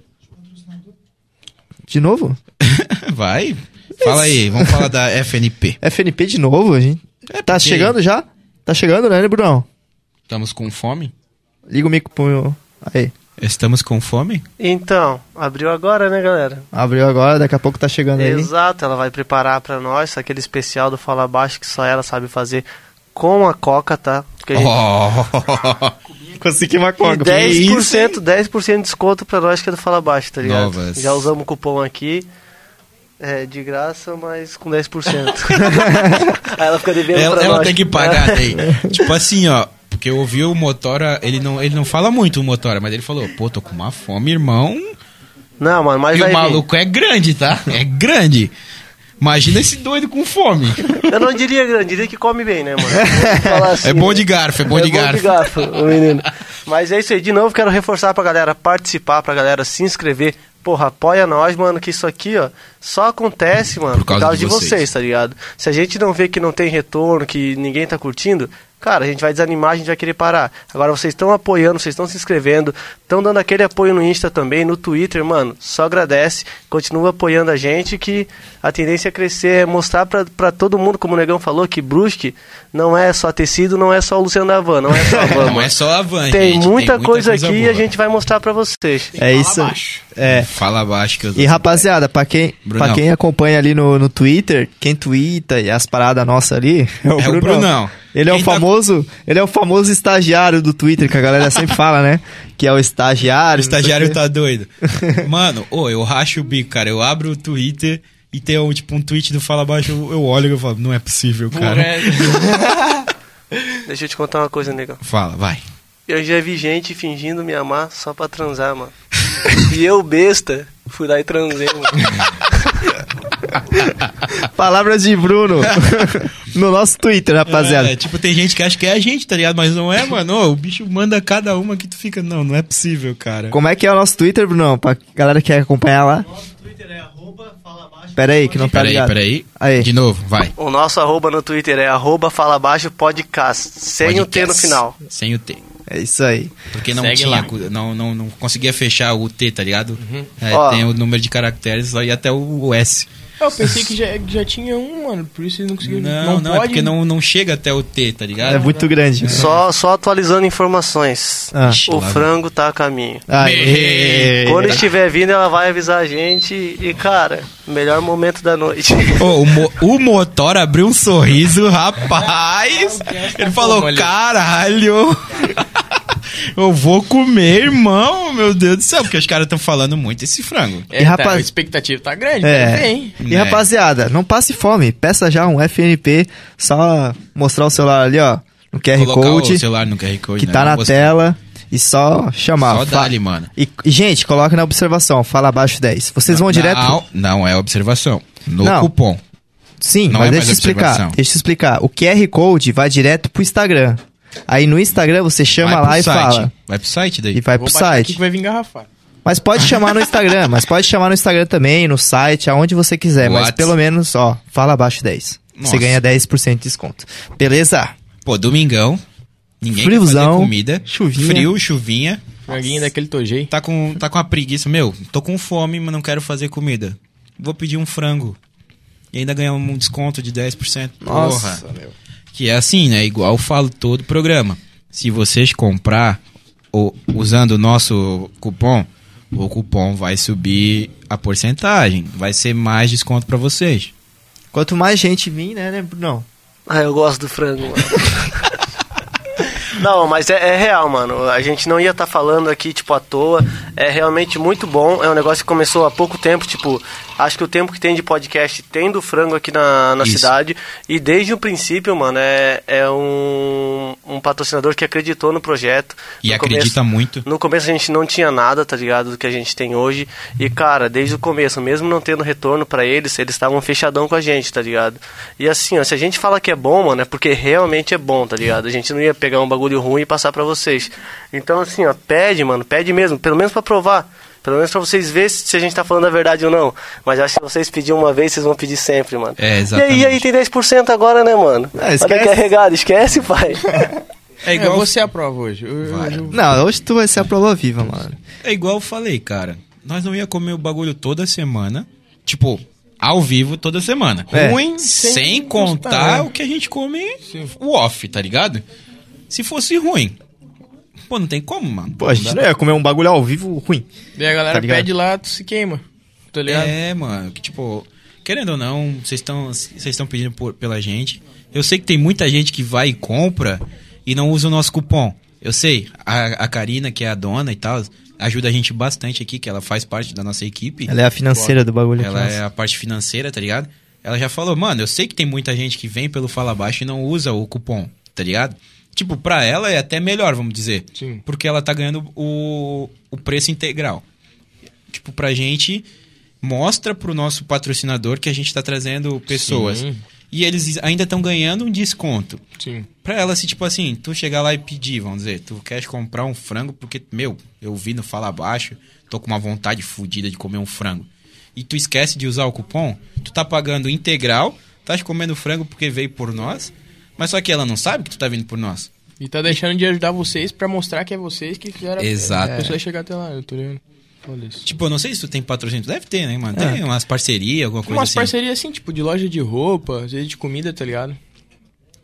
De novo? vai. Fala aí, vamos falar da FNP. FNP de novo, gente? tá porque- chegando já? Tá chegando, né, Brunão? Estamos com fome? Liga o micro pro meu... Aí, Estamos com fome? Então, abriu agora, né, galera? abriu agora, daqui a pouco tá chegando aí. Exato, ela vai preparar pra nós aquele especial do Fala Baixo que só ela sabe fazer com a Coca, tá? Porque a gente- Oh, Consegui uma E coca. 10%, 10% de desconto pra nós que é do Fala Baixo, tá ligado? Novas. Já usamos o cupom aqui. É, de graça, mas com 10%. Aí ela fica devendo ela pra ela nós. É, tem que pagar daí. tipo assim, ó. Porque eu ouvi o Motora, ele não, ele não fala muito o Motora, mas ele falou, pô, tô com uma fome, irmão. Não, mano, mas e vai o vir. maluco é grande, tá? É grande. Imagina esse doido com fome. Eu não diria grande, diria que come bem, né, mano? Vou falar assim, É bom né? de garfo, é bom de garfo. o menino. Mas é isso aí, de novo quero reforçar pra galera participar, pra galera se inscrever. Porra, apoia nós, mano, que isso aqui, ó, só acontece, mano, por causa, de, vocês. tá ligado? Se a gente não vê que não tem retorno, que ninguém tá curtindo, cara, a gente vai desanimar, a gente vai querer parar. Agora vocês estão apoiando, vocês estão se inscrevendo, estão dando aquele apoio no Insta também, no Twitter, mano, só agradece, continua apoiando a gente, que a tendência é crescer, é mostrar pra, pra todo mundo, como o Negão falou, que Brusque não é só tecido, não é só o Luciano da Van, não é só a Van. Não é só a van, Tem, gente, muita, coisa, aqui e boa. a gente vai mostrar pra vocês. É isso. É. Fala abaixo que eu E rapaziada, pra quem, Brunão. pra quem acompanha ali no, no Twitter, quem twitta e as paradas nossas ali, é o, É o Brunão. Brunão. Ele é o Quem tá- famoso, ele é o famoso estagiário do Twitter, que a galera sempre fala, né? Que é o estagiário. O estagiário não sei o tá doido. Mano, ô, eu racho o bico, cara. Eu abro o Twitter e tem um, tipo um tweet do Fala Baixo, eu eu olho e eu falo, não é possível, Porra, cara. é- Deixa eu te contar uma coisa, Negão. Fala, vai. Eu já vi gente fingindo me amar só pra transar, mano. e eu, besta, fui lá e transei, mano. tá- quê. Palavras de Bruno no nosso Twitter, rapaziada. É, tipo, tem gente que acha que é a gente, tá ligado? Mas não é, mano. Ô, o bicho manda cada uma que tu fica, não, não é possível, cara. Como é que é o nosso Twitter, Brunão? Pra galera que quer acompanhar lá. Pera aí, que não tá ligado. Aí. De novo, vai. O nosso arroba no Twitter é arroba fala baixo podcast, sem o T no Podcast. final. Sem o T. É isso aí. Porque não Segue tinha, lá. Uhum. cu- não, não, não conseguia fechar o T, tá ligado? É, Ó. tem o número de caracteres só e até o S. É. Eu pensei que já, que já tinha um, mano. Por isso vocês não conseguiram. Não, não, é pode- porque não, não chega até o T, tá ligado? É muito grande. Só, só atualizando informações. Ah. O Lá frango tá a caminho. Aê. Quando estiver vindo, ela vai avisar a gente. E, cara, melhor momento da noite. Ô, o, mo- o motor abriu um sorriso, rapaz. tá Ele falou, caralho. Eu vou comer, irmão, meu Deus do céu. Porque os caras estão falando muito esse frango. É, E, tá, rapaz- a expectativa tá grande, É. mas vem. E Né? rapaziada, não passe fome. Peça já um FNP. Só mostrar o celular ali, ó. No QR Colocar o Code. celular no QR Code. que né? tá Não na gostei. tela. E só chamar. Só Fa- dali, mano. E, e, gente, coloca na observação. Fala abaixo 10. Vocês vão direto. Não, não é observação. No Não. cupom. Sim, Não mas é deixa eu mais explicar. observação. Deixa eu explicar. O QR Code vai direto pro Instagram. Aí no Instagram você chama vai lá pro e site. fala. Vai pro site E daí. vai Vou pro bater aqui site. que vai vir engarrafado. Mas pode chamar no Instagram, mas pode chamar no Instagram também, no site, aonde você quiser. Mas Whats. pelo menos, ó, fala abaixo 10. Nossa. Você ganha 10% de desconto. Beleza? Pô, domingão. Ninguém quer Friozão, fazer comida. chuvinha. Frio, chuvinha. Franguinho daquele tojei. Tá com, tá com a preguiça. Meu, tô com fome, mas não quero fazer comida. Vou pedir um frango. E ainda ganhar um desconto de 10%. Porra. meu. Que é assim, né? Igual eu falo todo programa. Se vocês comprar ou, usando o nosso cupom, o cupom vai subir a porcentagem. Vai ser mais desconto pra vocês. Quanto mais gente vir, né, né, Brunão? Ah, eu gosto do frango, mano. Não, mas é, é real, mano. A gente não ia estar falando aqui, tipo, à toa. É realmente muito bom. É um negócio que começou há pouco tempo, tipo, acho que o tempo que tem de podcast tem do frango aqui na, na Isso. cidade. E desde o princípio, mano, é, é um, um patrocinador que acreditou no projeto. E No acredita muito. no começo a gente não tinha nada, tá ligado? Do que a gente tem hoje. E, cara, desde o começo, mesmo não tendo retorno pra eles, eles estavam fechadão com a gente, tá ligado? E assim, ó, se a gente fala que é bom, mano, é porque realmente é bom, tá ligado? A gente não ia pegar um bagulho ruim e passar pra vocês. Então, assim, ó, pede, mano, pede mesmo, pelo menos pra provar. Pelo menos pra vocês verem se se a gente tá falando a verdade ou não. Mas acho que vocês pediram uma vez, vocês vão pedir sempre, mano. É, E aí, aí exatamente. tem 10% agora, né, mano? Ah, esquece. Olha que é regado, esquece, pai. É É, igual, você aprova hoje. Eu- eu- eu- Não, hoje tu vai ser a prova viva, mano. é igual eu falei, cara. Nós não ia comer o bagulho toda semana. Tipo, ao vivo toda semana. É. Ruim, sem, Sem contar custar, né? o que a gente come o off, tá ligado? Se fosse ruim. Pô, não tem como, mano. Pô, a gente não ia comer um bagulho ao vivo ruim. Daí a galera Tá ligado? pede lá, tu se queima. Tá ligado? É, mano, que tipo, querendo ou não, vocês estão vocês estão pedindo por- pela gente. Eu sei que tem muita gente que vai e compra e não usa o nosso cupom. Eu sei, a, a Karina, que é a dona e tal, ajuda a gente bastante aqui, que ela faz parte da nossa equipe. Ela é a financeira do bagulho. aqui, Ela nossa. é a parte financeira, tá ligado? Ela já falou, mano, eu sei que tem muita gente que vem pelo Fala Baixo e não usa o cupom, tá ligado? Tipo, pra ela é até melhor, vamos dizer. Sim. Porque ela tá ganhando o, o preço integral. Tipo, pra gente, mostra pro nosso patrocinador que a gente tá trazendo pessoas. Sim. E eles ainda estão ganhando um desconto. Sim. Pra ela, se tipo assim, tu chegar lá e pedir, vamos dizer, tu queres comprar um frango porque, meu, eu vi no Fala Abaixo, tô com uma vontade fodida de comer um frango. E tu esquece de usar o cupom, tu tá pagando integral, tá comendo frango porque veio por nós, mas só que ela não sabe que tu tá vindo por nós. E tá deixando de ajudar vocês pra mostrar que é vocês que fizeram a- Exato. a pessoa chegar até lá, eu tô ligado? Olha isso. Tipo, eu não sei se tu tem patrocínio, tu deve ter, né, mano? Tem É. umas parcerias, alguma coisa Umas assim. parcerias assim, tipo, de loja de roupa, às vezes de comida, tá ligado?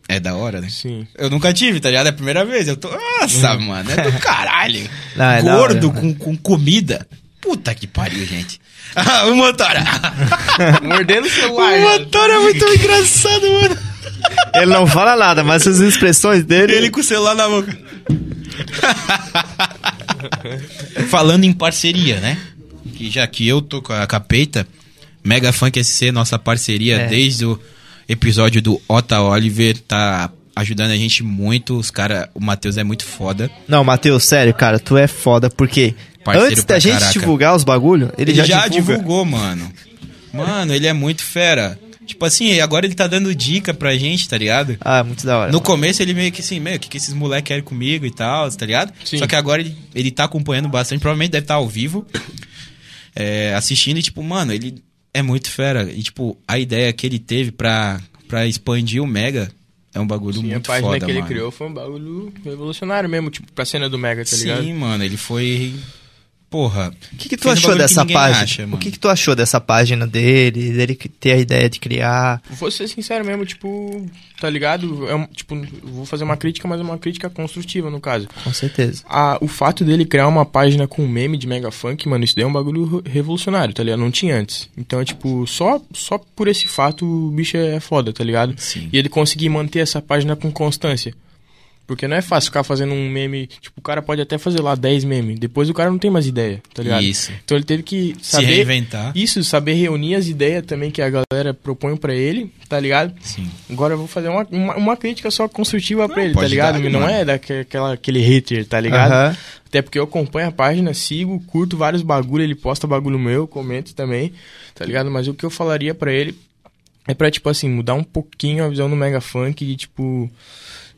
É da hora, né? Sim. Eu nunca tive, tá ligado? É a primeira vez. Eu tô. Nossa, mano, é do caralho. Uhum. Não, é da Gordo hora, com, com comida. Puta que pariu, gente. Ah, o Motora. Mordendo o o celular. né? Motora é muito engraçado, mano. Ele não fala nada, mas as expressões dele. Ele com o celular na boca. Falando em parceria, né? Que já que eu tô com a capeta, Mega Funk SC, nossa parceria É. desde o episódio do Ota Oliver, tá ajudando a gente muito. Os cara, o Matheus é muito foda. Não, Matheus, sério, cara, tu é foda, porque Parceiro antes pra da gente caraca. divulgar os bagulho, ele, Ele já, já, divulga. divulgou, mano. Mano, ele é muito fera. Tipo assim, agora ele tá dando dica pra gente, tá ligado? Ah, muito da hora. No começo ele meio que assim, meio, o que, que esses moleques querem comigo e tal, tá ligado? Sim. Só que agora ele, ele tá acompanhando bastante, provavelmente deve estar ao vivo, é, assistindo e tipo, mano, ele é muito fera. E tipo, a ideia que ele teve pra, pra expandir o Mega é um bagulho Sim, a muito página foda, que ele mano. criou foi um bagulho revolucionário mesmo, tipo, pra cena do Mega, tá ligado? Sim, mano, ele foi... Porra. O que, que tu Fez um achou bagulho que dessa ninguém página? acha, o mano. que, que tu achou dessa página dele, dele que- ter a ideia de criar? Vou ser sincero mesmo, tipo, tá ligado? É um- tipo, vou fazer uma crítica, mas é uma crítica construtiva, no caso. Com certeza. Ah, o fato dele criar uma página com meme de Mega Funk, mano, isso daí é um bagulho re- revolucionário, tá ligado? Não tinha antes. Então, tipo, só, só por esse fato o bicho é foda, tá ligado? Sim. E ele conseguir manter essa página com constância. Porque não é fácil ficar fazendo um meme. Tipo, o cara pode até fazer lá 10 memes. Depois o cara não tem mais ideia, tá ligado? Isso. Então ele teve que saber. Se reinventar. Isso, saber reunir as ideias também que a galera propõe pra ele, tá ligado? Sim. Agora eu vou fazer uma, uma, uma crítica só construtiva pra ele, tá pode ligado? dar, não mano. é daquela, aquele hater, tá ligado? Aham. Até porque eu acompanho a página, sigo, curto vários bagulho, ele posta bagulho meu, comento também, tá ligado? Mas o que eu falaria pra ele é pra, tipo assim, mudar um pouquinho a visão do Mega Funk de, tipo...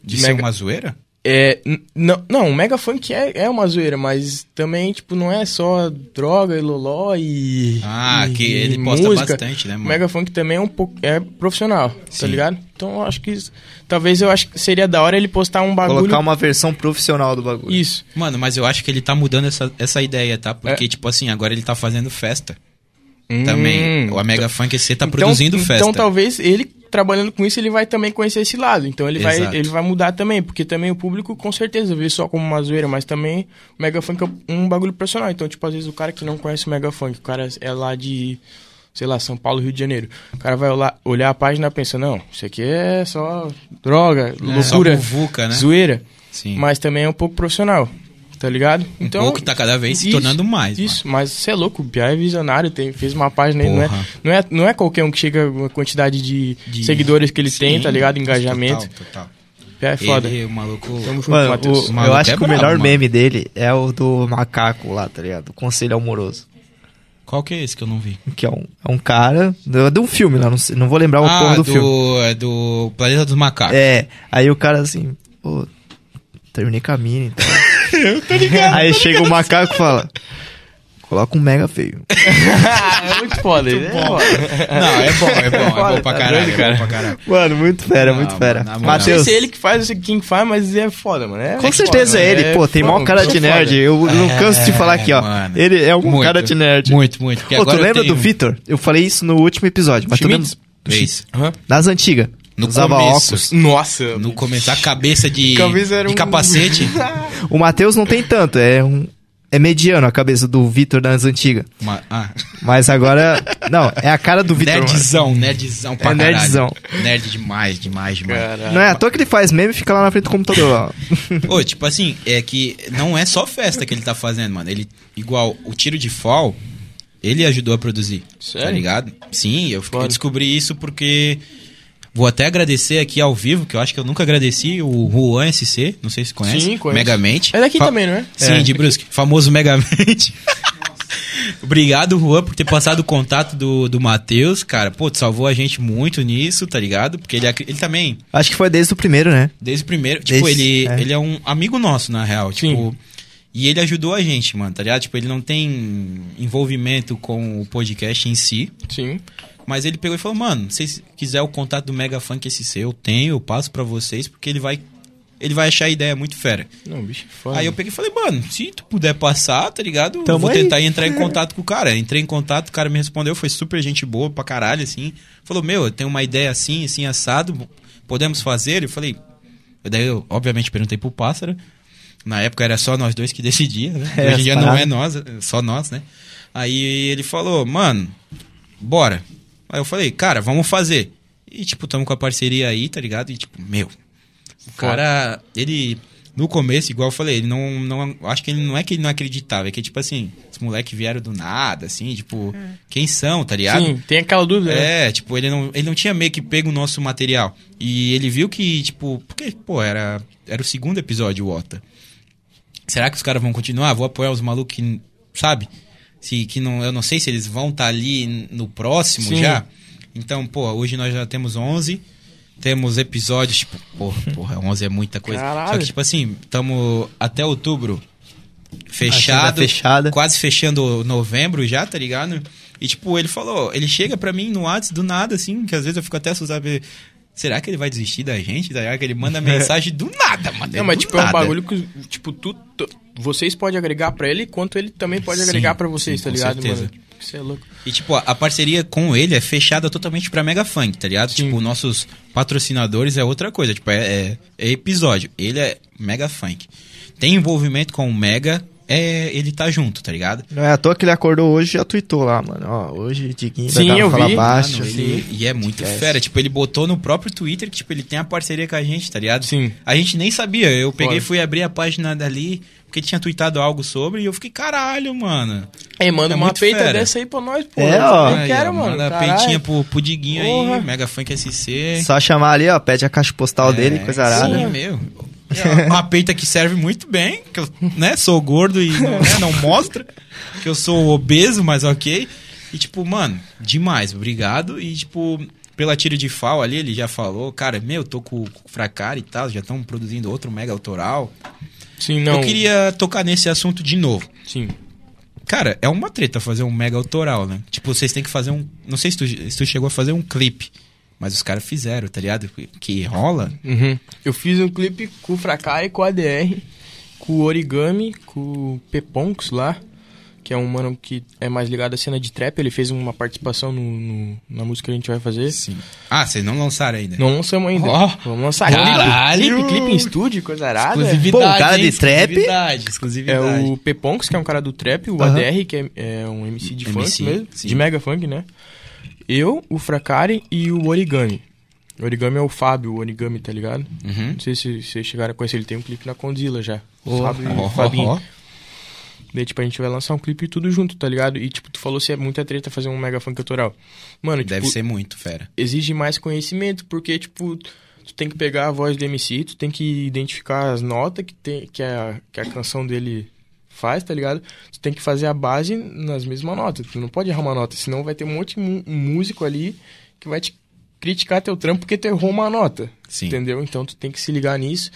De ser Mega- uma zoeira? É, n- não, não, o Mega Funk é, é uma zoeira, mas também, tipo, não é só droga e loló e. Ah, e- que ele e posta música. bastante, né, O mano? Mega Funk também é um pouco. É profissional, Sim. tá ligado? Então eu acho que. isso- talvez eu acho que seria da hora ele postar um bagulho. Colocar uma versão profissional do um bagulho. Isso. Mano, mas eu acho que ele tá mudando essa, essa ideia, tá? Porque, tipo assim, agora ele tá fazendo festa também. É. Hum. O Mega Funk SC tá Então- produzindo festa. Então talvez ele trabalhando com isso ele vai também conhecer esse lado. Então ele Exato. vai ele vai mudar também, porque também o público com certeza vê só como uma zoeira, mas também o Mega Funk é um bagulho profissional. Então tipo às vezes o cara que não conhece o Mega Funk, o cara é lá de sei lá, São Paulo, Rio de Janeiro. O cara vai olá- olhar a página e pensa, não, isso aqui é só droga, É, só loucura, muvuca, né? zoeira. Sim. mas também é um pouco profissional, tá ligado? Então, pouco tá cada vez se tornando mais, Isso, mas você é louco, o Pia é visionário, tem, fez uma página aí, não é, Porra. não, é, não é qualquer um que chega com a quantidade de, De- seguidores que ele tem, Sim, tá ligado? Engajamento. Total, total. O Pia é foda. Ele, o maluco. Tamo junto, Mano, Matheus. o- Mano, eu acho que até é o brabo, melhor mano. meme dele é o do macaco lá, tá ligado? O Conselho Amoroso. Qual que é esse que eu não vi? Que é um, é um cara. do- De um filme lá, não, sei- não vou lembrar o ah, porra do, do, filme. é do Planeta dos Macacos. É. Aí o cara assim, pô, terminei com a mina, então. Aí chega o macaco e fala. Coloca um mega feio. é muito foda, ele é foda. Não, é bom, é bom, é bom tá pra caralho, é bom pra caralho. Mano, muito fera, Não, muito fera. mano, na moral. Não sei Matheus. se é ele que faz, não sei quem que faz, mas é foda, mano. É- Com é certeza foda, é ele, né? mano. pô, tem foda, maior cara de sou nerd. foda. Eu não canso de É, falar aqui, ó. mano. Ele é um Muito, cara de nerd. Muito, muito. porque Pô, tu agora um eu lembra tenho- do Vitor? Eu falei isso no último episódio, mas tu lembra? Schmitz? Fez. Aham. Nas antigas. No usava começo. óculos. Nossa, No começo, a cabeça de, Camisa era de um- capacete. O Matheus não tem tanto, é um. É mediano a cabeça do Vitor nas antigas. Uma- ah, Mas agora. Não, é a cara do Vitor. mano. nerdzão, nerdzão pra É caralho. nerdzão. Nerd demais, demais, demais. Caralho. Não é à toa que ele faz meme e fica lá na frente do computador, ó. Ô, tipo assim, é que não é só festa que ele tá fazendo, mano. Ele, igual o tiro de fall, ele ajudou a produzir. Tá Sério? ligado? Sim, eu, fiquei- Foda. eu descobri isso porque. Vou até agradecer aqui ao vivo, que eu acho que eu nunca agradeci, o Juan SC, não sei se conhece. Sim, conheço. Megamente. É daqui Fa- também, não é? Sim, É. de Brusque. Famoso Megamente. Obrigado, Juan, por ter passado o contato do, do Matheus, cara. Pô, tu salvou a gente muito nisso, tá ligado? Porque ele, acri- ele também, Acho que foi desde o primeiro, né? desde o primeiro, tipo, Desde- ele, é. ele é um amigo nosso, na real. Tipo, e ele ajudou a gente, mano, tá ligado? Tipo, ele não tem envolvimento com o podcast em si. Sim. Mas ele pegou e falou, mano, se vocês quiser o contato do Mega Funk SC, eu tenho, eu passo pra vocês, porque ele vai. Ele vai achar a ideia muito fera. Não, bicho, foda. Aí eu peguei e falei, mano, se tu puder passar, tá ligado? eu Tamo vou aí. É. tentar entrar em contato com o cara. Entrei em contato, o cara me respondeu, foi super gente boa pra caralho, assim. Falou, meu, eu tenho uma ideia assim, assim, assado, podemos fazer? Eu falei. Daí eu, obviamente, perguntei pro pássaro. Na época era só nós dois que decidia, né? É, Hoje em dia as não paradas. é nós, é só nós, né? Aí ele falou, mano, bora. Aí eu falei, cara, vamos fazer. E, tipo, tamo com a parceria aí, tá ligado? E, tipo, meu, o cara, ele, no começo, igual eu falei, ele não, não, acho que ele não é que ele não acreditava, é que, tipo assim, os moleques vieram do nada, assim, tipo, quem são, tá ligado? Sim, tem aquela dúvida, né? É, tipo, ele não, ele não tinha meio que pego o nosso material. E ele viu que, tipo, porque, pô, era, era o segundo episódio, o Ota. Será que os caras vão continuar? Vou apoiar os malucos que, sabe? Se, que não, eu não sei se eles vão estar ali no próximo Sim. já. Então, pô, hoje nós já temos 11. Temos episódios, tipo, porra, porra, 11 é muita coisa. Só Caralho. que, tipo assim, estamos até outubro Agenda fechado, fechada. quase fechando novembro já, tá ligado? E tipo, ele falou, ele chega pra mim no WhatsApp do nada, assim, que às vezes eu fico até assustado. porque Será que ele vai desistir da gente? Daí que ele manda mensagem do nada, mano. Não, mas do tipo, é um nada. bagulho que, tipo, tu, tu- vocês podem agregar pra ele, quanto ele também pode Sim, agregar pra vocês, sim, tá com ligado, certeza. mano? Isso é louco. E, tipo, a, a parceria com ele é fechada totalmente pra Mega Funk, tá ligado? Sim. Tipo, nossos patrocinadores é outra coisa. Tipo, é, é- é episódio. Ele é Mega Funk. Tem envolvimento com o Mega, é, ele tá junto, tá ligado? Não é à toa que ele acordou hoje e já tweetou lá, mano. Ó, hoje Diguinho vai Sim, dar uma eu fala vi. baixa. Mano, ele- e é muito fera. Tipo, ele botou no próprio Twitter que, tipo, ele tem a parceria com a gente, tá ligado? Sim. A gente nem sabia. Eu peguei e Foda. fui abrir a página dali, porque ele tinha tweetado algo sobre, e eu fiquei, caralho, mano. É, manda É uma muito peita fera. dessa aí pra nós, pô. É, eu ó. também quero, ó, mano. Manda a caralho. peitinha pro, pro Diguinho Porra. aí, Mega Funk SC. Só chamar ali, ó, pede a caixa postal dele, coisa arada. Sim, é meu. É uma peita que serve muito bem, que eu né, sou gordo e não, né, não mostra, que eu sou obeso, mas ok. E tipo, mano, demais, obrigado. E tipo, pela tiro de fal ali, ele já falou, cara, meu, tô com, com fracar e tal, já estão produzindo outro mega autoral. Sim, não. Eu queria tocar nesse assunto de novo. Sim. Cara, é uma treta fazer um mega autoral, né? Tipo, vocês têm que fazer um. Não sei se tu, se tu chegou a fazer um clipe, mas os caras fizeram, tá ligado? Que- Que rola. Uhum. Eu fiz um clipe com o Frakai, com o ADR, com o Origami, com o Peponks lá, que é um mano que é mais ligado à cena de trap. Ele fez uma participação no, no- na música que a gente vai fazer. Sim. Ah, vocês não lançaram ainda. Não lançamos ainda. Ó. Vamos lançar Caralho! clipe, clipe, clipe em estúdio, coisa arada. Pô, o cara de trap? Exclusividade, É exclusividade. o Peponks, que é um cara do trap, o Aham. ADR, que é, é um MC de MC, funk mesmo, sim. de mega funk, né? Eu, o Fracari e o Origami. Origami é o Fábio, o Origami, tá ligado? Uhum. Não sei se vocês chegaram a conhecer, ele tem um clipe na Condzilla já. Oh. Fábio e Ó, ó, Fabinho. ó. Daí, tipo, a gente vai lançar um clipe tudo junto, tá ligado? E, tipo, tu falou se é muita treta fazer um mega funk autoral. Mano, tipo, Deve ser muito, fera. exige mais conhecimento, porque, tipo, tu tem que pegar a voz do MC, tu tem que identificar as notas que, tem, que, a, que a canção dele faz, tá ligado? Tu tem que fazer a base nas mesmas notas. Tu não pode errar uma nota, senão vai ter um monte de mu- músico ali que vai te criticar teu trampo porque tu errou uma nota. Sim. Entendeu? Então tu tem que se ligar nisso.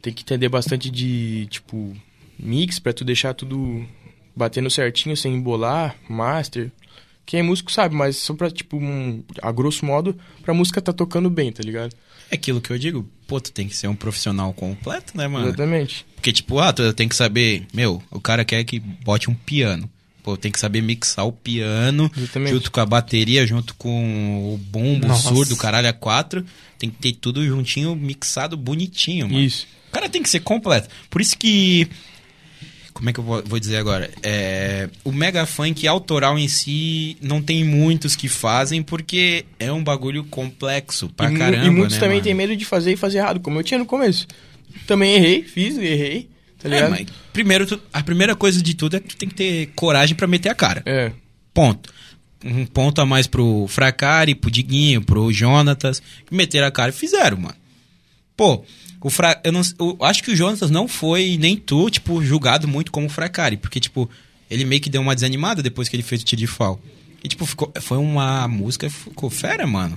Tem que entender bastante de, tipo, mix pra tu deixar tudo batendo certinho, sem embolar, master. Quem é músico sabe, mas só pra, tipo, um- a grosso modo, pra música tá tocando bem, tá ligado? É aquilo que eu digo, pô, tu tem que ser um profissional completo, né, mano? Exatamente. Porque, tipo, ah, tu- eu tenho que saber, meu, o cara quer que bote um piano. Pô, tem que saber mixar o piano Exatamente. junto com a bateria, junto com o bumbo, o Nossa. surdo, caralho, a quatro. Tem que ter tudo juntinho, mixado, bonitinho, mano. Isso. O cara tem que ser completo. Por isso que. Como é que eu vou vou dizer agora? É, o mega funk autoral em si não tem muitos que fazem porque é um bagulho complexo pra e, mu- caramba. e muitos né, também mano? têm medo de fazer e fazer errado, como eu tinha no começo. Também errei, fiz, errei, tá ligado? É, mas primeiro, tu- a primeira coisa de tudo é que tu tem que ter coragem pra meter a cara. É. Ponto. Um ponto a mais pro Fracari, pro Diguinho, pro Jonatas, que meteram a cara e fizeram, mano. Pô, o Fra... eu não eu acho que o Jonatas não foi, nem tu, tipo, julgado muito como Fracari, porque, tipo, ele meio que deu uma desanimada depois que ele fez o Tiro de Fal. E, tipo, ficou... foi uma música, ficou fera, mano.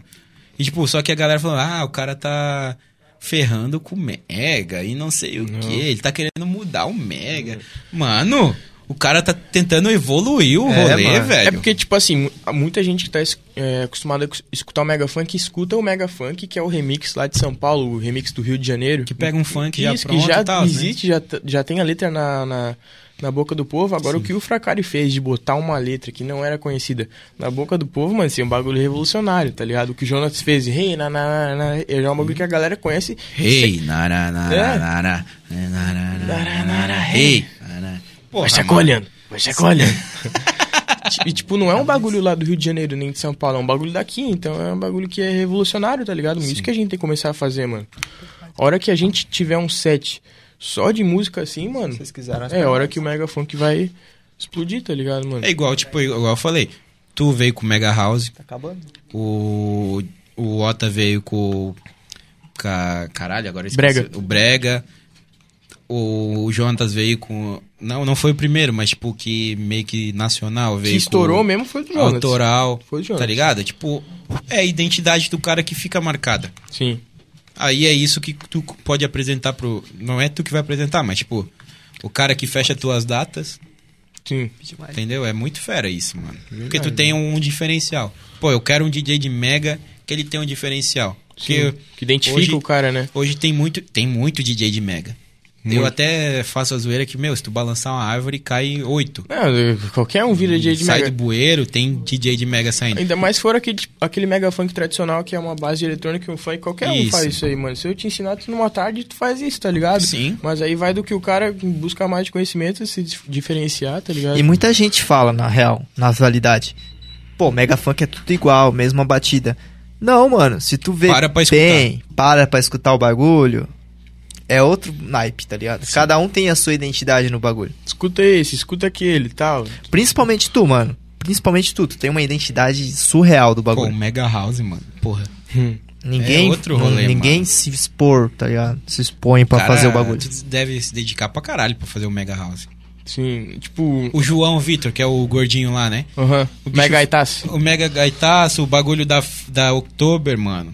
E, tipo, só que a galera falou, ah, o cara tá ferrando com o Mega e não sei o que, ele tá querendo mudar o Mega. Mano, o cara tá tentando evoluir o É, rolê, mano. velho. É porque, tipo assim, mu- há muita gente que tá es- é, acostumada a cus- escutar o Mega Funk escuta o Mega Funk, que é o remix lá de São Paulo, o remix do Rio de Janeiro. Que pega um funk já Isso, pronto que já e tal, né? existe, já, t- já tem a letra na, na, na boca do povo. Agora, o que o Fracari fez de botar uma letra que não era conhecida na boca do povo, mano, assim, é um bagulho revolucionário, tá ligado? O que o Jonas fez, rei, hey, na, na, na, na", é um bagulho que a galera conhece. Hey, nará, nará, É. nará, nará, nará, Nará, nará, nará, hey, nará. Porra, Vai mano. chacoalhando, vai chacoalhando. e, tipo, não é um bagulho lá do Rio de Janeiro nem de São Paulo, é um bagulho daqui. Então é um bagulho que é revolucionário, tá ligado? Isso que a gente tem que começar a fazer, mano. A hora que a gente tiver um set só de música assim, mano, Vocês quiseram é a hora que o Mega Funk vai explodir, tá ligado, mano? É igual, tipo, igual eu falei. Tu veio com o Mega House, Tá acabando. o, o Ota veio com, o- ca, Caralho, agora eu esqueci. Brega. O Brega. O, o Jonatas veio com... Não, não foi o primeiro, mas, tipo, que meio que nacional veio que estourou com... mesmo foi o Jonas. Autoral, Foi o Jonas. tá ligado? Tipo, é a identidade do cara que fica marcada. Sim. Aí é isso que tu pode apresentar pro. Não é tu que vai apresentar, mas tipo, o cara que fecha tuas datas, Sim. entendeu? É muito fera isso, mano. Porque tu tem um diferencial. Pô, eu quero um DJ de mega que ele tem um diferencial. Porque Sim. Que identifica hoje- o cara, né? hoje tem muito, tem muito DJ de mega. Eu Muito. até faço a zoeira que, meu, se tu balançar uma árvore, cai oito. Não, qualquer um vira DJ de Sai Mega. do bueiro, tem DJ de mega saindo. Ainda mais fora aquele, tipo, aquele mega funk tradicional que é uma base de eletrônica e um funk. Qualquer Isso. um faz isso aí, mano. Se eu te ensinar tu numa tarde, tu faz isso, tá ligado? Sim. Mas aí vai do que o cara buscar mais de conhecimento, se dif- diferenciar, tá ligado? E muita gente fala, na real, na realidade. Pô, mega funk é tudo igual, mesma batida. Não, mano, se tu vê Para pra escutar. bem, para pra escutar o bagulho, é outro naipe, tá ligado? Cada um tem a sua identidade no bagulho. Escuta esse, escuta aquele e tal. Principalmente tu, mano. Principalmente tu, tu tem uma identidade surreal do Pô, um bagulho. mega house, mano. Porra. ninguém é outro rolê, ninguém se expor, tá ligado? Se expõe pra Cara, fazer o bagulho. Tu deve se dedicar pra caralho pra fazer o mega house. Sim, tipo. O João Vitor, que é o gordinho lá, né? Aham. O bicho- Mega Itaço. O Mega Gaitaço, o bagulho da, da October, mano.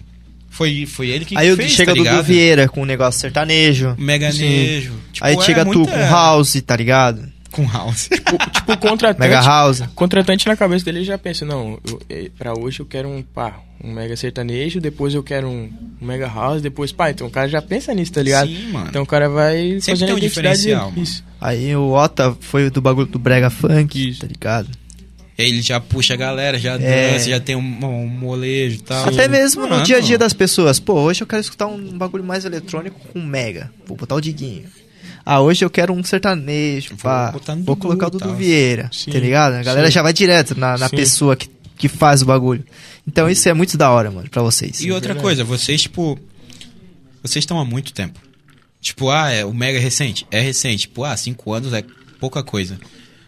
Foi, foi ele que Aí fez, chega tá do Dudu ligado? Vieira com o negócio sertanejo. O Mega Sim. Nejo. Tipo, Aí é chega tu muita- com house, tá ligado? Com House. O- tipo, o contratante. Mega house. contratante na cabeça dele já pensa, não, eu, eh, pra hoje eu quero um pá, um mega sertanejo, depois eu quero um, um mega house, depois pá, então o cara já pensa nisso, tá ligado? Sim, mano. Então o cara vai Sempre tem fazendo um a identidade dele. diferencial, mano. Isso. Aí o Ota foi o do bagulho do Brega Funk, Isso. tá ligado? E aí ele já puxa a galera, já É. dança, já tem um, um molejo e tal. Até mesmo no Mano, dia a dia das pessoas. Pô, hoje eu quero escutar um bagulho mais eletrônico com Mega. Vou botar o Diguinho. Ah, hoje eu quero um sertanejo, Vou pá. botar no Vou Dudu colocar o e Dudu tal. Vieira, Sim, tá ligado? A galera sim. já vai direto na, na Sim. pessoa que que faz o bagulho. Então isso é muito da hora, mano, pra vocês. E outra coisa, vocês, tipo. Vocês estão há muito tempo. Tipo, ah, é, o Mega é recente. É recente. Tipo, ah, cinco anos é pouca coisa.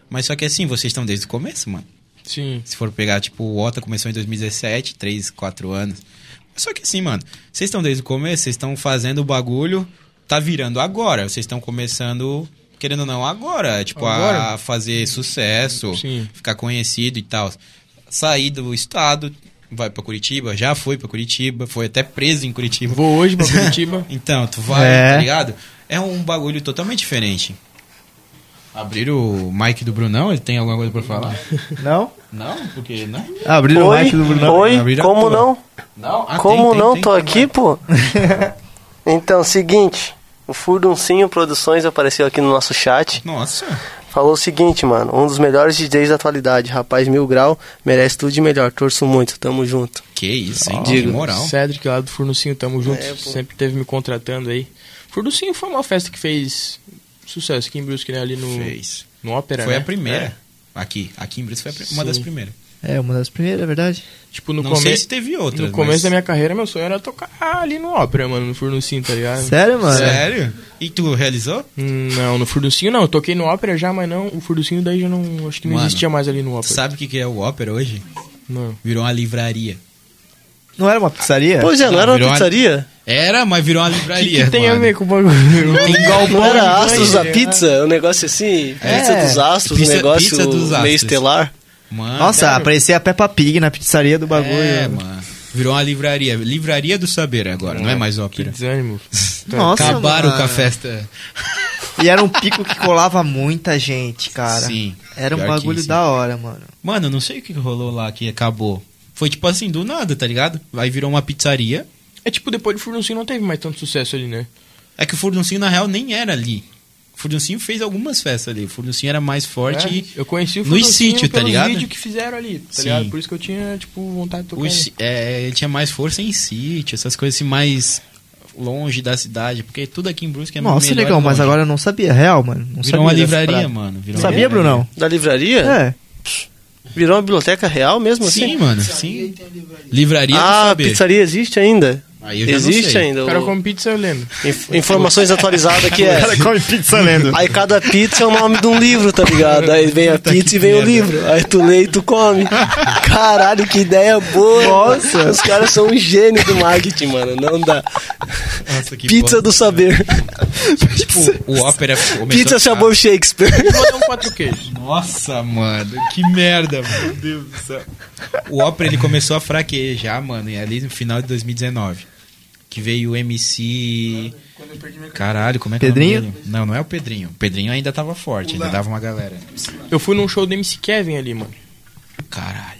Mas só que assim, vocês estão desde o começo, mano. Sim. Se for pegar, tipo, o Ota começou em 2017, 3, 4 anos. Só que assim, mano, vocês estão desde o começo, vocês estão fazendo o bagulho, tá virando agora. Vocês estão começando, querendo ou não, agora. Tipo, a Agora? fazer sucesso, Sim. ficar conhecido e tal. Sair do estado, vai pra Curitiba, já foi pra Curitiba, foi até preso em Curitiba. Vou hoje pra Curitiba. Então, tu vai, É. tá ligado? É um bagulho totalmente diferente. Abrir o mic do Brunão, ele tem alguma coisa pra falar? Não? Ah, Não, porque né? não. Abriram o Oi, like do Bruno. oi, Abrir a como tua. não? Não, ah, Como tem, tem, não? tem, Tô tem, aqui, pô. Então, seguinte. O Furduncinho Produções apareceu aqui no nosso chat. vai. Nossa. Falou o seguinte, mano. Um dos melhores DJs da atualidade. Rapaz, mil grau. Merece tudo de melhor. Torço muito. Tamo junto. Que isso, hein? Que Digo. moral. Cedric lá do Furnucinho, tamo junto. É, pô. Sempre teve me contratando aí. Furnucinho foi uma festa que fez sucesso aqui em Brusque, né? Ali no, Fez. no Ópera, Foi né? a primeira. É. Aqui, aqui em Brito foi a pri- uma Sim. das primeiras. É, uma das primeiras, é verdade. Tipo, no não sei se começo... teve outra. No começo da minha carreira, meu sonho era tocar ali no Ópera, mano. No Furnucinho, tá ligado? Sério, mano? Sério? E tu realizou? Hum, Não, no Furducinho não. Eu toquei no Ópera já, mas não. O Furducinho daí já não. Acho que não Mano, existia mais ali no Tu Ópera. sabe o que, que é o Opera hoje? Não. Virou uma livraria. Não era uma pizzaria? Pois é, não, Não, era uma virou uma- pizzaria? Era, mas virou uma livraria. tem é, mano. a ver com o bagulho? Tem Não galpão era de Astros da banho, né? Pizza? Um negócio assim? Pizza É, dos Astros? é. pizza- um negócio pizza dos meio Astros. estelar? Mano, Nossa, aparecia a Peppa Pig na pizzaria do bagulho. é, mano. mano. Virou uma livraria. Livraria do Saber agora, não é mais Ópera. Desânimo. Nossa, Acabaram mano. com a festa. E era um pico que colava muita gente, cara. Sim. Era um pior que bagulho isso. da hora, mano. Mano, não sei o que rolou lá que acabou. Foi tipo assim, do nada, tá ligado? Aí virou uma pizzaria. É tipo, depois do Furducinho não teve mais tanto sucesso ali, né? É que o Furduncinho, na real, nem era ali. O Furduncinho fez algumas festas ali. O Furduncinho era mais forte É, e. Eu conheci o Nos Furducinho sítio, tá pelos ligado? vídeos que fizeram ali, tá Sim. ligado? Por isso que eu tinha, tipo, vontade de tocar. os- ali. é, ele tinha mais força em sítio, essas coisas assim, mais longe da cidade. Porque tudo aqui em Brusque é Nossa, melhor legal, longe. mas agora eu não sabia. Real, mano. Não Virou sabia uma dessa livraria, parada. mano. Virou uma Sabia, livraria. Brunão? Da livraria? É. Virou uma biblioteca real mesmo Sim, assim? mano. Sim. Livraria é do Ah, a saber. pizzaria existe ainda? Aí eu já não Existe sei. ainda. O cara o- come pizza, eu lembro. Inf- Informações atualizadas que é. come pizza lendo. Aí cada pizza é o nome de um livro, tá ligado? Aí vem a pizza e vem o livro. Aí tu lê e tu come. Caralho, que ideia boa. Nossa. Os caras são um gênio do marketing, mano. Não dá. Nossa, que Pizza do saber. Tipo, o ópera começou Pizza a ficar- sabor Shakespeare. Eu vou dar um quatro queijos. Nossa, mano, que merda, meu Deus do céu. O Opera ele começou a fraquejar, mano, e ali no final de 2019. Que veio o MC. Caralho, como é que é o Pedrinho? nome dele? Não, não é o Pedrinho. O Pedrinho ainda tava forte, ainda dava uma galera. Eu fui num show do MC Kevin ali, mano. Caralho.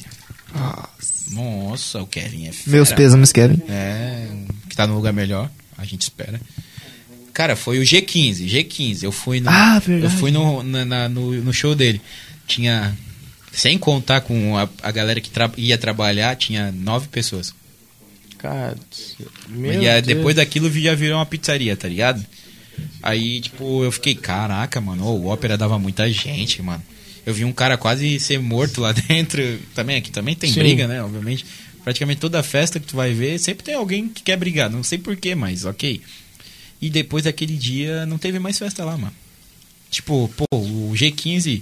Nossa, o Kevin é fera. Meus pêsames, Kevin. É, que tá no lugar melhor, a gente espera. Cara, foi o G15, G15. Eu fui no, Ah, verdade. eu fui no, na- na- no, no show dele. Tinha, sem contar com a, a galera que tra- ia trabalhar, tinha nove pessoas. Cara, meu e aí, Deus. depois daquilo vi- já virou uma pizzaria, tá ligado? Aí, tipo, eu fiquei, caraca, mano, ô, o ópera dava muita gente, mano. Eu vi um cara quase ser morto lá dentro. Também aqui também tem Sim. briga, né? Obviamente. Praticamente toda festa que tu vai ver, sempre tem alguém que quer brigar. Não sei porquê, mas ok. E depois daquele dia, não teve mais festa lá, mano. Tipo, pô, o G15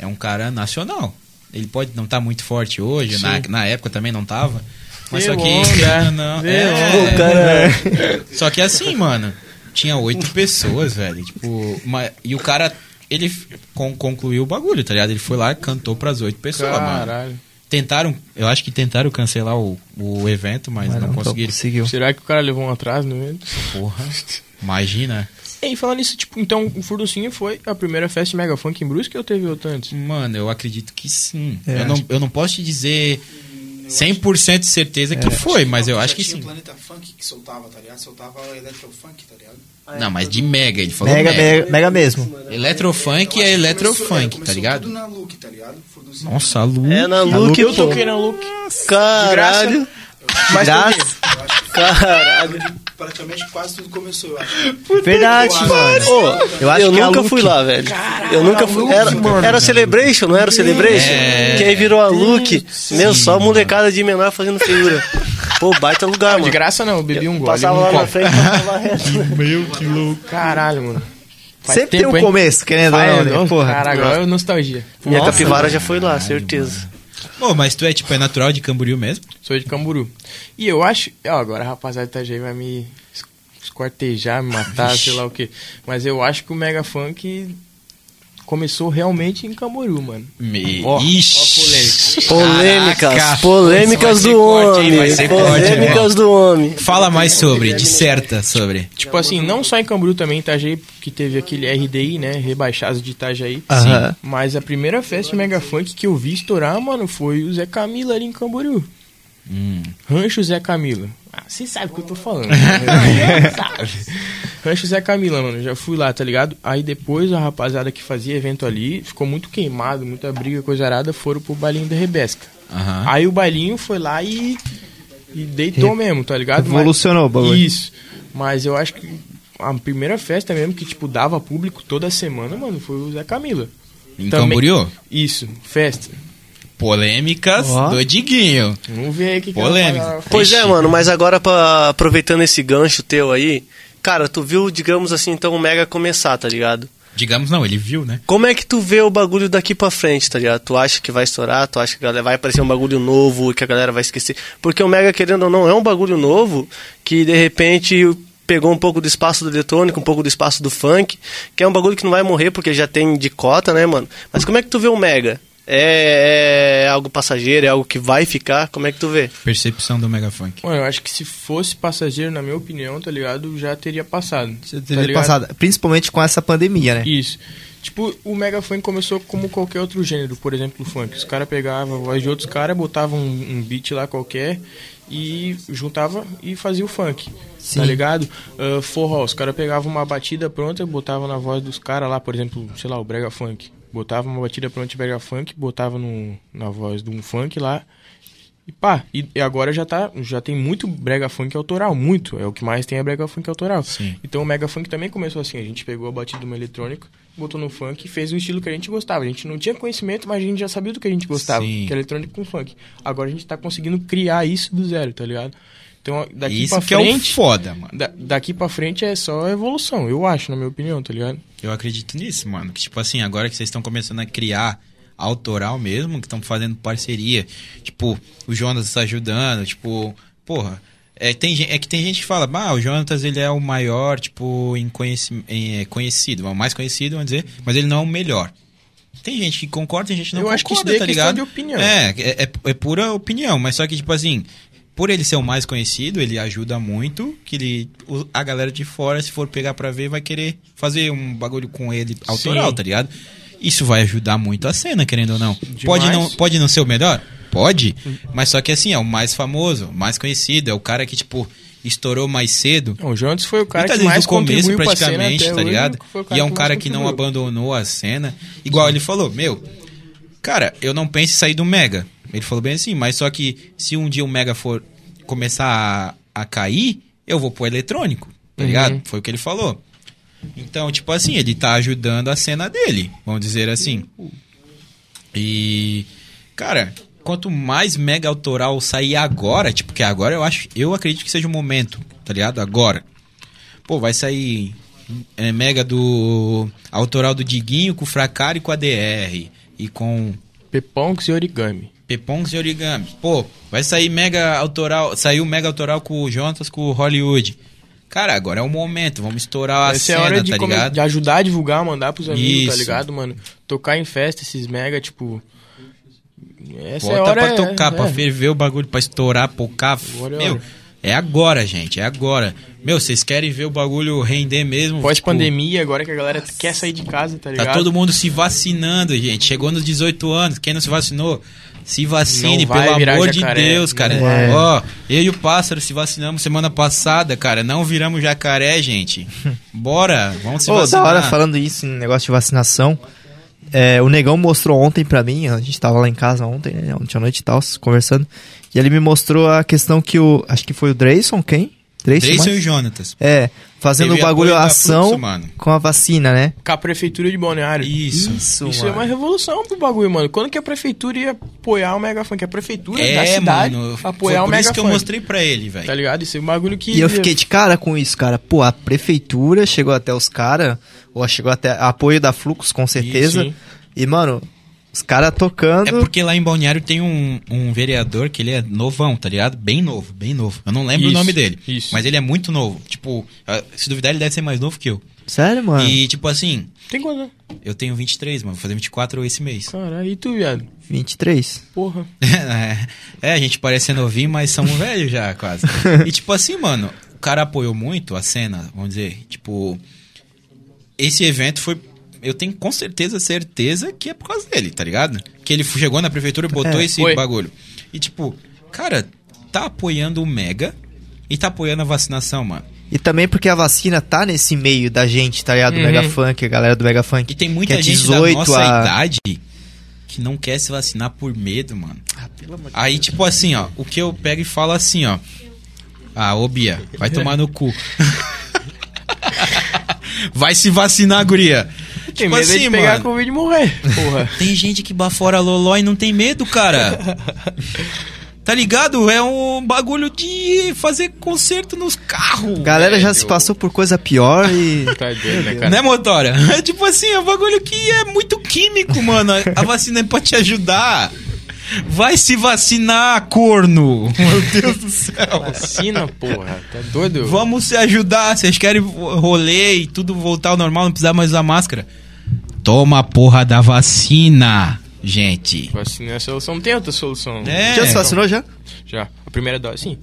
é um cara nacional. Ele pode não estar muito forte hoje, na, na época também não tava. Mas Deu só que. onda, não, deu é, O cara. só que assim, mano, tinha oito pessoas, velho. Tipo, uma- e o cara, ele f- con- concluiu o bagulho, tá ligado? Ele foi lá e cantou pras oito pessoas, mano. Caralho. Tentaram, eu acho que tentaram cancelar o, o evento, mas, não, conseguiram. conseguiu. Será que o cara levou um atraso no meio? Porra, imagina. E falando isso, tipo, então o Furducinho foi a primeira festa de Mega Funk em Brusque ou teve outra antes? Mano, eu acredito que sim. É, eu, não, acho- eu não posso te dizer 100% de certeza que foi, mas eu acho que tinha um sim. o Planeta Funk que soltava, tá ligado? Soltava o Electrofunk, tá ligado? Não, mas de mega, ele falou Mega, mega. mega, mega mesmo. Eletrofunk é eletrofunk, Começou- é, tá começou ligado? Tudo na look, tá ligado? Furduncinho. Nossa, Lu. É na Luke, Luke, Tá eu pô. Toquei na Luke. Caralho. Graças. Caralho. praticamente quase tudo começou, eu acho. Verdade, que mano. pariu. Ô, Eu acho eu que é a nunca Luke. fui lá, velho. eu nunca fui. Era, era Celebration, não era o Celebration? Que aí virou a Luke. Meu, só molecada de menor fazendo figura. Pô, baita lugar, Não, mano. de graça não, eu bebi um gole. Passava um lá na copo. frente, passava reto. Meu, que louco. Caralho, mano. Faz Sempre tem tempo, um hein? começo, querendo ou Faz, não, né? nossa, Porra. Cara, agora é nostalgia. Minha Nossa, né? capivara já foi lá, certeza. Pô, mas tu é, tipo, é natural de Camboriú mesmo? Sou de Camburu. E eu acho. Ó, agora a rapaziada tá aí vai me es- esquartejar, me matar, sei lá o quê. Mas eu acho que o Mega Funk começou realmente em Camboriú, mano. Me... Ó, ó a Ixi. Polêmicas, Caraca. polêmicas Vai ser do corte, hein? homem. Vai ser corte, né? polêmicas irmão. do homem. Fala mais sobre, disserta sobre. Tipo assim, não só em Camboriú também, em Itajaí, que teve aquele RDI, né? Rebaixados de Itajaí. Aham. Mas a primeira festa de Mega Funk que eu vi estourar, mano, foi o Zé Camila ali em Camboriú. Hum, Rancho Zé Camila. Ah, Você sabe o que eu tô falando. né? sabe. Rancho Zé Camila, mano. Já fui lá, tá ligado? Aí depois a rapaziada que fazia evento ali ficou muito queimado, muita briga, coisa arada, foram pro bailinho da Rebesca. Aham. Aí o bailinho foi lá e, e deitou mesmo, tá ligado? Mas- Evolucionou o bagulho. Isso. Mas eu acho que a primeira festa mesmo que, tipo, dava público toda semana, mano, foi o Zé Camila. Em Também- Camboriú? Isso, festa. Polêmicas Ó. do Diguinho. Vamos ver aí o que que Polêmica. ela fala. Pois é, Ixi. mano, mas agora pra- aproveitando esse gancho teu aí, cara, tu viu, digamos assim, então o Mega começar, tá ligado? Digamos não, ele viu, né? Como é que tu vê o bagulho daqui pra frente, tá ligado? Tu acha que vai estourar, tu acha que a galera vai aparecer um bagulho novo e que a galera vai esquecer. Porque o Mega, querendo ou não, é um bagulho novo que de repente pegou um pouco do espaço do eletrônico, um pouco do espaço do funk, que é um bagulho que não vai morrer porque já tem de cota, né, mano? Mas como é que tu vê o Mega? É, é algo passageiro, é algo que vai ficar? Como é que tu vê? Percepção do Mega Funk. Mano, eu acho que se fosse passageiro, na minha opinião, tá ligado? Já teria passado. Você tá teve ligado? passado, principalmente com essa pandemia, né? Isso. Tipo, o Mega Funk começou como qualquer outro gênero, por exemplo, o funk. Os caras pegavam a voz de outros caras, botavam um, um beat lá qualquer e juntava e fazia o funk. Sim. Tá ligado? Ah, forró, os caras pegavam uma batida pronta, botavam na voz dos caras lá, por exemplo, sei lá, o Brega Funk. Botava uma batida pronta de Brega Funk, botava no, na voz de um funk lá. E pá, e, e agora já tá, já tem muito brega funk autoral, muito. É o que mais tem é brega funk autoral. Então o mega funk também começou assim, a gente pegou a batida de uma eletrônica, botou no funk e fez o estilo que a gente gostava. A gente não tinha conhecimento, mas a gente já sabia do que a gente gostava, Sim. que é eletrônico com funk. Agora a gente tá conseguindo criar isso do zero, tá ligado? Então daqui Isso pra que é o frente, foda, mano. da- daqui para frente é só evolução, eu acho, na minha opinião, tá ligado? Eu acredito nisso, mano. Que, tipo assim, agora que vocês estão começando a criar autoral mesmo, que estão fazendo parceria, tipo, o Jonas tá ajudando, tipo, porra. É, tem, gen- é que tem gente que fala, ah, o Jonas ele é o maior, tipo, em conheci, em, é, conhecido, o mais conhecido, vamos dizer, mas ele não é o melhor. Tem gente que concorda, tem gente que não Eu concorda, acho que isso daí é tá questão ligado? de opinião. É, é, é- é pura opinião, mas só que, tipo assim, por ele ser o mais conhecido, ele ajuda muito, que ele, o- a galera de fora, se for pegar pra ver, vai querer fazer um bagulho com ele autoral, Sim. tá ligado? Isso vai ajudar muito a cena, querendo ou não. Pode Demais. não, pode não ser o melhor? Pode, mas só que assim, é o mais famoso, o mais conhecido, é o cara que, tipo, estourou mais cedo, Não, o Jonas foi o cara Muitas que vezes mais do começo, contribuiu pra cena praticamente, até tá hoje, ligado? foi o E é um mais cara que não contribuiu. abandonou a cena. Igual ele falou, meu, cara, eu não penso em sair do Mega. Ele falou bem assim, mas só que se um dia o Mega for começar a, a cair, eu vou pro eletrônico, tá Uhum. ligado? Foi o que ele falou. Então, tipo assim, ele tá ajudando a cena dele, vamos dizer assim. E, cara, quanto mais mega autoral sair agora, tipo, que agora eu acho, eu acredito que seja o momento, tá ligado? Agora. Pô, vai sair é, mega do autoral do Diguinho com o Fracari e com a DR e com Peponks e origami. Pepongs e Origami. Pô, vai sair mega autoral, saiu mega autoral com o Jonas, com o Hollywood. Cara, agora é o momento, vamos estourar a Essa cena, é a hora de, tá come- ligado? de ajudar a divulgar, mandar pros amigos, tá Isso. ligado, mano? Tocar em festa, esses mega, tipo. Essa é a Bota hora pra é- tocar, pra tipo, é. ferver o bagulho, pra estourar, pocar. Agora é Meu, hora. é agora, gente, é agora. Meu, vocês querem ver o bagulho render mesmo? tipo, Pós-pandemia, agora que a galera quer sair de casa, tá ligado? Tá todo mundo se vacinando, gente. Chegou nos 18 anos. Quem não se vacinou, se vacine, Não vai pelo virar amor de jacaré. Deus, cara. Não é. vai. Ó, eu e o pássaro se vacinamos semana passada, cara. Não viramos jacaré, gente. Bora, vamos se Ô, da vacinar. hora falando isso em negócio de vacinação. é, o Negão mostrou ontem pra mim, a gente tava lá em casa ontem, né? Ontem à noite e tal, conversando. E ele me mostrou a questão que o. Acho que foi o Drayson, quem? Três Deison e semanas? Jonatas. É, fazendo o Teve bagulho apoio da ação Fluxo, mano. com a vacina, né? Com a prefeitura de Balneário. Isso. Isso, Isso é mano. uma revolução pro bagulho, mano. Quando que a prefeitura ia apoiar o Mega Funk? A prefeitura da É, cidade mano. Foi apoiar o por Mega isso que eu Funk, mostrei pra ele, velho. Tá ligado? Isso é um bagulho que. E eu fiquei de cara com isso, cara. Pô, a prefeitura chegou até os caras, ou chegou até apoio da Flux, com certeza. sim. E, mano, os caras tocando. É porque lá em Balneário tem um, um vereador que ele é novão, tá ligado? Bem novo, bem novo. Eu não lembro Isso, o nome dele. isso. Mas ele é muito novo. Tipo, ah, se duvidar, ele deve ser mais novo que eu. Sério, mano? E, tipo assim, Tem quanto? eu tenho 23, mano. Vou fazer 24 esse mês. Caralho, e tu, viado? 23. Porra. é, a gente parece ser novinho, mas somos velhos já, quase. E, tipo assim, mano, o cara apoiou muito a cena, vamos dizer. Tipo, esse evento foi. Eu tenho com certeza, certeza que é por causa dele, tá ligado? Que ele chegou na prefeitura e botou É, esse foi. bagulho. E, tipo, cara, tá apoiando o Mega e tá apoiando a vacinação, mano. E também porque a vacina tá nesse meio da gente, tá ligado? Do Uhum. Mega Funk, a galera do Mega Funk. E tem muita que é gente 18 da nossa a- idade que não quer se vacinar por medo, mano. Aí, tipo assim, ó, o que eu pego e falo assim, ó. Ah, ô Bia, vai tomar no cu. vai se vacinar, guria. Tem tipo medo assim, de pegar mano. a Covid e morrer. Porra. Tem gente que bafora loló e não tem medo, cara. tá ligado? É um bagulho de fazer conserto nos carros. Galera já se velho. passou por coisa pior e. tá doido, né, cara? Né, motora? É tipo assim, é um bagulho que é muito químico, mano. A vacina é pra te ajudar. Vai se vacinar, corno. Meu Deus do céu. Vacina, porra. Tá doido? Vamos se ajudar. Vocês querem rolê e tudo voltar ao normal, não precisar mais usar máscara. Toma a porra da vacina, gente. Vacina é a solução. Não tem outra solução. É. já se vacinou já? Já. A primeira dose, sim.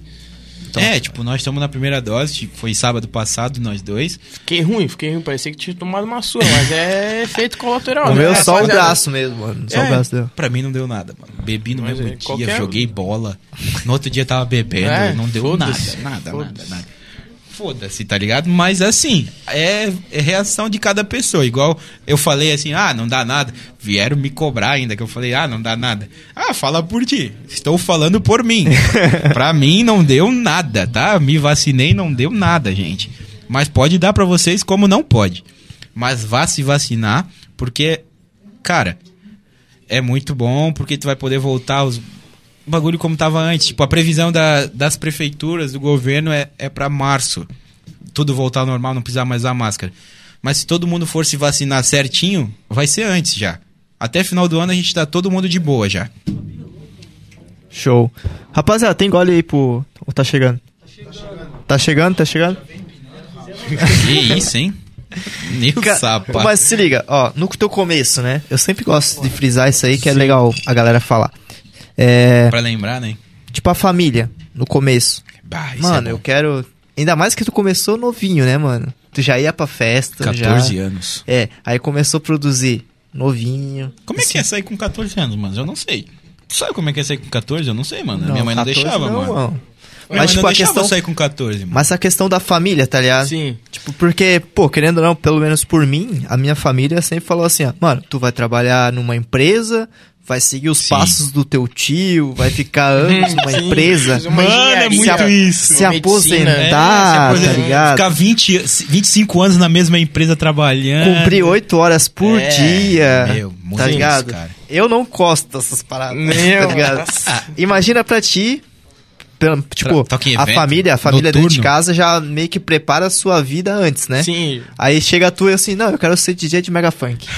então. É, tipo, nós estamos na primeira dose, tipo, foi sábado passado, nós dois. Fiquei ruim, fiquei ruim. Parecia que tinha tomado uma sua, mas é efeito colateral. o né? meu É, só o Rapaziada, braço mesmo, mano. Só É, o braço deu. Pra mim não deu nada, mano. Bebi no Mas mesmo é, dia, qualquer- joguei bola. No outro dia tava bebendo, É, não deu nada, foda-se, nada, nada, foda-se. nada. Foda-se, tá ligado? Mas assim, é, é reação de cada pessoa. Igual eu falei assim, ah, não dá nada. Vieram me cobrar ainda, que eu falei, ah, não dá nada. Ah, fala por ti. Estou falando por mim. pra mim não deu nada, tá? Me vacinei, não deu nada, gente. Mas pode dar pra vocês como não pode. Mas vá se vacinar, porque, cara, é muito bom porque tu vai poder voltar os o bagulho como tava antes. Tipo, a previsão da- das prefeituras, do governo é, é para março. Tudo voltar ao normal, não precisar mais usar máscara. Mas se todo mundo for se vacinar certinho, vai ser antes já. Até final do ano a gente tá todo mundo de boa já. Show. Rapaziada, tem gole aí pro. Ou tá chegando? Tá chegando, tá chegando? Que isso, hein? Meu Ca- sapa. Mas se liga, ó, no teu começo, né? Eu sempre gosto de frisar isso aí, que é legal a galera falar. É. Pra lembrar, né? Tipo a família, no começo. Bah, isso Mano, é eu bom. quero. Ainda mais que tu começou novinho, né, mano? Tu já ia pra festa. 14 já... anos. É, aí começou a produzir novinho. Como é que é sair com 14 anos, mano? Eu não sei. Tu sabe como é que é sair com 14? Eu não sei, mano. Não, Minha mãe não 14 deixava, mano. mano. Mas, Minha mãe tipo, não a deixava eu questão. sair com 14, mano. Mas a questão da família, tá ligado? Sim. Tipo, porque, pô, querendo ou não, pelo menos por mim, a minha família sempre falou assim, ó, mano, tu vai trabalhar numa empresa, vai seguir os Sim. passos do teu tio, vai ficar anos numa Sim, empresa, fiz uma engenharia. isso. se uma medicina, É, né? é aposentar, Por tá exemplo, ligado? Ficar 20, 25 anos na mesma empresa trabalhando. Cumprir oito horas por É, dia, meu, muito tá isso, ligado? cara. Eu não gosto dessas paradas, tá Meu, ligado? Imagina pra ti, pela- tipo, toca em a evento, família, a família dentro de noturno. casa já meio que prepara a sua vida antes, né? Sim. Aí chega tu e assim, não, eu quero ser DJ de Mega Funk.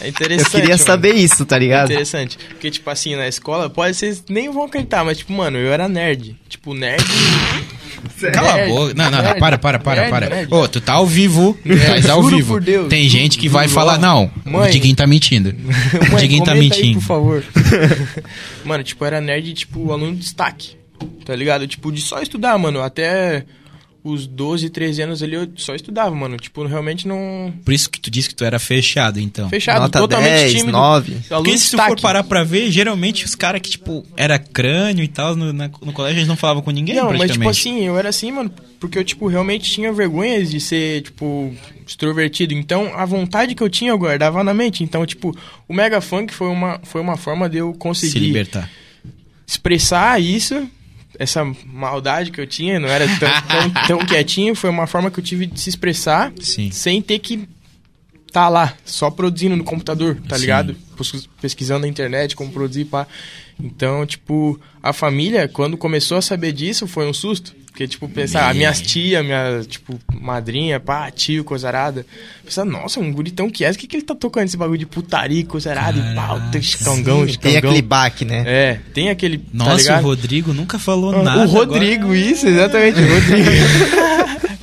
É Eu interessante. queria mano. saber isso, tá ligado? Interessante. Porque, tipo assim, na escola, pode vocês nem vão acreditar, mas, tipo, mano, eu era nerd. Tipo, nerd. Cala a Nerd, boca. Não, não, não, nerd, para, para, para, nerd, para. nerd. Ô, tu tá ao vivo. Mas ao juro vivo. por Deus, Tem gente que vai juro, falar, ó. não, o Mãe. Diguinho tá mentindo. o Mãe, Diguinho tá comenta Aí, mentindo. por favor. mano, tipo, eu era nerd, tipo, aluno de destaque. Tá ligado? Tipo, de só estudar, mano. Até os 12, 13 anos ali, eu só estudava, mano. Tipo, realmente não. Por isso que tu disse que tu era fechado, então. Fechado, Nota totalmente 10, tímido. 9. Aluno Porque de se tu destaque. for parar pra ver, geralmente os caras que, tipo, era crânio e tal, no, na- no colégio eles não falavam com ninguém, Não, mas praticamente. tipo assim, eu era assim, mano, porque eu, tipo, realmente tinha vergonha de ser, tipo, extrovertido. Então, a vontade que eu tinha, eu guardava na mente. Então, tipo, o Mega Funk foi uma, foi uma forma de eu se conseguir libertar. expressar isso, essa maldade que eu tinha, não era tão, tão, tão quietinho, foi uma forma que eu tive de se expressar Sim. sem ter que tá lá, só produzindo no computador, tá Sim. ligado? Pus- Pesquisando na internet como produzir, pá. Então, tipo, a família, quando começou a saber disso, foi um susto. Porque, tipo, pensar, Me- minhas tias, minha, tipo, madrinha, pá, tio, coisarada. Pensar, nossa, um guri tão quieto, o que que ele tá tocando esse bagulho de putaria, e coisarada, e pau, tem escangão, Tem escangão. aquele baque, né? É, tem aquele, tá Nossa, ligado? o Rodrigo nunca falou Ah, nada. O Rodrigo, isso, exatamente, o Rodrigo.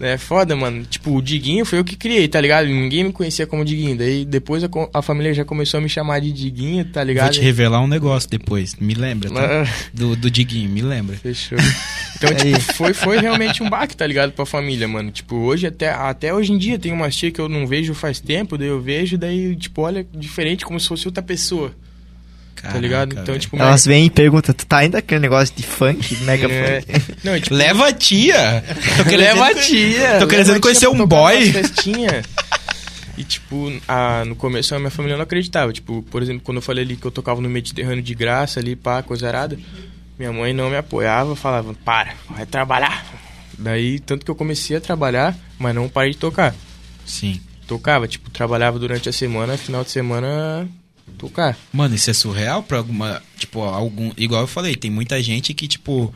é foda, mano. Tipo, o Diguinho foi eu que criei, tá ligado? Ninguém me conhecia como Diguinho. Daí depois a, co- a família já começou a me chamar de Diguinho, tá Agora. ligado? Vou te revelar um negócio depois. Me lembra, tá? Ah, Do, do Diguinho, me lembra. Fechou. Então, tipo, foi, foi realmente um baque, tá ligado? Pra família, mano. Tipo, hoje até, até hoje em dia tem uma tia que eu não vejo faz tempo, daí eu vejo, daí, tipo, olha diferente como se fosse outra pessoa, tá Caraca, ligado? Então, velho. tipo, Elas vêm e perguntam, tu tá ainda aquele negócio de funk, mega É. funk? Não, tipo, É Leva a tia! Tô querendo- Leva a tia. Tô querendo leva a conhecer tia um pra tocar boy. nas festinhas. E, tipo, a- no começo a minha família não acreditava. Tipo, por exemplo, quando eu falei ali que eu tocava no Mediterrâneo de graça ali, pá, coisa arada, minha mãe não me apoiava, falava, para, vai trabalhar. Daí, tanto que eu comecei a trabalhar, mas não parei de tocar. Sim. Tocava, tipo, trabalhava durante a semana, final de semana, tocar. Mano, isso é surreal pra alguma. Tipo, algum. Igual eu falei, tem muita gente que, tipo.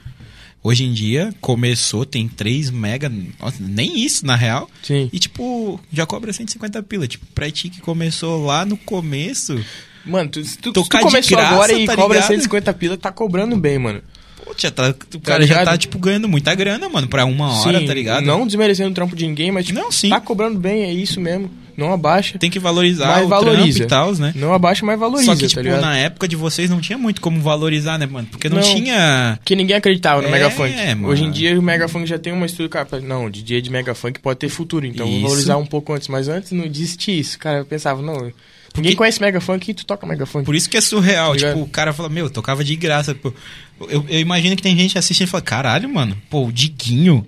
Hoje em dia começou, tem 3 mega. nossa, nem isso, na real. Sim. E, tipo, já cobra 150 pila. Tipo, pra ti que começou lá no começo. Mano, tu, se tu, se tu Tocar de começou graça, agora e tá cobra ligado? 150 pila, tá cobrando bem, mano. Pô, tia, tá- o cara já ligado? tá, tipo, ganhando muita grana, mano, pra uma hora, Sim, tá ligado? Não desmerecendo o trampo de ninguém, mas tipo, Não, sim. tá cobrando bem, é isso mesmo. Não abaixa. Tem que valorizar Mas o valoriza. trampo e tal, né? Não abaixa, mas valoriza, Só que, tipo, tá ligado? na época de vocês não tinha muito como valorizar, né, mano? Porque não, Não. tinha. Porque ninguém acreditava no É, Mega Funk. mano. Hoje em dia o Mega Funk já tem uma estrutura. Cara, fala, não, o DJ de Mega Funk pode ter futuro, então vou Isso. valorizar um pouco antes. Mas antes não existia isso, cara. Eu pensava, não, ninguém conhece Mega Funk e tu toca Mega Funk. Por isso que é surreal. Tá ligado? Tipo, o cara fala, meu, eu tocava de graça. Pô. Eu, eu imagino que tem gente assistindo e fala, caralho, mano, pô, o Diguinho.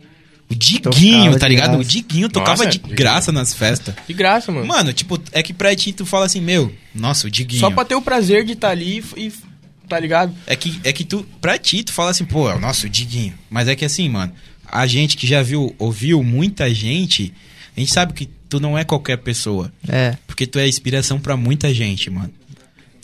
O Diguinho, Tocava tá de ligado? O graça. Diguinho tocava Nossa, de Diguinho. Uhum. graça nas festas. De graça, mano. Mano, tipo, é que pra ti tu fala assim, meu, nossa, o Diguinho. Só pra ter o prazer de estar ali e. e- Tá ligado? É que, é que tu, pra ti, tu fala assim, pô, é o nosso Diguinho. Mas é que assim, mano, a gente que já viu, ouviu muita gente, a gente sabe que tu não é qualquer pessoa. É. Porque tu é inspiração pra muita gente, mano.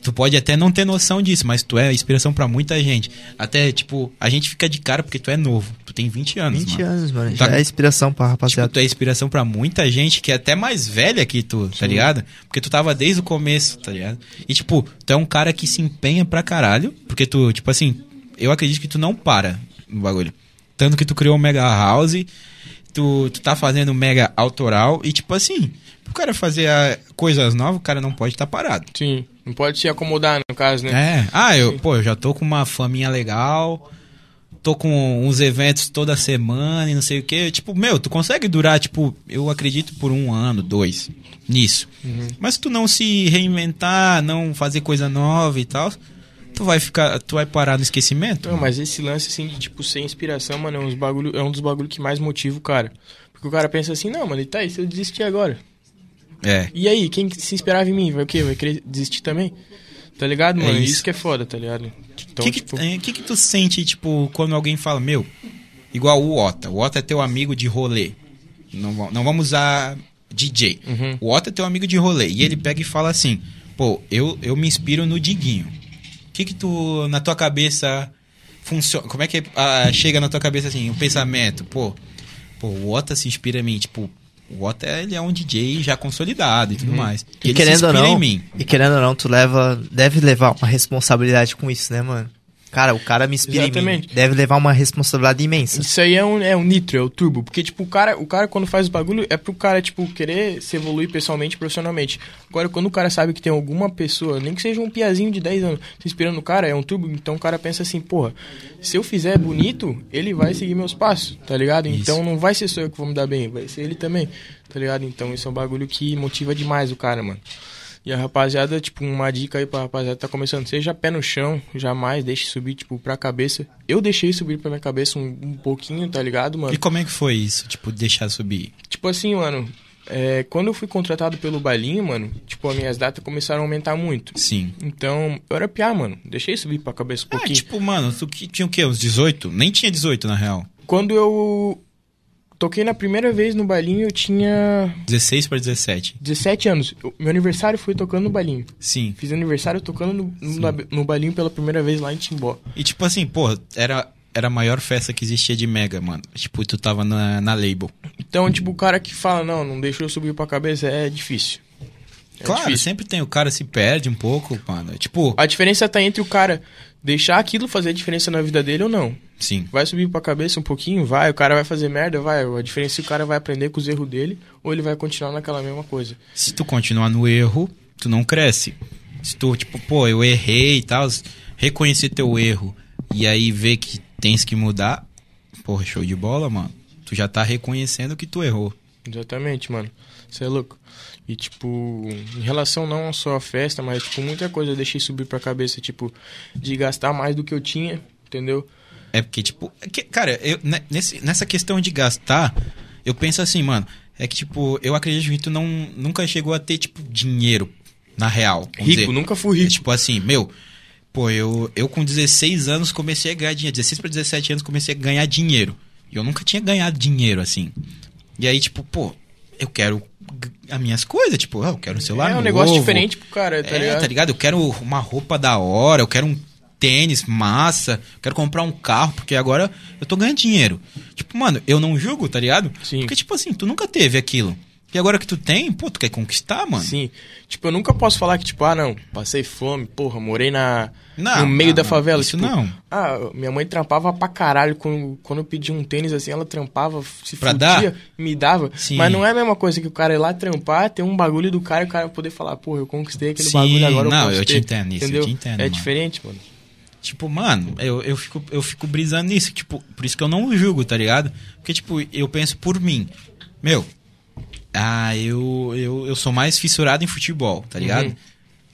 Tu pode até não ter noção disso, mas tu é inspiração pra muita gente. Até, tipo, a gente fica de cara porque tu é novo. Tu tem 20 anos, 20 mano. anos, mano. Tá- Já é inspiração pra Tipo, rapaziada. tu é inspiração pra muita gente que é até mais velha que tu, tá ligado? Porque tu tava desde o começo, tá ligado? E, tipo, tu é um cara que se empenha pra caralho, porque tu, tipo assim, eu acredito que tu não para no bagulho. Tanto que tu criou o Mega House, tu, tu tá fazendo Mega Autoral, e, tipo assim, pro cara fazer ah, coisas novas, o cara não pode estar parado. Sim. Não pode se acomodar, no caso, né? É. Ah, eu, pô, eu já tô com uma faminha legal. Tô com uns eventos toda semana e não sei o que. Tipo, meu, tu consegue durar, tipo, eu acredito por um ano, dois, nisso. Mas se tu não se reinventar, não fazer coisa nova e tal, tu vai ficar, tu vai parar no esquecimento. Não, mas esse lance, assim, de, tipo, sem inspiração, mano, é, uns bagulho, é um dos bagulhos que mais motiva o cara. Porque o cara pensa assim, não, mano, e tá aí, se eu desistir agora? É. E aí, quem que se inspirava em mim? Vai o quê? Vai querer desistir também? Tá ligado, É mano? isso. isso. que é foda, tá ligado? O Então, que, que, tipo, eh, que que tu sente, tipo, quando alguém fala, meu, igual o Ota. O Ota é teu amigo de rolê. Não, va- não vamos usar DJ. Uhum. O Ota é teu amigo de rolê. E ele pega e fala assim, pô, eu, eu me inspiro no Diguinho. O que que tu, na tua cabeça, funciona? Como é que ah, chega na tua cabeça, assim, o pensamento? Pô, pô, o Ota se inspira em mim, tipo... O Ota, ele é um DJ já consolidado e tudo mais. Uhum. E ele se querendo ou inspira não, em mim. e querendo ou não, tu leva, deve levar uma responsabilidade com isso, né, mano? Cara, o cara me inspira em mim. Exatamente. Deve levar uma responsabilidade imensa. isso aí é um, é um nitro, é o turbo. Porque, tipo, o cara, o cara quando faz o bagulho é pro cara, tipo, querer se evoluir pessoalmente, profissionalmente. Agora, quando o cara sabe que tem alguma pessoa, nem que seja um piazinho de 10 anos, se inspirando no cara, é um turbo, então o cara pensa assim, porra, se eu fizer bonito, ele vai seguir meus passos, tá ligado? Então não vai ser só eu que vou me dar bem, vai ser ele também, tá ligado? Então isso é um bagulho que motiva demais o cara, mano. E a rapaziada, tipo, uma dica aí pra rapaziada que tá começando, seja pé no chão, jamais deixe subir, tipo, pra cabeça. Eu deixei subir pra minha cabeça um, um pouquinho, tá ligado, mano? E como é que foi isso, tipo, deixar subir? Tipo assim, mano, é, quando eu fui contratado pelo bailinho, mano, tipo, as minhas datas começaram a aumentar muito. Sim. Então, eu era piá, mano. Deixei subir pra cabeça um Ah, pouquinho. tipo, mano, tu que tinha o quê? Uns 18? Nem tinha 18, na real. Quando eu toquei na primeira vez no bailinho, eu tinha 16 pra 17. 17 anos. Eu- Meu aniversário foi tocando no bailinho. Sim. Fiz aniversário tocando no, no, lab- no balinho pela primeira vez lá em Timbó. E tipo assim, porra, era, era a maior festa que existia de Mega, mano. Tipo, tu tava na, na label. Então, tipo, o cara que fala, não, não deixou eu subir pra cabeça, é difícil. É claro, difícil. sempre tem, o cara se perde um pouco, mano. Tipo, A diferença tá entre o cara deixar aquilo fazer diferença na vida dele ou não. sim. Vai subir pra cabeça um pouquinho? Vai. O cara vai fazer merda? Vai. A diferença é que o cara vai aprender com os erros dele ou ele vai continuar naquela mesma coisa. Se tu continuar no erro, tu não cresce. Se tu, tipo, pô, eu errei e tal, reconhecer teu erro e aí ver que tens que mudar, porra, show de bola, mano. Tu já tá reconhecendo que tu errou. Exatamente, mano. Você é louco. E, tipo, em relação não só à festa, mas, tipo, muita coisa eu deixei subir pra cabeça, tipo, de gastar mais do que eu tinha, entendeu? É porque, tipo, é que, cara, eu, né, nesse- nessa questão de gastar, eu penso assim, mano. É que, tipo, eu acredito que tu não, nunca chegou a ter, tipo, dinheiro, na real. vamos Rico, dizer. nunca fui É rico. tipo assim, meu, pô, eu, eu com 16 anos comecei a ganhar dinheiro. 16 pra 17 anos comecei a ganhar dinheiro. E eu nunca tinha ganhado dinheiro, assim. E aí, tipo, pô, eu quero g- as minhas coisas, tipo, ah, eu quero um celular é um novo, negócio diferente pro cara, tá é, ligado? tá ligado? Eu quero uma roupa da hora, eu quero um tênis massa, eu quero comprar um carro, porque agora eu tô ganhando dinheiro. Tipo, mano, eu não julgo, tá ligado? Sim. Porque, tipo assim, tu nunca teve aquilo. E agora que tu tem, pô, tu quer conquistar, mano? Sim. Tipo, eu nunca posso falar que, tipo, ah, não, passei fome, porra, morei na... Não, no meio não, da não. favela. Isso tipo, não. Ah, minha mãe trampava pra caralho. Quando, quando eu pedi um tênis, assim, ela trampava, se Pra fudia, dar? me dava. Sim. Mas não é a mesma coisa que o cara ir lá trampar, ter um bagulho do cara e o cara poder falar, porra, eu conquistei aquele Sim, bagulho, agora não, eu posso eu te ter", entendo nisso, eu entendeu? te entendo, É mano. diferente, mano. Tipo, mano, eu, eu, fico, eu fico brisando nisso. Tipo, por isso que eu não julgo, tá ligado? Porque, tipo, eu penso por mim. Meu, ah, eu, eu, eu sou mais fissurado em futebol, tá ligado? Uhum.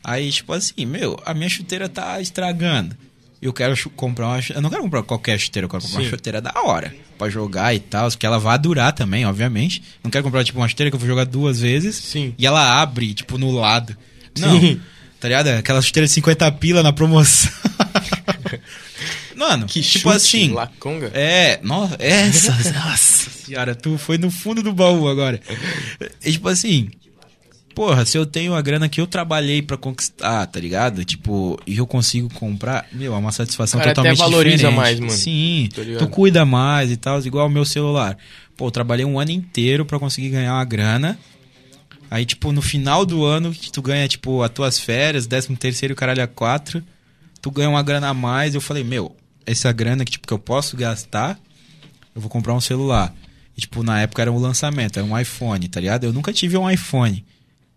Aí, tipo assim, meu, a minha chuteira tá estragando. Eu quero chu- comprar uma. chu- Eu não quero comprar qualquer chuteira, eu quero comprar uma Sim. chuteira da hora. Pra jogar e tal, que ela vai durar também, obviamente. Não quero comprar, tipo, uma chuteira que eu vou jogar duas vezes. Sim. E ela abre, tipo, no lado. Não. Sim. Tá ligado? Aquela chuteira de 50 pila na promoção. Mano, Que tipo chute, assim. Laconga. É, nossa, essa, nossa senhora, tu foi no fundo do baú agora. É, tipo assim, porra, se eu tenho a grana que eu trabalhei pra conquistar, tá ligado? Tipo, e eu consigo comprar, meu, é uma satisfação O cara até totalmente valoriza diferente. mais, mano. Sim, Tô ligado. tu cuida mais e tal, igual o meu celular. Pô, eu trabalhei um ano inteiro pra conseguir ganhar uma grana. Aí, tipo, no final do ano, que tu ganha, tipo, as tuas férias, décimo terceiro, caralho, a quatro. Tu ganha uma grana a mais. Eu falei, meu, essa grana que, tipo, que eu posso gastar, eu vou comprar um celular. E, tipo, na época era um lançamento, era um iPhone, tá ligado? Eu nunca tive um iPhone.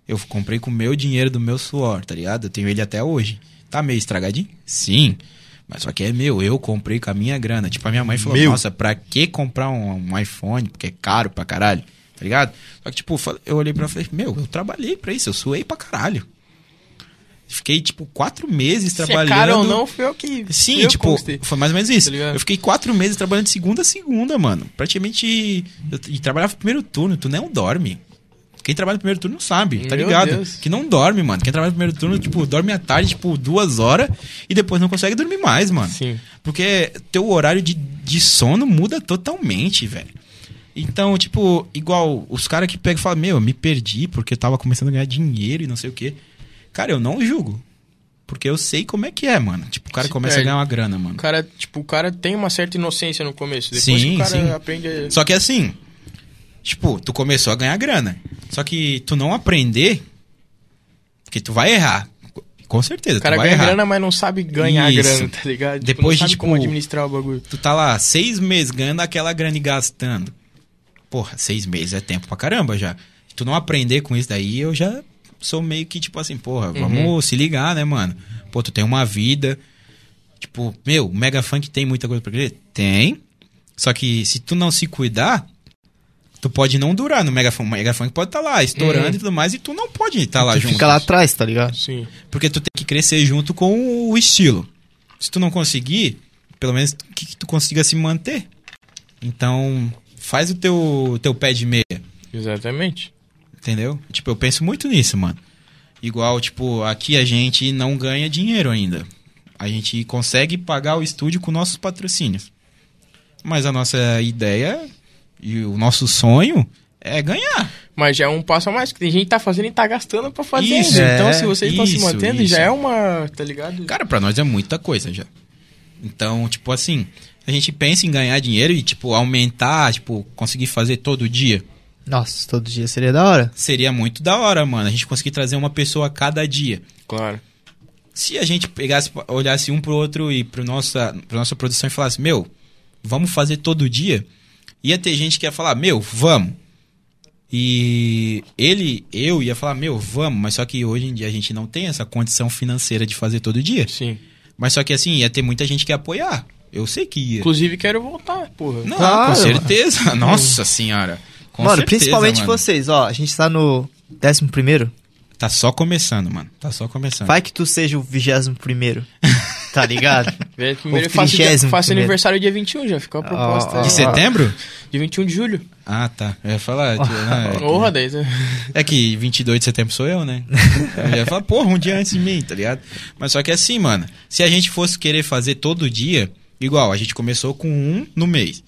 Eu comprei com o meu dinheiro do meu suor, tá ligado? Eu tenho ele até hoje. Tá meio estragadinho? Sim. Mas só que é meu, eu comprei com a minha grana. Tipo, a minha mãe falou, nossa, pra que comprar um, um iPhone? Porque é caro pra caralho, tá ligado? Só que, tipo, eu falei- eu olhei pra ela e falei, meu, eu trabalhei pra isso, eu suei pra caralho. Fiquei, tipo, quatro meses Se é trabalhando. cara ou não, foi eu que. Sim, fui eu que tipo, conquistei. foi mais ou menos isso. Tá ligado? eu fiquei quatro meses trabalhando de segunda a segunda, mano. Praticamente. Eu, e trabalhava no primeiro turno, tu não dorme. Quem trabalha no primeiro turno sabe, tá Meu ligado? Deus. Que não dorme, mano. Quem trabalha no primeiro turno, tipo, dorme à tarde, tipo, duas horas e depois não consegue dormir mais, mano. Sim. Porque teu horário de, de sono muda totalmente, velho. Então, tipo, igual os caras que pegam e falam, meu, eu me perdi porque eu tava começando a ganhar dinheiro e não sei o quê. Cara, eu não julgo. Porque eu sei como é que é, mano. Tipo, o cara Se começa perde. a ganhar uma grana, O mano. cara, tipo, o cara tem uma certa inocência no começo. Depois Sim, que o cara sim. aprende a. Só que assim, tipo, tu começou a ganhar grana. Só que tu não aprender, porque tu vai errar. Com certeza, O cara tu vai ganha errar. grana, mas não sabe ganhar Isso. grana, tá ligado? Tipo, Depois de, não sabe tipo, como administrar o bagulho. Tu tá lá seis meses ganhando aquela grana e gastando. Porra, seis meses é tempo pra caramba já. Tu não aprender com isso daí, eu já sou meio que tipo assim, porra, vamos se ligar, né, mano? Pô, tu tem uma vida. Tipo, meu, o Mega Funk tem muita coisa pra crescer? Tem. Só que se tu não se cuidar, tu pode não durar no Mega Funk. O Mega Funk pode estar lá estourando Uhum. e tudo mais, e tu não pode estar lá tu junto. fica lá atrás, tá ligado? Sim. Porque tu tem que crescer junto com o estilo. Se tu não conseguir, pelo menos que, que tu consiga se manter. Então, faz o teu, teu pé de meia. Exatamente. Entendeu? Tipo, eu penso muito nisso, mano. Igual, tipo, aqui a gente não ganha dinheiro ainda. A gente consegue pagar o estúdio com nossos patrocínios. Mas a nossa ideia e o nosso sonho é ganhar. Mas já é um passo a mais, que tem gente que tá fazendo e tá gastando pra fazer. Isso, ainda. então, é, se vocês estão se isso, mantendo, isso. já é uma, tá ligado? Cara, pra nós é muita coisa já. Então, tipo assim, a gente pensa em ganhar dinheiro e, tipo, aumentar, tipo, conseguir fazer todo dia. Nossa, todo dia seria da hora. Seria muito da hora, mano. A gente conseguir trazer uma pessoa a cada dia. Claro. Se a gente pegasse, olhasse um pro outro e pro nossa, pra nossa produção e falasse, meu, vamos fazer todo dia, ia ter gente que ia falar, meu, vamos. E ele, eu ia falar, meu, vamos, mas só que hoje em dia a gente não tem essa condição financeira de fazer todo dia. Sim. Mas só que assim, ia ter muita gente que ia apoiar. Eu sei que ia. Inclusive, quero voltar, porra. Não, Claro, com mano. certeza. Nossa senhora. Com mano, certeza, principalmente mano. vocês, ó. A gente tá no 11 primeiro. Tá só começando, mano. Tá só começando. Vai que tu seja o 21 primeiro. tá ligado? Velho, É primeiro O eu faço, dia, 30º faço primeiro. aniversário dia 21, já ficou a proposta. Ah, De aí. setembro? Dia 21 de julho. Ah, tá. Eu ia falar. tio, né, é que- Porra, daí. né? É que 22 de setembro sou eu, né? Eu ia falar, porra, um dia antes de mim, tá ligado? Mas só que é assim, mano. Se a gente fosse querer fazer todo dia, igual, a gente começou com um no mês.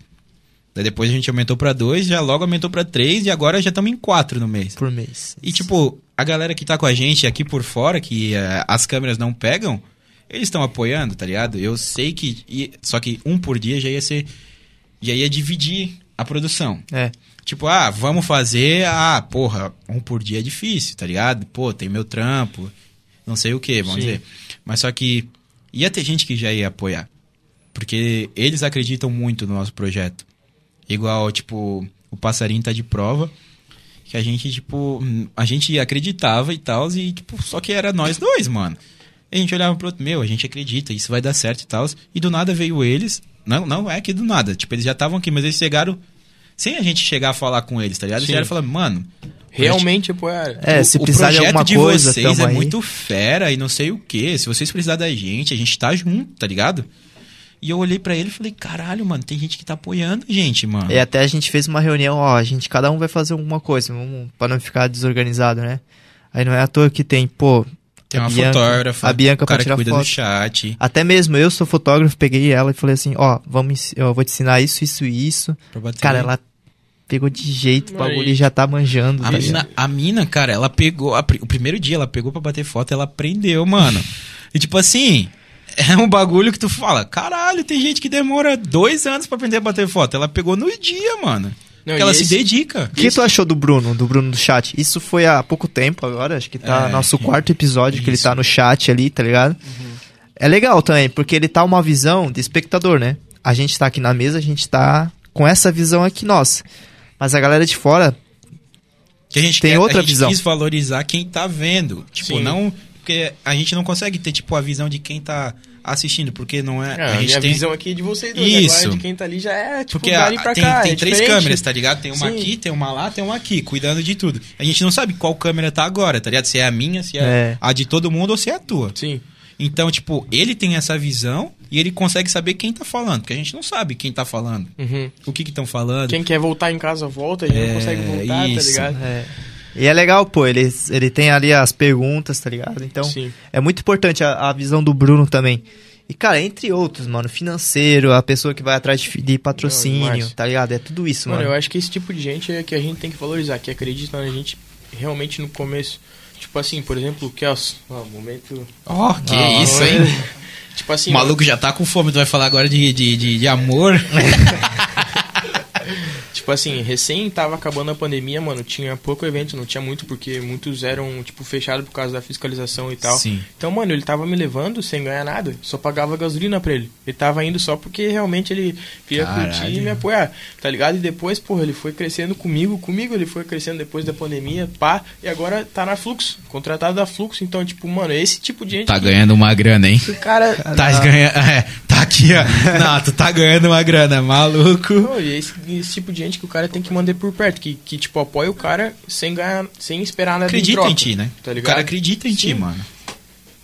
Daí depois a gente aumentou pra dois, já logo aumentou pra três e agora já estamos em quatro no mês. Por mês. E tipo, a galera que tá com a gente aqui por fora, que eh, as câmeras não pegam, eles estão apoiando, tá ligado? Eu sei que. e- só que um por dia já ia ser. Já ia dividir a produção. É. Tipo, ah, vamos fazer. Ah, porra, um por dia é difícil, tá ligado? Pô, tem meu trampo, não sei o que, vamos Sim. dizer. Mas só que ia ter gente que já ia apoiar. Porque eles acreditam muito no nosso projeto. Igual, tipo, o passarinho tá de prova. Que a gente, tipo, hum, a gente acreditava e tal, e, tipo, só que era nós dois, mano. E a gente olhava pro outro, meu, a gente acredita, isso vai dar certo e tal. E do nada veio eles. Não, não é que do nada. Tipo, eles já estavam aqui, mas eles chegaram sem a gente chegar a falar com eles, tá ligado? Eles Sim. chegaram e falaram, mano, Realmente apoiaram. É, se precisar de projeto alguma de coisa, vocês tamo é aí. muito fera e não sei o que. Se vocês precisarem da gente, a gente tá junto, tá ligado? E eu olhei pra ele e falei, caralho, mano, tem gente que tá apoiando a gente, mano. E até a gente fez uma reunião, ó, a gente cada um vai fazer alguma coisa, vamos, pra não ficar desorganizado, né? Aí não é à toa que tem, pô, tem a uma Bianca- fotógrafa, a Bianca o cara pra tirar que cuida foto. do chat. Até mesmo eu sou fotógrafo, peguei ela e falei assim, ó, vamos, ens- eu vou te ensinar isso, isso e isso. pra bater. Cara, ela pegou de jeito o Olha bagulho aí. e já tá manjando. tá A ligado? mina, a mina, cara, ela pegou. a pri- o primeiro dia ela pegou pra bater foto, ela aprendeu, mano. E tipo assim, é um bagulho que tu fala, caralho, tem gente que demora dois anos pra aprender a bater foto. Ela pegou no dia, mano. Não, Porque e ela se esse- dedica. O que tu achou do Bruno, do Bruno do chat? Isso foi há pouco tempo agora, acho que tá É, nosso que- quarto episódio que ele isso. Uhum. tá no chat ali, tá ligado? É legal também, porque ele tá uma visão de espectador, né? A gente tá aqui na mesa, a gente tá com essa visão aqui nossa. Mas a galera de fora, Que a gente Tem quer- outra a gente visão. quis valorizar quem tá vendo. Tipo, Sim. não. Porque a gente não consegue ter, tipo, a visão de quem tá assistindo, porque não é. É, a a gente minha tem. visão aqui é de vocês dois. né? Isso. Agora de quem tá ali já é, tipo, Porque dali a- pra tem, cá. tem é três diferente. câmeras, tá ligado? Tem uma Sim. aqui, tem uma lá, tem uma aqui, cuidando de tudo. A gente não sabe qual câmera tá agora, tá ligado? Se é a minha, se é, É. a de todo mundo ou se é a tua. Sim. Então, tipo, ele tem essa visão e ele consegue saber quem tá falando, porque a gente não sabe quem tá falando, Uhum. o que que estão falando. Quem quer voltar em casa volta, a gente É, não consegue voltar, isso. né? tá ligado? é... e é legal, pô, ele, ele tem ali as perguntas, tá ligado? Então, Sim. é muito importante a, a visão do Bruno também. E, cara, entre outros, mano, financeiro, a pessoa que vai atrás de, de patrocínio, demais. tá ligado? É tudo isso, Mano, mano. eu acho que esse tipo de gente é que a gente tem que valorizar, que acredita na gente realmente no começo. Tipo assim, por exemplo, o Kels. Ó, momento. Ó, que Ah, isso, hein? Tipo assim, O maluco já tá com fome, tu vai falar agora de, de, de, de amor. Tipo assim, recém tava acabando a pandemia, mano, tinha pouco evento, não tinha muito, porque muitos eram, tipo, fechados por causa da fiscalização e tal. Sim. Então, mano, ele tava me levando sem ganhar nada, só pagava gasolina pra ele. Ele tava indo só porque realmente ele queria Caralho. curtir e me apoiar, tá ligado? E depois, porra, ele foi crescendo comigo, comigo ele foi crescendo depois da pandemia, pá, e agora tá na Fluxo, contratado da Fluxo. Então, tipo, mano, esse tipo de gente. Tá ganhando uma grana, hein? que o cara. Tá ganhando. É, tá aqui, ó. Não, tu tá ganhando uma grana, maluco. Não, e esse, esse tipo de gente que o cara tem que manter por perto, que, que tipo, apoia o cara sem ganhar, sem esperar nada em Acredita troca, em ti, né? Tá o ligado? cara acredita em ti, Sim. mano.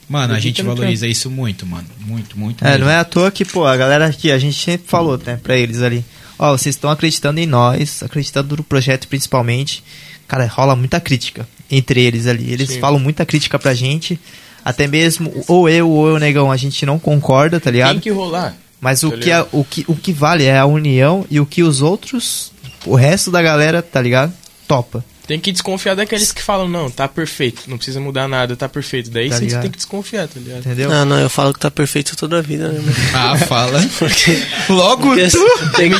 Mano, a Acredita gente no valoriza isso muito, mano. Muito, muito. É, mesmo. não é à toa que, pô, a galera aqui, a gente sempre falou, né, pra eles ali. Ó, vocês estão acreditando em nós, acreditando no projeto principalmente. cara, rola muita crítica entre eles ali. Eles falam muita crítica pra gente. Até mesmo, ou eu ou eu, negão, a gente não concorda, tá ligado? Tem que rolar. Mas o Tá que, a- o, que, o que vale é a união e o que os outros, o resto da galera, tá ligado? Topa. Tem que desconfiar daqueles que falam, não, tá perfeito, não precisa mudar nada, tá perfeito. Daí Tá sim você ligado? tem que desconfiar, tá ligado? Entendeu? Não, não, eu falo que tá perfeito toda a vida, né? mano? Ah, fala. Porque Logo Porque tu. Tem,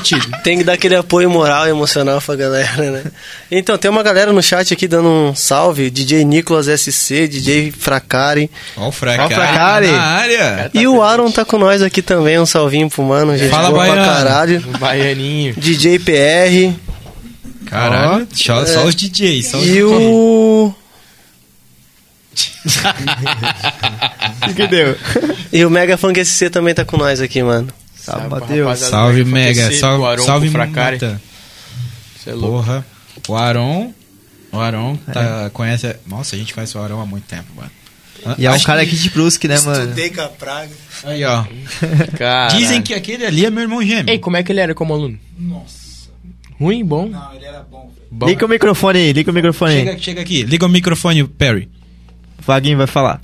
tem que dar aquele apoio moral e emocional pra galera, né? Então, tem uma galera no chat aqui dando um salve. DJ Nicolas SC, DJ Fracari. Tá Ó o Fracari. Tá Ó o Fracari. Na área. e o Aaron tá com nós aqui também, um salvinho pro mano. Gente Fala, boa pra Baiano. caralho. O Um baianinho. DJ PR. Caralho. Só, só os DJs. Só os E o... Entendeu? E o Mega Funk SC também tá com nós aqui, mano. Salve, Sabe, Matheus. rapaziada. Salve, Vai Mega. acontecer, é o Salve, Aron salve pro Fracari. Matan. Você é louco. Porra. O Aron. O Aron tá, conhece. Nossa, a gente conhece o Aron há muito tempo, mano. Ah, E é um Acho cara aqui de Brusque, É, né, mano? Estudei com a praga. que- Aí, ó. Caralho. Dizem que aquele ali é meu irmão gêmeo. Ei, como é que ele era como aluno? Nossa. Ruim, bom? Não, ele era bom, velho. Bom. Liga o microfone aí, liga o microfone aí. Chega, chega aqui. Liga o microfone, Perry. Vaguinho vai falar.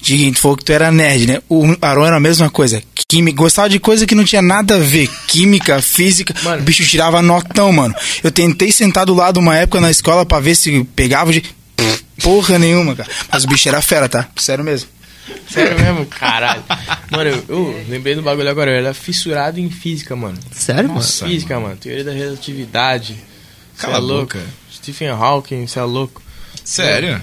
Diguinho, tu falou que tu era nerd, né? O Aron era a mesma coisa. Química, gostava de coisa que não tinha nada a ver. Química, física, Mano. o bicho tirava notão, mano. Eu tentei sentar do lado uma época na escola pra ver se pegava de. Porra nenhuma, cara. Mas o bicho era fera, tá? Sério mesmo. Sério mesmo? Caralho. Mano, eu, eu lembrei do bagulho agora. Eu era fissurado em física, mano. Sério, Nossa. Física, mano. Teoria da relatividade. Cê Cala é a louco. boca. Stephen Hawking, você é louco. Sério?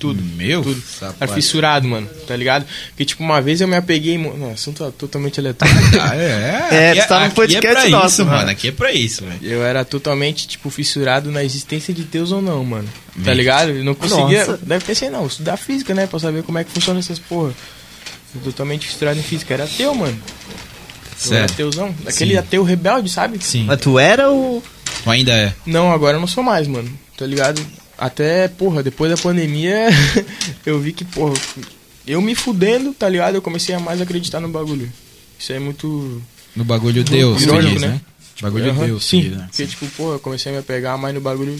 Tudo. Meu? Tudo. sapato. Era fissurado, mano, tá ligado? Porque, tipo, uma vez eu me apeguei. mu- Não, assunto é totalmente aleatório. Ah, É, é. tu tá no podcast pra nosso, isso, mano. mano. Aqui é pra isso, velho. Eu era totalmente, tipo, fissurado na existência de Deus ou não, mano. Tá ligado? Eu não conseguia. Nossa. Deve ter sido, não. Estudar física, né? Pra saber como é que funciona essas porra. Eu totalmente fissurado em física. Era ateu, mano. Eu era Sério. ateuzão. Daquele Sim. ateu rebelde, sabe? Sim. Mas tu era o. Ou ainda é. Não, agora eu não sou mais, mano. Tá ligado? Até, porra, depois da pandemia, eu vi que, porra, eu me fudendo, tá ligado? Eu comecei a mais acreditar no bagulho. Isso aí é muito No bagulho Deus, tu Irônico, diz, né? né? Bagulho Aham, Deus, tu Sim, diz, né? porque, tipo, pô, eu comecei a me pegar mais no bagulho.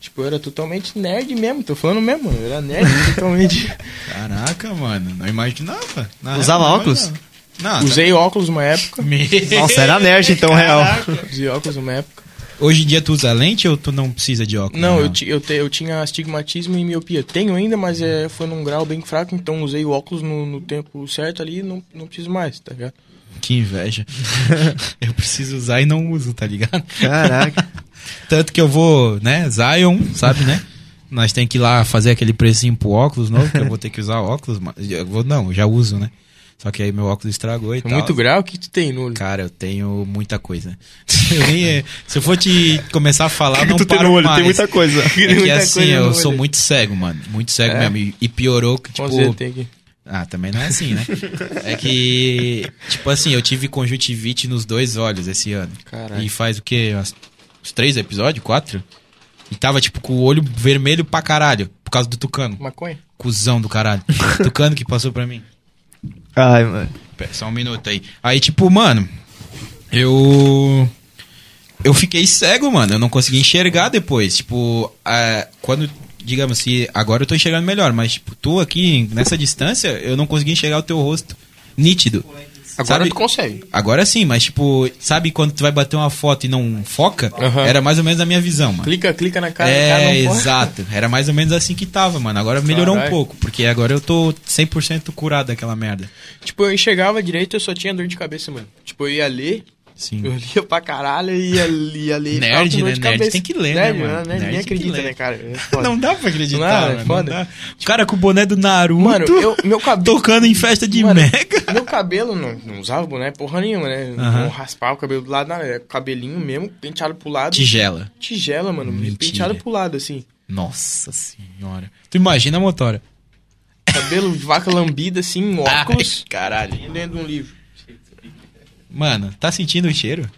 Tipo, eu era totalmente nerd mesmo, tô falando mesmo, mano. Eu era nerd Ah, totalmente. tipo, Caraca, mano, não imaginava. Na Usava real, não óculos? imaginava. Não, tá- Usei óculos uma época. Me- Nossa, era nerd então, real. Usei óculos uma época. Hoje em dia tu usa lente ou tu não precisa de óculos? Não, eu, ti- eu, te- eu tinha astigmatismo e miopia. Tenho ainda, mas é, foi num grau bem fraco, então usei o óculos no, no tempo certo ali e não, não preciso mais, tá ligado? Que inveja. eu preciso usar e não uso, tá ligado? Caraca. Tanto que eu vou, né, Zion, sabe, né? Nós tem que ir lá fazer aquele precinho pro óculos novo, que eu vou ter que usar óculos, mas eu vou, não, eu já uso, né? Só que aí meu óculos estragou e É tal. muito grau, o que tu tem no olho? Cara, eu tenho muita coisa. Eu nem- eh, se eu for te começar a falar, não paro mais. coisa. É que Muita assim, coisa eu no sou olho. muito cego, mano. Muito cego É? mesmo. E, e piorou que, tipo. Com Z tem aqui. Ah, também não é assim, né? é que, tipo assim, eu tive conjuntivite nos dois olhos esse ano. Caralho. E faz o quê? Umas- Uns três episódios? Quatro? E tava, tipo, com o olho vermelho pra caralho. Por causa do tucano. Maconha? Cusão do caralho. tucano que passou pra mim. Ai, mano. Pera, Só um minuto aí. Aí, tipo, mano, eu. Eu fiquei cego, mano. Eu não consegui enxergar depois. Tipo, ah, quando. Digamos assim, agora eu tô enxergando melhor, mas, tipo, tu aqui, nessa distância, eu não consegui enxergar o teu rosto nítido. Agora Sabe- tu consegue. Agora sim, mas, tipo, sabe quando tu vai bater uma foto e não foca? Aham. Era mais ou menos a minha visão, mano. Clica, clica na cara, um, é, cara não pode. exato. Era mais ou menos assim que tava, mano. Agora melhorou um Caralho. pouco, porque agora eu tô 100% curado daquela merda. Tipo, eu enxergava direito, eu só tinha dor de cabeça, mano. Tipo, eu ia ler, Sim. eu lia pra caralho e ia, ia ler. Hum. Nerd, né? Nerd tem que ler, né, mano? Nerd, Nerd nem tem que acredita, ler. né, cara? É foda. Não dá pra Não, acreditar, é mano. foda. Não dá. O cara com o boné do Naruto Mano, eu, meu cabelo. tocando em festa de Mano, mega. Meu cabelo não, não usava boné porra nenhuma, né? Aham. Não raspava o cabelo do lado, nada. Era cabelinho mesmo, penteado pro lado. Tigela. Hum, Tigela, mano. Mentira. Penteado pro lado, assim. Nossa senhora. Tu imagina a motora. Cabelo de vaca lambida, assim, óculos. Ai, caralho. Lendo um livro. Mano, tá sentindo o cheiro?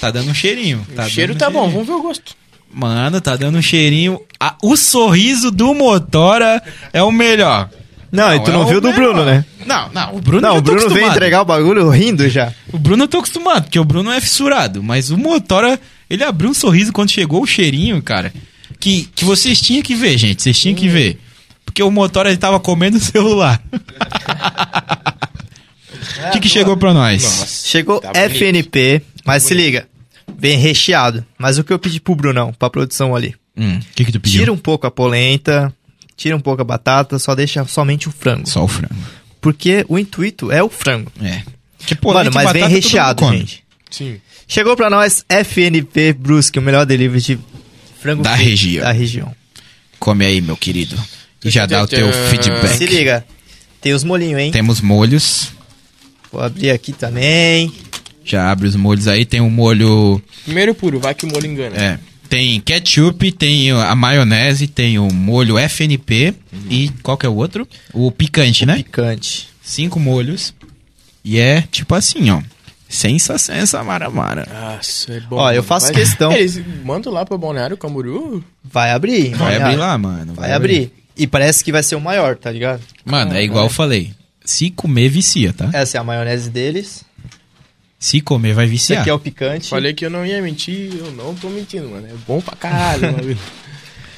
Tá um dando um cheirinho. o cheiro tá bom, vamos ver o gosto. bom. Mano, tá dando um cheirinho. Ah, o sorriso do motora é o melhor. Não, e tu é não o viu do melhor. Bruno, né? Não, não, o Bruno Não, é já o tô Bruno veio acostumado. entregar o bagulho rindo já. O Bruno eu tô acostumado, porque o Bruno é fissurado, mas o Motora, ele abriu um sorriso quando chegou o cheirinho, cara. que, que vocês tinham que ver, gente. Vocês tinham Hum. que ver. Porque o motora ele tava comendo o celular. O que, que chegou pra nós? Chegou Tá bonito. FNP, mas se liga, bem recheado. Mas o que eu pedi pro Brunão, pra produção ali? Hum, o que, que tu pediu? Tira um pouco a polenta, tira um pouco a batata, só deixa somente o frango. Só o frango. Porque o intuito é o frango. É. Que Mano, polenta e mas batata vem todo mundo recheado, come. gente. Sim. Chegou pra nós FNP Brusque, o melhor delivery de frango Da frito região. Da região. Come aí, meu querido. E já dá o teu feedback. Se liga, tem os molhinhos, hein? Temos molhos. Vou abrir aqui também. Já abre os molhos aí. Tem o molho. Primeiro puro, vai que o molho engana. É, tem ketchup, tem a maionese, tem o molho FNP e qual que é o outro? O picante, né? Picante. Cinco molhos. E é tipo assim, ó. Sensa, sensa, maramara. Nossa, é bom. Ó, eu mano. faço questão. Eles mandam lá pra Balneário Camboriú? Vai abrir. Vai hein? abrir lá, mano. Vai abrir. E parece que vai ser o maior, tá ligado? Mano, é igual eu falei. Se comer, vicia, tá? Essa é a maionese deles. Se comer, vai Isso viciar. aqui é o picante. Falei que eu não ia mentir, eu não tô mentindo, mano. É bom pra caralho, mano.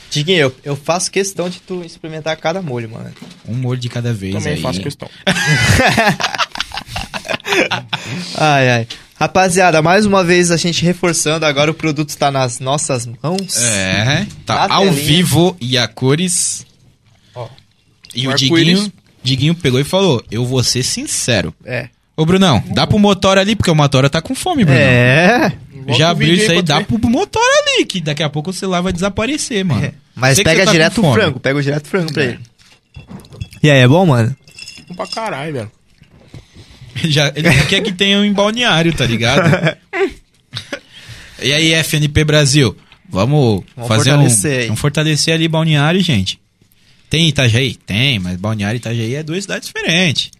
Diguinho, eu, eu faço questão de tu experimentar cada molho, mano. Um molho de cada vez Também é aí. faço questão. Ai, ai. Rapaziada, mais uma vez a gente reforçando, agora o produto tá nas nossas mãos. É, tá Na ao telinha. vivo e a cores. Ó, E um o arco-íris. Diguinho, Diguinho pegou e falou, eu vou ser sincero. É. Ô, Brunão, dá pro Motora ali, porque o Motora tá com fome, Brunão. É. Bota Já o abriu vídeo isso aí, pra tu dá ver. É. pro motor ali, que daqui a pouco o celular vai desaparecer, mano. Mas Sei que pega você tá com direto o fome. É. frango, pega o direto o frango pra ele. E aí, é bom, mano? Bom pra caralho, velho. Ele, já, ele não quer que tenha um em balneário, tá ligado? e aí, FNP Brasil, vamos, Vamos fazer fortalecer um... aí. Vamos fortalecer ali balneário, gente. Tem Itajaí? Tem, mas balneário e Itajaí é duas cidades diferentes.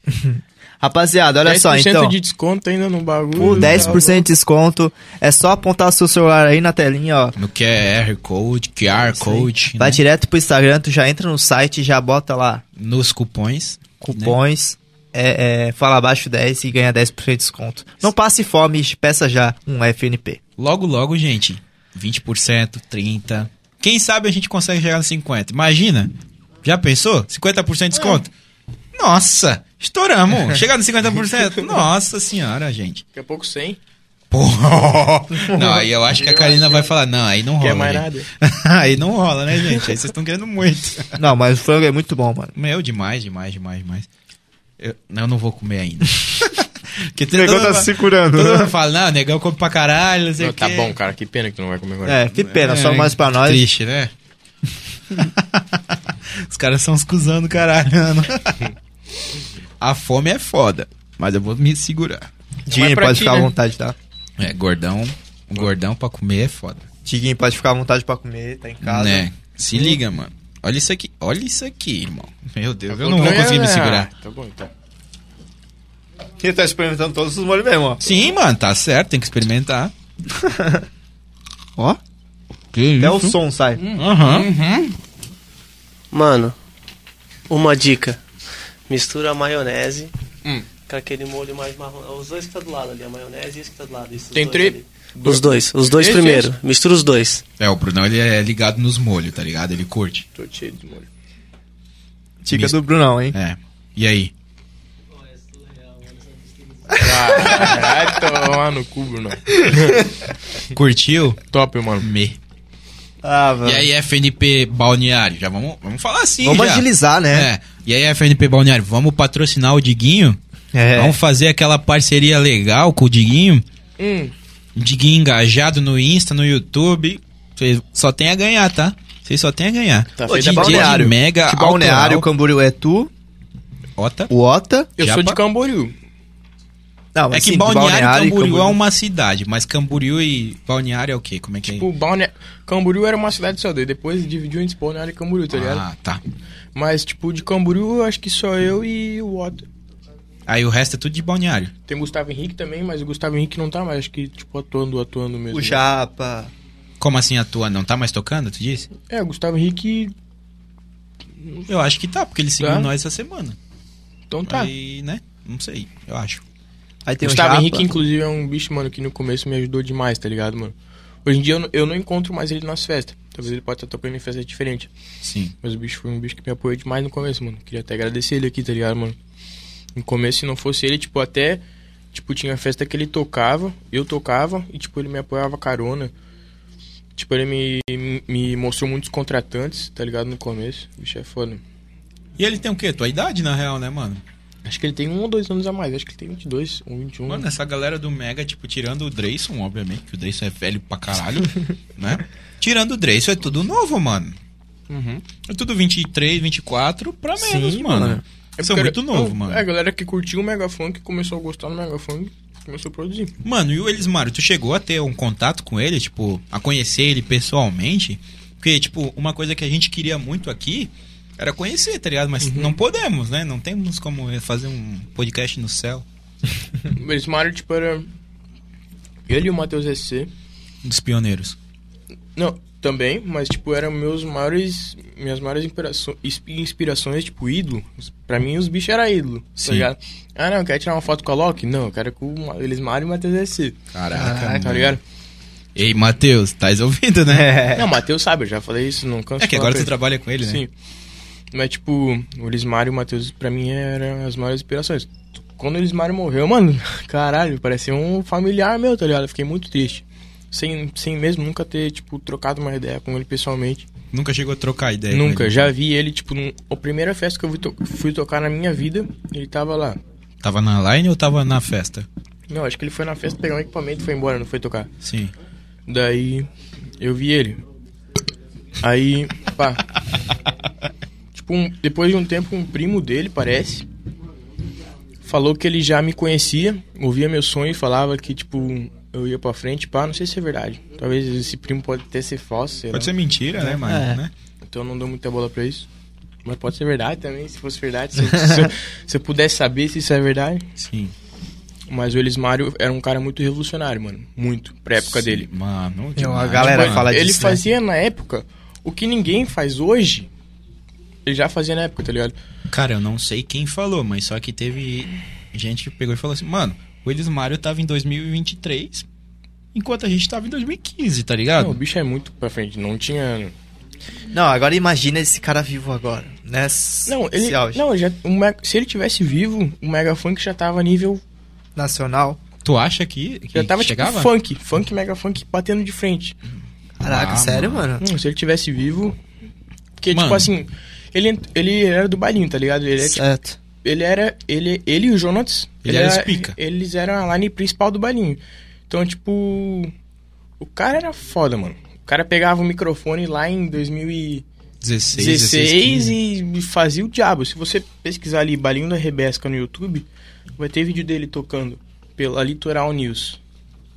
Rapaziada, olha só, 10% então. de desconto ainda no bagulho. O 10% de desconto. É só apontar seu celular aí na telinha, ó. No QR Code, QR Code, Vai né? direto pro Instagram, tu já entra no site, já bota lá nos cupons. cupons, é, é, fala abaixo 10 e ganha 10% de desconto. Não passe fome, peça já um FNP. Logo, logo, gente. 20%, 30%. Quem sabe a gente consegue chegar nos 50%. Imagina. Já pensou? 50% de desconto? É. Nossa, estouramos. Chegar nos 50%? Nossa senhora, gente. Daqui a pouco 100. Porra. Não, aí eu acho que a Karina vai falar, não, aí não rola. Quer mais gente. aí não rola, né, gente? Aí vocês estão querendo muito. Não, mas o frango é muito bom, mano. Meu, demais, demais, demais, demais. Eu, eu não vou comer ainda. Porque tem Negão toda- tá se segurando, Todo né? mundo fala, não, negão come pra caralho, não sei Não, o tá quê. bom, cara. Que pena que tu não vai comer agora. É, que pena, É, só mais pra nós. Triste, né? Os caras são os cuzão do caralho, mano. A fome é foda, mas eu vou me segurar. Diguinho, Mas pra pode ti, ficar à né? vontade, tá? É, gordão, gordão pra comer é foda. Diguinho, pode ficar à vontade pra comer, tá em casa. Né? Se liga, mano. Olha isso aqui, olha isso aqui, irmão. Meu Deus, eu Outro não vou é- conseguir me segurar. Ah, Tá bom, então. Ele tá experimentando todos os molhos mesmo, ó. Sim, mano, tá certo, tem que experimentar. Ó. Que Até o isso? Hum. som sai. Aham. Mano, uma dica. Mistura a maionese Hum. com aquele molho mais marrom. Os dois que tá do lado ali, a maionese e esse que tá do lado. esses Tem dois três? ali. Os dois, os dois Esse, primeiro. Mistura os dois. É, o Brunão, ele é ligado nos molhos, tá ligado? Ele curte. Tô cheio de molho. Dica do Brunão, hein? É. E aí? Caralho, tô Ah, lá no cubo, não. Curtiu? Top, mano. Me. Ah, velho. E aí, FNP Balneário, já vamos, vamos falar assim, Vamos já. agilizar, né? É. E aí, FNP Balneário, vamos patrocinar o Diguinho? É. Vamos fazer aquela parceria legal com o Diguinho? Hum, O Diguinho engajado no Insta, no YouTube. Cês só tem a ganhar, tá? Vocês só tem a ganhar. Tá Ô, feito de DJ de balneário. mega de balneário, autoral. Camboriú é tu, Ota. o Ota. eu Já sou pa- de Camboriú. Não, É mas que sim, assim, de Balneário, e e Camboriú, é uma cidade, mas Camboriú e Balneário é o quê? Como é que O Balne... Camboriú era uma cidade só, daí depois dividiu entre Balneário e Camboriú, tá é? ligado? Ah, tá. Mas, tipo, de Camboriú, eu acho que só eu e o Otto. Aí o resto é tudo de Balneário. Tem o Gustavo Henrique também, mas o Gustavo Henrique não tá mais, acho que, tipo, atuando, atuando mesmo. O Japa. Como assim a tua não tá mais tocando, tu disse? É, o Gustavo Henrique, Eu acho que tá, porque ele seguiu Tá. nós essa semana. então tá. Aí, né? Não sei, eu acho. Aí tem Gustavo o Japa. Henrique, inclusive, é um bicho, mano, que no começo me ajudou demais, tá ligado, mano? Hoje em dia eu, não- eu não encontro mais ele nas festas. Talvez ele possa estar tocando em fazer diferente. Sim. Mas o bicho foi um bicho que me apoiou demais no começo, mano. Queria até agradecer ele aqui, tá ligado, mano? No começo, se não fosse ele, tipo, até. Tipo, tinha festa que ele tocava, eu tocava, e, tipo, ele me apoiava carona. Tipo, ele me, me mostrou muitos contratantes, tá ligado, no começo. O bicho é foda. E ele tem o quê? Tua idade, na real, né, mano? Acho que ele tem um ou dois anos a mais, acho que ele tem 22 ou 21. Mano, essa galera do Mega, tipo, tirando o Drayson, obviamente, que o Drayson é velho pra caralho, né? Tirando o Drayson, é tudo novo, mano. Uhum. É tudo 23, 24 pra menos, Sim, mano. mano. É São porque muito era- novo, eu- mano. É, a galera que curtiu o Mega Funk começou a gostar do Mega Funk, começou a produzir. Mano, e o Elismário, tu chegou a ter um contato com ele, tipo, a conhecer ele pessoalmente? Porque, tipo, uma coisa que a gente queria muito aqui era conhecer, tá ligado? Mas Uhum. não podemos, né? Não temos como fazer um podcast no céu. O Elismário, tipo, era. Ele e o Matheus SC. Um Dos pioneiros. Não, também, mas tipo, eram meus maiores. Minhas maiores inspiraço- ins- inspirações, tipo, ídolo. Os- Pra mim, os bichos eram ídolo. Sim. Tá ligado? Ah, não, quer tirar uma foto com a Loki? Não, eu quero com o Elismário e o Matheus SC. Caraca, Tá ligado? Ei, Matheus, tá ouvindo, né? Não, o Matheus sabe, eu já falei isso, não canso É que de É, falar agora pra tu ele. trabalha com ele, né? Sim. Mas, tipo, o Elismar e o Matheus, pra mim, eram as maiores inspirações. Quando o Elismar morreu, mano, caralho, parecia um familiar meu, tá ligado? Eu fiquei muito triste. Sem, sem mesmo nunca ter, tipo, trocado uma ideia com ele pessoalmente. Nunca chegou a trocar ideia. com nunca. ele. Já vi ele, tipo, num, a primeira festa que eu fui, to- fui tocar na minha vida, ele tava lá. Tava na line ou tava na festa? Não, acho que ele foi na festa pegar um equipamento e foi embora, não foi tocar. Sim. Daí eu vi ele. Aí, pá. tipo, um- depois de um tempo, um primo dele, parece, falou que ele já me conhecia, ouvia meu sonho e falava que, tipo, eu ia pra frente, pá, não sei se é verdade. Talvez esse primo pode até ser falso, sei Pode lá. ser mentira, né, mano? É. Né? Então eu não dou muita bola pra isso. Mas pode ser verdade também, se fosse verdade, se eu, se eu, se eu pudesse saber se isso é verdade. Sim. Mas o Elismário era um cara muito revolucionário, mano. Muito, pra época dele. Tipo, Mano, Não, a demais, galera mano. fala ele disso, né? fazia na época o que ninguém faz hoje. Ele já fazia na época, tá ligado? Cara, eu não sei quem falou, mas só que teve gente que pegou e falou assim, mano, o Elis Mário tava em 2023, enquanto a gente tava em 2015, tá Ah. ligado? Não, o bicho é muito pra frente. Não tinha. Não, agora imagina esse cara vivo agora. né? Nesse Não, ele. esse auge. Não, já, o Me- se ele tivesse vivo, o Mega Funk já tava nível. Nacional. Tu acha que, que Já tava chegava? tipo funk. Funk Mega Funk batendo de frente. Caraca, Ah, sério, mano? Hum, se ele tivesse vivo. Porque, Mano. tipo assim. Ele, ent- ele era do bailinho, tá ligado? Ele, é, tipo, Certo. ele era. Ele, ele e o Jonas. Ele era os pica. Eles eram a line principal do bailinho. Então, tipo. O cara era foda, mano. O cara pegava o microfone lá em 2016 16, 16, 15. e e fazia o diabo. Se você pesquisar ali Balinho da Rebesca no YouTube, vai ter vídeo dele tocando pela Litoral News,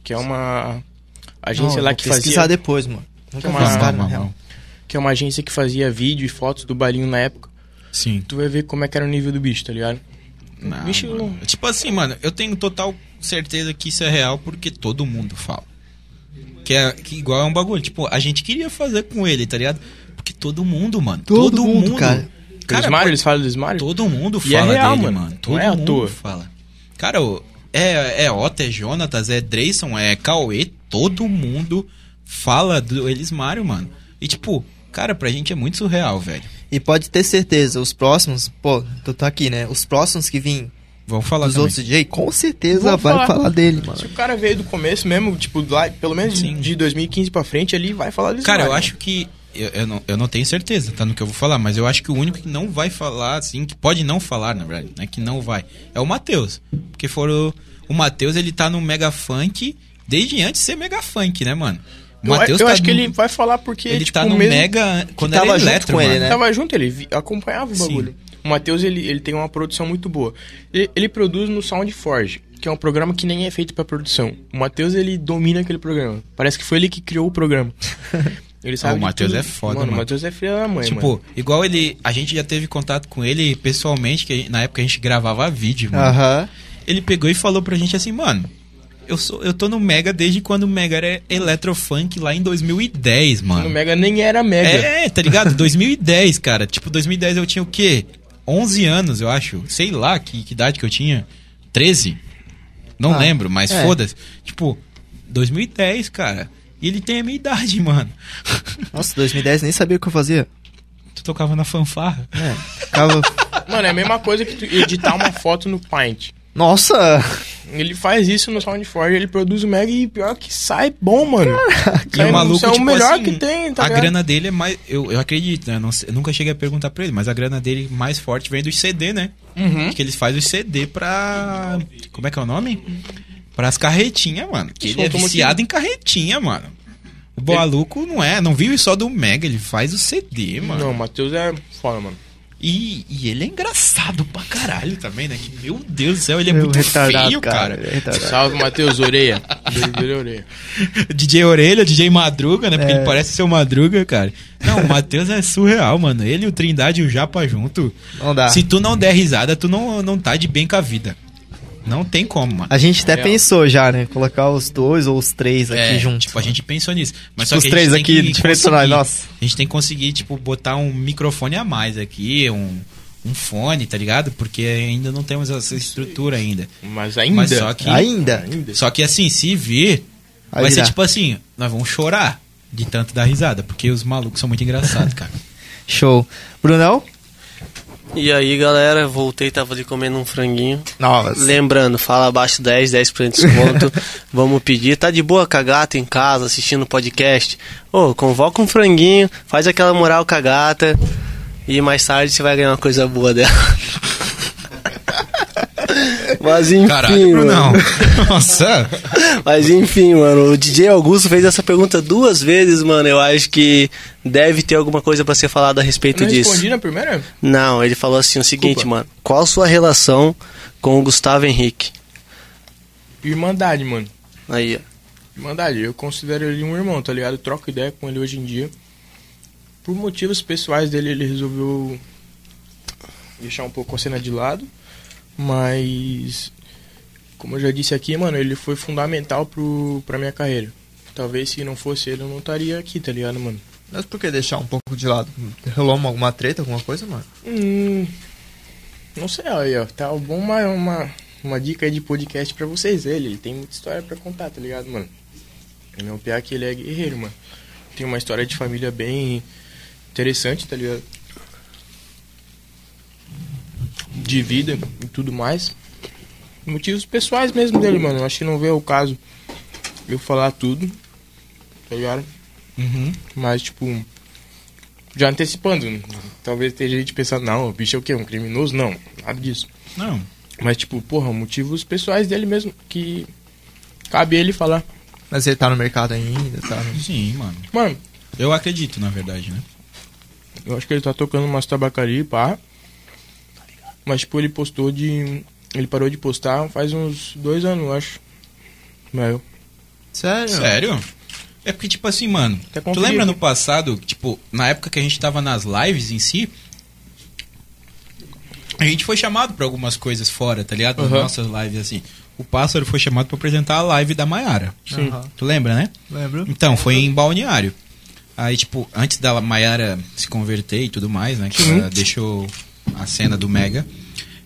que é uma agência Não, lá vou que pesquisar fazia depois, mano. Nunca Não, vi esse não, cara, não, na real. não. que é uma agência que fazia vídeo e fotos do Balinho na época. Sim. Tu vai ver como é que era o nível do bicho, tá ligado? Não, Bicho- mano. Tipo assim, mano, eu tenho total certeza que isso é real porque todo mundo fala. Que é que igual é um bagulho. Tipo, a gente queria fazer com ele, tá ligado? Porque todo mundo, mano. Todo mundo, cara. Cara, Cara, Mario, eles falam do Mario? Todo mundo E fala é real, dele, mano. mano. Todo Não é à mundo toa. fala. Cara, o- é, é Otto, é Jonatas, é Dreyson, é Cauê, todo mundo fala do Elis Mário, mano. E tipo, cara, pra gente é muito surreal, velho. E pode ter certeza, os próximos, pô, tu tá aqui, né? Os próximos que vim Vamos falar dos também. outros DJ, com certeza Vamos vai falar. falar. dele, mano. Se o cara veio do começo mesmo, tipo, lá, pelo menos de- de 2015 pra frente, ele vai falar do Cara, Smiley. eu acho que. Eu, eu não, eu não tenho certeza, tá? No que eu vou falar, mas eu acho que o único que não vai falar, assim, que pode não falar, na verdade, né? Que não vai, é o Matheus. Porque foram. O Matheus, ele tá no Mega Funk desde antes de ser Mega Funk, né, mano? O Eu, Matheus eu tá acho que no- ele vai falar porque Ele tipo, tá no mesmo, Mega. Quando tava era junto Eletro, com ele, mano. né? Tava junto, ele vi- acompanhava o Sim. bagulho. O Matheus, ele, ele tem uma produção muito boa. Ele, ele produz no Soundforge, que é um programa que nem é feito pra produção. O Matheus, ele domina aquele programa. Parece que foi ele que criou o programa. Ele sabe o de Matheus tudo. é foda, mano. mano. O Matheus é filho da mãe, Tipo, mano. igual ele. A gente já teve contato com ele pessoalmente, que na época a gente gravava vídeo, mano. Aham. ele pegou e falou pra gente assim, mano, eu, sou, eu tô no Mega desde quando o Mega era eletrofunk lá em 2010, No mano. Mega nem era Mega. É, tá ligado? 2010, cara. Tipo, 2010 eu tinha o quê? 11 anos, eu acho. Sei lá que, que idade que eu tinha. 13? Não Ah, lembro, mas é. foda-se. Tipo, 2010, cara. E ele tem a minha idade, mano. Nossa, 2010 nem sabia o que eu fazia. Tu tocava na fanfarra. É, ficava... Mano, é a mesma coisa que tu editar uma foto no Paint. Nossa! Ele faz isso no SoundForge, ele produz o Mega e pior que sai bom, mano. E Sai- o maluco, isso é o tipo melhor assim, que tem, tá A ligado? grana dele é mais. Eu, eu acredito, né? Eu, não sei- eu nunca cheguei a perguntar pra ele, mas a grana dele mais forte vem dos CD, né? Que eles fazem os CD pra. Como é que é o nome? Pras carretinhas, mano. Que Isso, ele é automotivo. viciado em carretinha, mano. O Boaluco não é, não vive só do Mega, ele faz o CD, mano. Não, o Matheus é foda, mano. E, e ele é engraçado pra caralho também, né? Que, meu Deus do céu, ele é um eu muito retardado, feio, cara. ele é retardado. Salve, Matheus, orelha. Beijo, orelha. DJ Orelha, DJ Madruga, né? Porque É. ele parece seu Madruga, cara. Não, o Matheus é surreal, mano. Ele, o Trindade e o Japa junto. Não dá. Se tu não der risada, tu não, não tá de bem com a vida. Não tem como, mano. A gente até É. pensou já, né? Colocar os dois ou os três aqui É, juntos. Tipo, a gente pensou nisso. Mas Tipo, só os que a gente três tem aqui, que diferentes conseguir. sonoridades, nossa. A gente tem que conseguir, tipo, botar um microfone a mais aqui, um, um fone, tá ligado? Porque ainda não temos essa estrutura ainda. Mas ainda. Mas só que... Ainda? Só que assim, se vir, Vai vai virar. ser tipo assim, nós vamos chorar de tanto dar risada, porque os malucos são muito engraçados, cara. Show. Brunão? E aí, galera, voltei, tava ali comendo um franguinho. Nossa. Lembrando, fala abaixo 10, 10% de desconto. Vamos pedir. Tá de boa cagata em casa, assistindo podcast? Ô, convoca um franguinho, faz aquela moral cagata. E mais tarde você vai ganhar uma coisa boa dela. Mas enfim, Caralho, Brunão. mano. Nossa. Mas enfim, mano, o DJ Augusto fez essa pergunta duas vezes, mano. Eu acho que deve ter alguma coisa pra ser falada a Eu respeito não disso. respondi na primeira? Não, ele falou assim o seguinte, Desculpa. mano. Qual sua relação com o Gustavo Henrique? Irmandade, mano. Aí, ó. Irmandade, eu considero ele um irmão, tá ligado? Eu troco ideia com ele hoje em dia. Por motivos pessoais dele, ele resolveu deixar um pouco a cena de lado. Mas, como eu já disse aqui, mano, ele foi fundamental pro, pra minha carreira. Talvez se não fosse ele, eu não estaria aqui, tá ligado, mano? Mas por que deixar um pouco de lado? Rolou uma- alguma treta, alguma coisa, mano? Hum, não sei, aí, ó. Tá bom uma, uma, uma dica aí de podcast pra vocês. Ele, ele tem muita história pra contar, tá ligado, mano? Ele é um piá que ele é guerreiro, mano. Tem uma história de família bem interessante, tá ligado? De vida e tudo mais. Motivos pessoais mesmo dele, mano. Eu Acho que não veio o caso eu falar tudo, tá ligado? Mas, tipo, já antecipando, talvez tenha gente pensando, não, o bicho é o quê? Um criminoso? Não, nada disso. Não. Mas, tipo, porra, motivos pessoais dele mesmo que cabe ele falar. Mas ele tá no mercado ainda, tá? no- Sim, mano. Mano, Eu acredito, na verdade, né? eu acho que ele tá tocando umas tabacaria, pá. Mas, tipo, ele postou de. Ele parou de postar faz uns dois anos, eu acho. Meu. Sério? Sério? É porque, tipo assim, mano, Até tu conferi lembra aqui. no passado, tipo, na época que a gente tava nas lives em si, a gente foi chamado pra algumas coisas fora, tá ligado? Nas Aham. nossas lives, assim. O Pássaro foi chamado pra apresentar a live da Maiara. Sim. Aham. Tu lembra, né? Lembro. Então, foi em Balneário. Aí, tipo, antes da Maiara se converter e tudo mais, né? Que ela deixou a cena do Mega.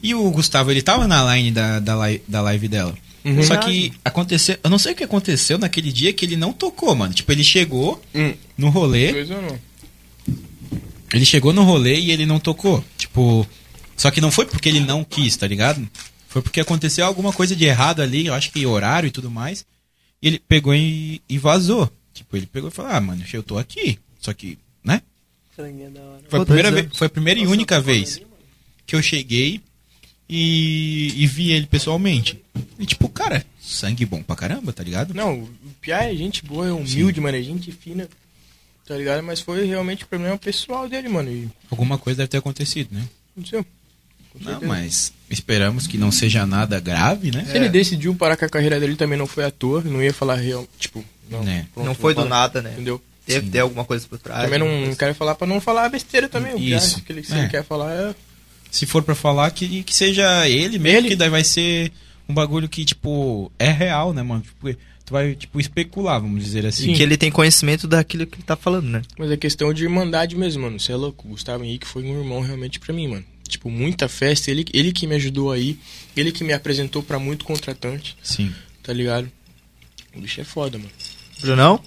E o Gustavo, ele tava na line da, da, li- da live dela. uhum. Só que aconteceu. Eu não sei o que aconteceu naquele dia que ele não tocou, mano. Tipo, ele chegou Hum. no rolê. Dois anos. Ele chegou no rolê e ele não tocou. Tipo. Só que não foi porque ele não quis, tá ligado? Foi porque aconteceu alguma coisa de errado ali, eu acho que horário e tudo mais. E ele pegou e, e vazou. Tipo, ele pegou e falou, ah, mano, eu tô aqui. Só que, né? Foi a Pô, primeira, dois ve- foi a primeira e única vez que eu cheguei e, e vi ele pessoalmente. E tipo, cara, sangue bom pra caramba, tá ligado? Não, o Piá é gente boa, é humilde, mano, é gente fina. Tá ligado? Mas foi realmente um problema pessoal dele, mano. E Alguma coisa deve ter acontecido, né? não sei. Não, mas esperamos que não seja nada grave, né? Se ele decidiu parar com a carreira dele também não foi à toa, não ia falar real, tipo, não. Né. pronto, não foi vou do parar, nada, É, né? Entendeu? Deve ter alguma coisa por trás. também alguma não coisa. assim. quero falar pra não falar besteira também. O que Isso. acha que ele, se ele É. quer falar é. Se for pra falar, que, que seja ele mesmo, Ele. que daí vai ser um bagulho que, tipo, é real, né, mano? Tipo, tu vai, tipo, especular, vamos dizer assim. E que ele tem conhecimento daquilo que ele tá falando, né? Mas é questão de irmandade mesmo, mano. Você é louco. O Gustavo Henrique foi um irmão realmente pra mim, mano. Tipo, muita festa. Ele, ele que me ajudou aí. Ele que me apresentou pra muito contratante, Sim. tá ligado? O bicho é foda, mano. Brunão?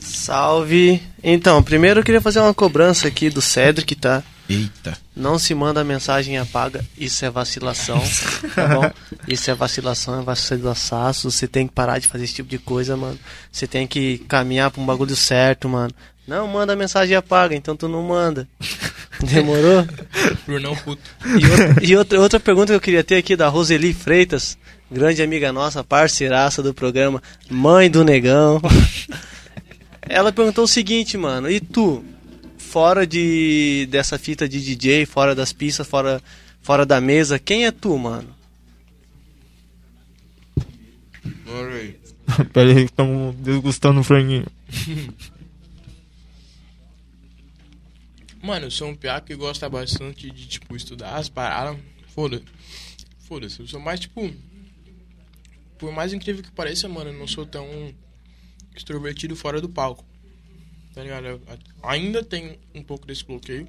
Salve! Então, primeiro eu queria fazer uma cobrança aqui do Cedric, tá? Eita. Não se manda mensagem e apaga, isso é vacilação, tá bom? Isso é vacilação, é vacilaçaço, você tem que parar de fazer esse tipo de coisa, mano. Você tem que caminhar pra um bagulho certo, mano. Não manda mensagem e apaga, então tu não manda. Demorou? Brunão puto. E, outra, e outra, outra pergunta que eu queria ter aqui da Roseli Freitas, grande amiga nossa, parceiraça do programa, mãe do negão. Ela perguntou o seguinte, mano, e tu, fora de dessa fita de DJ, fora das pistas, fora, fora da mesa, quem é tu, mano? Pera aí, estamos desgustando o franguinho. Mano, eu sou um piá que gosta bastante de, tipo, estudar as paradas. Foda-se. Foda-se. Eu sou mais, tipo. Por mais incrível que pareça, mano, eu não sou tão extrovertido fora do palco. Tá ligado? Eu a- ainda tenho um pouco desse bloqueio.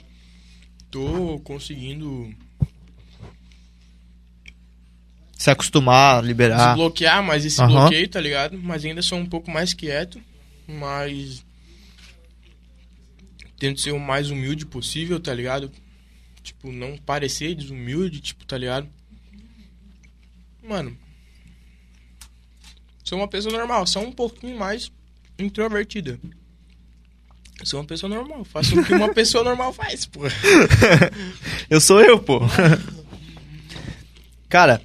Tô conseguindo Se acostumar, liberar. desbloquear mais esse Ah. Aham. bloqueio, tá ligado? Mas ainda sou um pouco mais quieto, mas tento ser o mais humilde possível, tá ligado? Tipo, não parecer desumilde, tipo, tá ligado? Mano, sou uma pessoa normal, só um pouquinho mais introvertida. Sou uma pessoa normal, faço o que uma pessoa normal faz, pô. Eu sou eu, pô. Cara,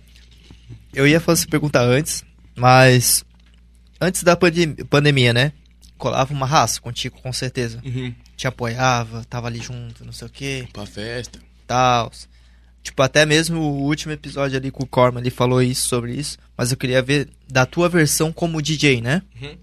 eu ia fazer essa pergunta antes, mas antes da pandem- pandemia, né? Colava uma raça contigo, com certeza. Uhum. Te apoiava, tava ali junto, não sei o que, Pra festa. tal. Tipo, até mesmo o último episódio ali com o Corman, ele falou isso sobre isso, mas eu queria ver da tua versão como DJ, né? Uhum.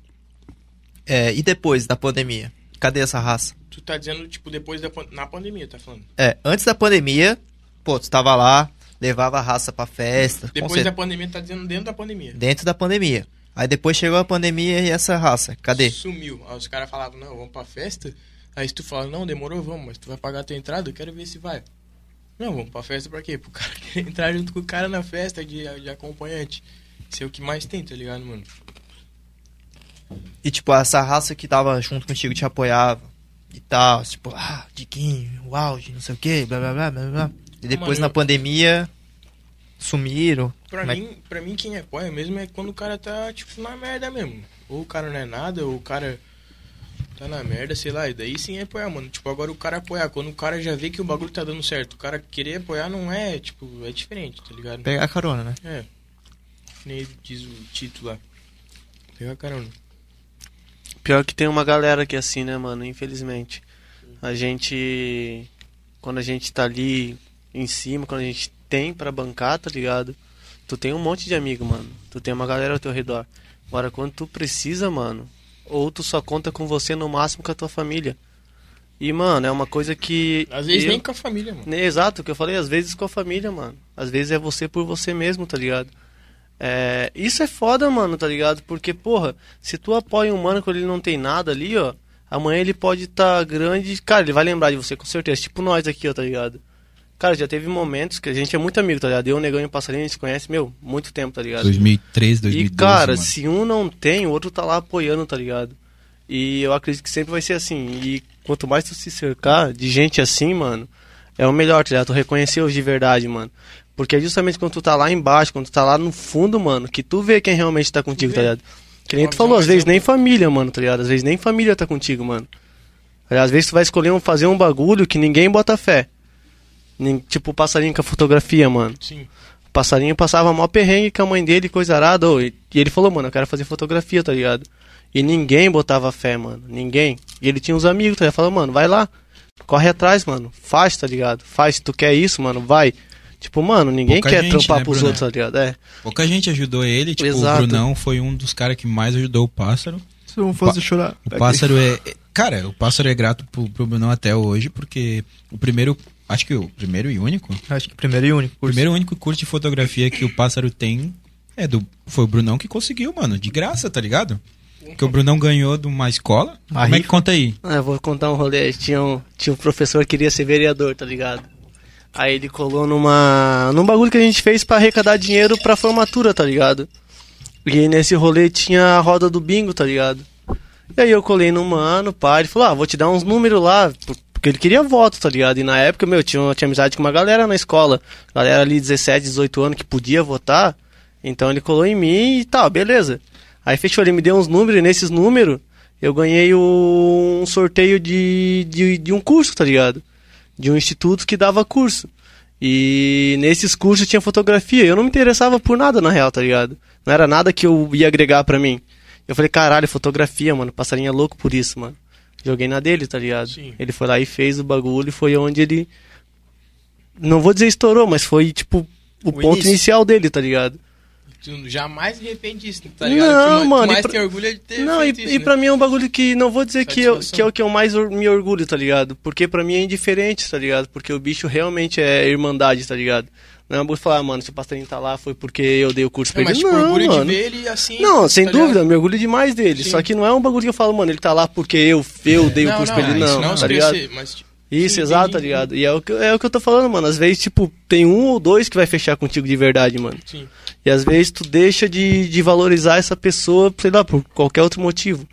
É, e depois da pandemia? Cadê essa raça? Tu tá dizendo, tipo, depois da pan- na pandemia, tá falando? É, antes da pandemia, pô, tu tava lá, levava a raça pra festa, com Depois cer- da pandemia, tá dizendo dentro da pandemia. dentro da pandemia. Aí depois chegou a pandemia e essa raça, cadê? Sumiu. Aí os caras falavam, não, vamos pra festa. Aí se tu fala, não, demorou, vamos, mas tu vai pagar a tua entrada, eu quero ver se vai. Não, vamos pra festa pra quê? Pro cara querer entrar junto com o cara na festa de, de acompanhante. Isso é o que mais tem, tá ligado, mano? E tipo, essa raça que tava junto contigo te apoiava e tal, tipo, ah, Diquinho, o auge, não sei o que, blá blá blá blá blá. E depois Mano, na eu- pandemia, sumiram. Pra, Como é que- mim, pra mim, quem apoia mesmo é quando o cara tá, tipo, na merda mesmo. Ou o cara não é nada, ou o cara tá na merda, sei lá. E daí sim é apoiar, mano. Tipo, agora o cara apoiar. Quando o cara já vê que o bagulho tá dando certo, o cara querer apoiar não é, tipo, é diferente, tá ligado? Pegar carona, né? É. Nem diz o título lá. Pegar carona. Pior que tem uma galera que é assim, né, mano? Infelizmente. A gente. Quando a gente tá ali em cima, quando a gente tem pra bancar, tá ligado? Tu tem um monte de amigo, mano. Tu tem uma galera ao teu redor. Agora, quando tu precisa, mano, ou tu só conta com você no máximo com a tua família. E, mano, é uma coisa que. Às vezes eu- nem com a família, mano. né, Exato, o que eu falei, às vezes com a família, mano. Às vezes é você por você mesmo, tá ligado? É, isso é foda, mano, tá ligado? Porque, porra, se tu apoia um mano que ele não tem nada ali, ó, amanhã ele pode estar tá grande. Cara, ele vai lembrar de você, com certeza. Tipo nós aqui, ó, tá ligado? Cara, já teve momentos que a gente é muito amigo, tá ligado? Eu, o Negão e o Passarinho, a gente se conhece, meu, muito tempo, tá ligado? 2003, E 2012. cara, mano. se um não tem, o outro tá lá apoiando, tá ligado? E eu acredito que sempre vai ser assim. E quanto mais tu se cercar de gente assim, mano, é o melhor, tá ligado? Tu reconhecer os de verdade, mano. Porque é justamente quando tu tá lá embaixo, quando tu tá lá no fundo, mano, que tu vê quem realmente tá contigo, tá ligado? Que nem tu falou, às vezes nem família, mano, tá ligado? Às vezes nem família tá contigo, mano. Às vezes tu vai escolher um, fazer um bagulho que ninguém bota fé. Nin- Tipo o passarinho com a fotografia, mano. Sim. O passarinho passava mó perrengue com a mãe dele, coisa arada. ô, E e ele falou, mano, eu quero fazer fotografia, tá ligado? E ninguém botava fé, mano. Ninguém. E ele tinha uns amigos, tá ligado? Falou, mano, vai lá. Corre atrás, mano. Faz, tá ligado? Faz, se tu quer isso, mano, vai. Tipo, mano, ninguém Pouca quer gente, trampar né, pros Bruno? outros, tá ligado? É. Pouca gente ajudou ele, tipo, Exato. o Brunão foi um dos caras que mais ajudou o pássaro. Se não fosse chorar. O pássaro é. é- Cara, o pássaro é grato pro, pro Brunão até hoje, porque o primeiro. Acho que o primeiro e único. Acho que primeiro e único. O primeiro e único curso de fotografia que o pássaro tem é do. Foi o Brunão que conseguiu, mano. De graça, tá ligado? Que o Brunão ganhou de uma escola. Uma Como é que rifa. conta aí? Ah, eu vou contar um rolê. Tinha um, tinha um professor que queria ser vereador, tá ligado? Aí ele colou numa. num bagulho que a gente fez pra arrecadar dinheiro pra formatura, tá ligado? E aí nesse rolê tinha a roda do bingo, tá ligado? E aí eu colei no mano, pá, ele falou, ah, vou te dar uns números lá, por- porque ele queria voto, tá ligado? E na época, meu, eu tinha, eu tinha amizade com uma galera na escola, galera ali 17, 18 anos que podia votar, então ele colou em mim e tal, beleza. Aí fechou, ele me deu uns números, e nesses números eu ganhei o- um sorteio de, de, de um curso, tá ligado? De um instituto que dava curso. E nesses cursos tinha fotografia. Eu não me interessava por nada, na real, tá ligado? Não era nada que eu ia agregar pra mim. Eu falei, caralho, fotografia, mano. Passarinho é louco por isso, mano. Joguei na dele, tá ligado? Ele foi lá e fez o bagulho e foi onde ele. Não vou dizer estourou, mas foi, tipo, o, ponto início. inicial dele, tá ligado? Tu jamais arrepende disso, tá ligado? Não, tu, mano, Tu e mais pra- tem orgulho é de ter Não, e, feito isso, e né? pra mim é um bagulho que não vou dizer que, eu- Satisfação. que é o que eu mais or- me orgulho, tá ligado? Porque pra mim é indiferente, tá ligado? Porque o bicho realmente é irmandade, tá ligado? Não é um bagulho falar, ah, mano, se o passarinho tá lá foi porque eu dei o curso pra Não, ele. mas tipo, não, orgulho mano. de ver ele assim. Não, sem tá ligado? dúvida, me orgulho demais dele. Sim. Só que não é um bagulho que eu falo, mano, ele tá lá porque eu, eu dei o Não, curso não, pra ele, isso não, não tá esquecer, ligado? mas, tipo, Isso, sim, exato, tá entendi. ligado? E é o, que, é o que eu tô falando, mano. Às vezes, tipo, tem um ou dois que vai fechar contigo de verdade, mano. Sim. E às vezes tu deixa de, de valorizar essa pessoa, sei lá, por qualquer outro motivo.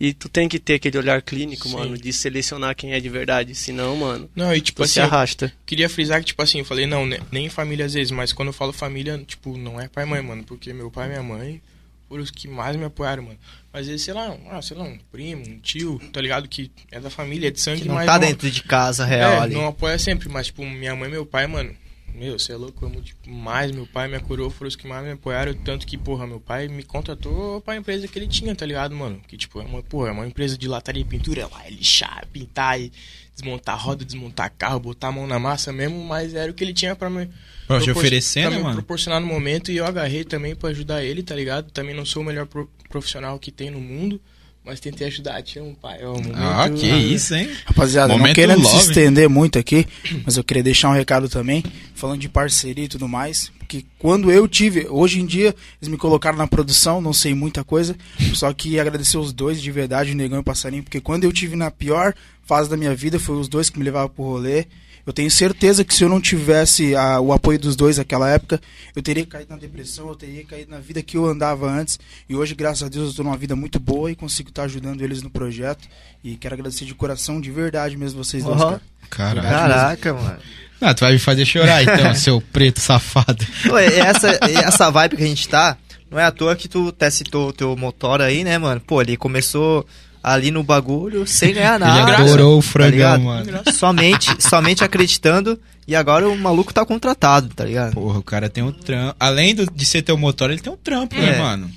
E tu tem que ter aquele olhar clínico, Sim. mano, de selecionar quem é de verdade. Senão, mano, Não, e tu tipo se assim, eu arrasta. queria frisar que, tipo assim, eu falei, não, né, nem família às vezes, mas quando eu falo família, tipo, não é pai e mãe, mano, porque meu pai e minha mãe foram os que mais me apoiaram, mano. Mas às vezes, sei lá, um, ah, sei lá, um primo, um tio, tá ligado? Que é da família, é de sangue, Que não mas tá não- dentro de casa real é, ali. não apoia sempre, mas tipo, minha mãe e meu pai, mano, meu, você é louco, eu amo tipo, mais meu pai, minha coroa foram os que mais me apoiaram, tanto que, porra, meu pai me contratou pra empresa que ele tinha, tá ligado, mano? Que tipo, é uma, porra, é uma empresa de lataria e pintura, é lá é lixar, é pintar e desmontar roda, desmontar carro, botar a mão na massa mesmo, mas era o que ele tinha pra me Pra te propor- oferecer, pra né, me mano? proporcionar no momento e eu agarrei também pra ajudar ele, tá ligado? Também não sou o melhor pro- profissional que tem no mundo, mas tentei ajudar, te amo, pai. É um momento, Ah, que isso, hein? Rapaziada, não Momento querendo love. se estender muito aqui, mas eu queria deixar um recado também, falando de parceria e tudo mais, porque quando eu tive, hoje em dia, eles me colocaram na produção, não sei muita coisa, só que agradecer os dois de verdade, o Negão e o Passarinho, porque quando eu tive na pior fase da minha vida, foi os dois que me levavam pro rolê. Eu tenho certeza que se eu não tivesse a- o apoio dos dois naquela época, eu teria caído na depressão, eu teria caído na vida que eu andava antes. E hoje, graças a Deus, eu estou numa vida muito boa e consigo estar ajudando eles no projeto. E quero agradecer de coração, de verdade mesmo, vocês dois, Ó. cara. Caralho. Caraca, mano. Ah, tu vai me fazer chorar então, seu preto safado. Pô, e essa, e essa vibe que a gente tá, não é à toa que tu até citou o teu motor aí, né, mano? Pô, ele começou ali no bagulho sem ganhar nada. Tá Ele adorou o frangão, ligado? mano. Somente, somente acreditando e agora o maluco tá contratado, tá ligado? Porra, o cara tem um trampo. Além do- de ser teu motor, ele tem um trampo, É. né, mano?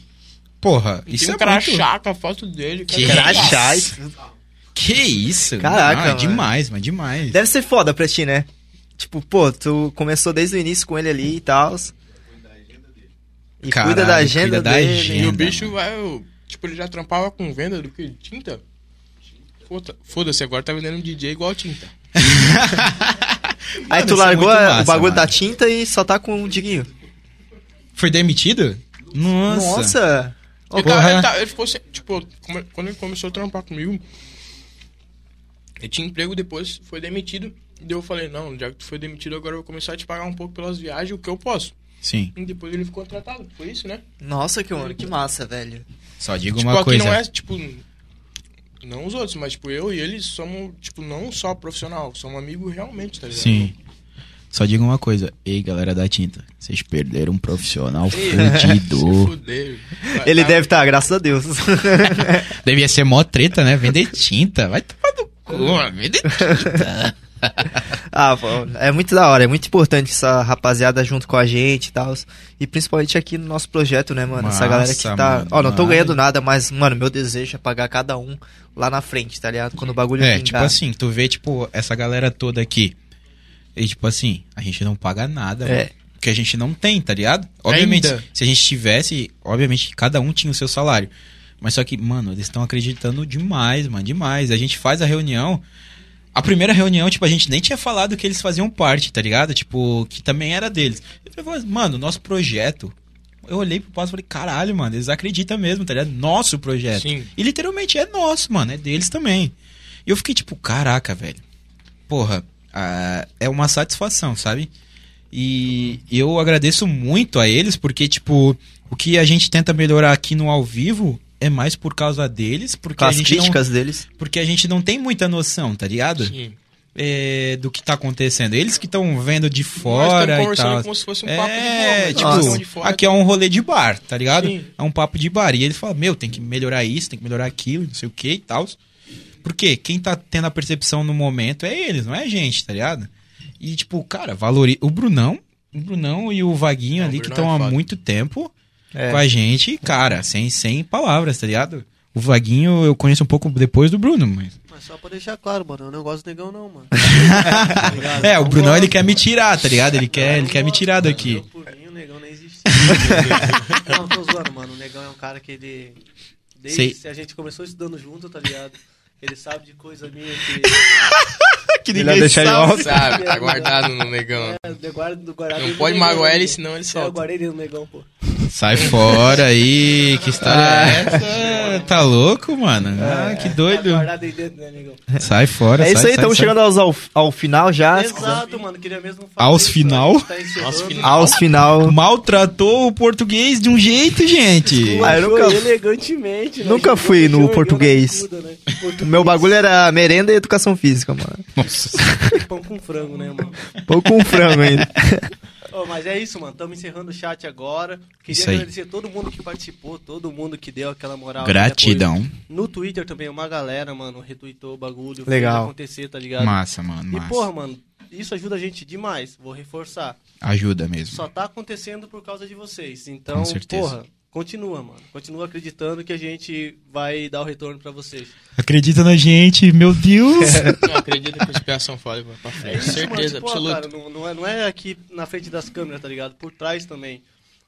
Porra, Isso isso tem é um crachá muito... com a foto dele. Que cara. Crachá e tudo. Que isso? Caraca, Não, é mano. demais, mas demais. Deve ser foda pra ti, né? Tipo, pô, tu começou desde o início com ele ali e tal. E Caralho, cuida da agenda cuida da dele. agenda. E o Entenda, bicho vai... o- Tipo, ele já trampava com venda do que? Tinta? Foda- Foda-se, agora tá vendendo um DJ igual tinta. Aí Mano, tu isso é largou muito a- massa, o bagulho mano. da tinta e só tá com o Diguinho. Foi demitido? Nossa. Nossa! Ele, tá, porra. ele, tá- ele ficou sem- Tipo, come- quando ele começou a trampar comigo, ele tinha emprego, depois foi demitido. E daí eu falei, não, já que tu foi demitido, agora eu vou começar a te pagar um pouco pelas viagens, o que eu posso. Sim, E depois ele ficou tratado, foi isso, né? Nossa, que mano, que massa, velho. só digo tipo, uma aqui coisa. não é, tipo, não os outros, mas, tipo, eu e ele somos, tipo, não só profissional, somos amigos realmente, tá ligado? Sim. Só digo uma coisa. Ei, galera da tinta, vocês perderam um profissional fudido. Ele Tá deve estar, graças a Deus. Devia ser mó treta, né? Vender tinta. Vai tomar no cu, mano. Vender tinta. ah, pô, é muito da hora, é muito importante essa rapaziada junto com a gente e tal. E principalmente aqui no nosso projeto, né, mano? essa Massa, galera que tá. mano, Ó, não tô mano. ganhando nada, mas, mano, meu desejo é pagar cada um lá na frente, tá ligado? Quando o bagulho É, vingar. tipo assim, tu vê, tipo, essa galera toda aqui. E, tipo assim, a gente não paga nada, É. mano. Porque a gente não tem, tá ligado? Obviamente, Ainda. se a gente tivesse, obviamente, cada um tinha o seu salário. Mas só que, mano, eles estão acreditando demais, mano, demais. A gente faz a reunião. A primeira reunião, tipo, a gente nem tinha falado que eles faziam parte, tá ligado? Tipo, que também era deles. Eu falei, mano, nosso projeto. Eu olhei pro passo e falei, caralho, mano, eles acreditam mesmo, tá ligado? Nosso projeto. Sim. E literalmente é nosso, mano, é deles também. E eu fiquei tipo, caraca, velho. Porra, ah, é uma satisfação, sabe? E eu agradeço muito a eles, porque, tipo, o que a gente tenta melhorar aqui no ao vivo é mais por causa deles, porque, Com a as gente, não, críticas deles. porque a gente não tem muita noção, tá ligado? Sim. É, do que tá acontecendo. Eles que estão vendo de Nós fora e estamos tá conversando tal. como se fosse um papo É, de boa, mas tipo, eles estão tipo, de fora. aqui é um rolê de bar, tá ligado? Sim. É um papo de bar. E eles falam, meu, tem que melhorar isso, tem que melhorar aquilo, não sei o que e tal. Porque quem tá tendo a percepção no momento é eles, não é a gente, tá ligado? E, tipo, cara, valoriza. O Brunão, o Brunão e o Vaguinho É, o ali, que Brunão estão é há foda. muito tempo É. com a gente, cara, sem, sem palavras, tá ligado? O Vaguinho eu conheço um pouco depois do Bruno, mas. Mas só pra deixar claro, mano, eu não gosto do negão, não, mano. É, o Brunão ele quer me tirar, tá ligado? Ele quer, ele quer me tirar daqui. Eu, por mim, o negão nem existe. não, tô zoando, mano. O negão é um cara que ele. Desde Sei. que a gente começou estudando junto, tá ligado? Ele sabe de coisa minha que. Que Melhor deixar ele off. É Sabe, tá guardado no negão. É, eu guardo do guardado Não dentro pode do negão, magoar né? ele, senão ele É, Eu solta. guardei dentro do negão, pô. Sai fora aí, que história Ah. é essa? Tá louco, mano? Ah, que doido. Guardado aí dentro, né, negão? Sai fora, É sai, isso aí, sai, estamos sai. chegando aos, ao, ao final já. se quiser. Exato, mano. Queria mesmo falar. Aos isso, final? né? Tá encerrando. Aos final. Aos final. Maltratou o português de um jeito, gente. Ah, eu Foi nunca- elegantemente. né? nunca Jogou- fui no jogou na português. cuda, né? O meu bagulho era merenda e educação física, mano. Nossa. Pão com frango, né, mano? Pouco com frango ainda. Ô, mas é isso, mano. Estamos encerrando o chat agora. Queria Isso aí. agradecer todo mundo que participou, todo mundo que deu aquela moral. Gratidão. aquele apoio. No Twitter também, uma galera, mano, retweetou o bagulho. Legal. Fez acontecer, tá ligado? Massa, mano, E porra, massa. mano, isso ajuda a gente demais. Vou reforçar. Ajuda mesmo. Só tá acontecendo por causa de vocês. Então, Com certeza. porra, continua, mano. Continua acreditando que a gente vai dar o retorno pra vocês. Acredita na gente, meu Deus. Não acredito que é a conspiração fale um pra- pra É, É frente. Certeza, Mas, pô, absoluta. cara, não, não é, não é aqui na frente das câmeras, tá ligado? Por trás também.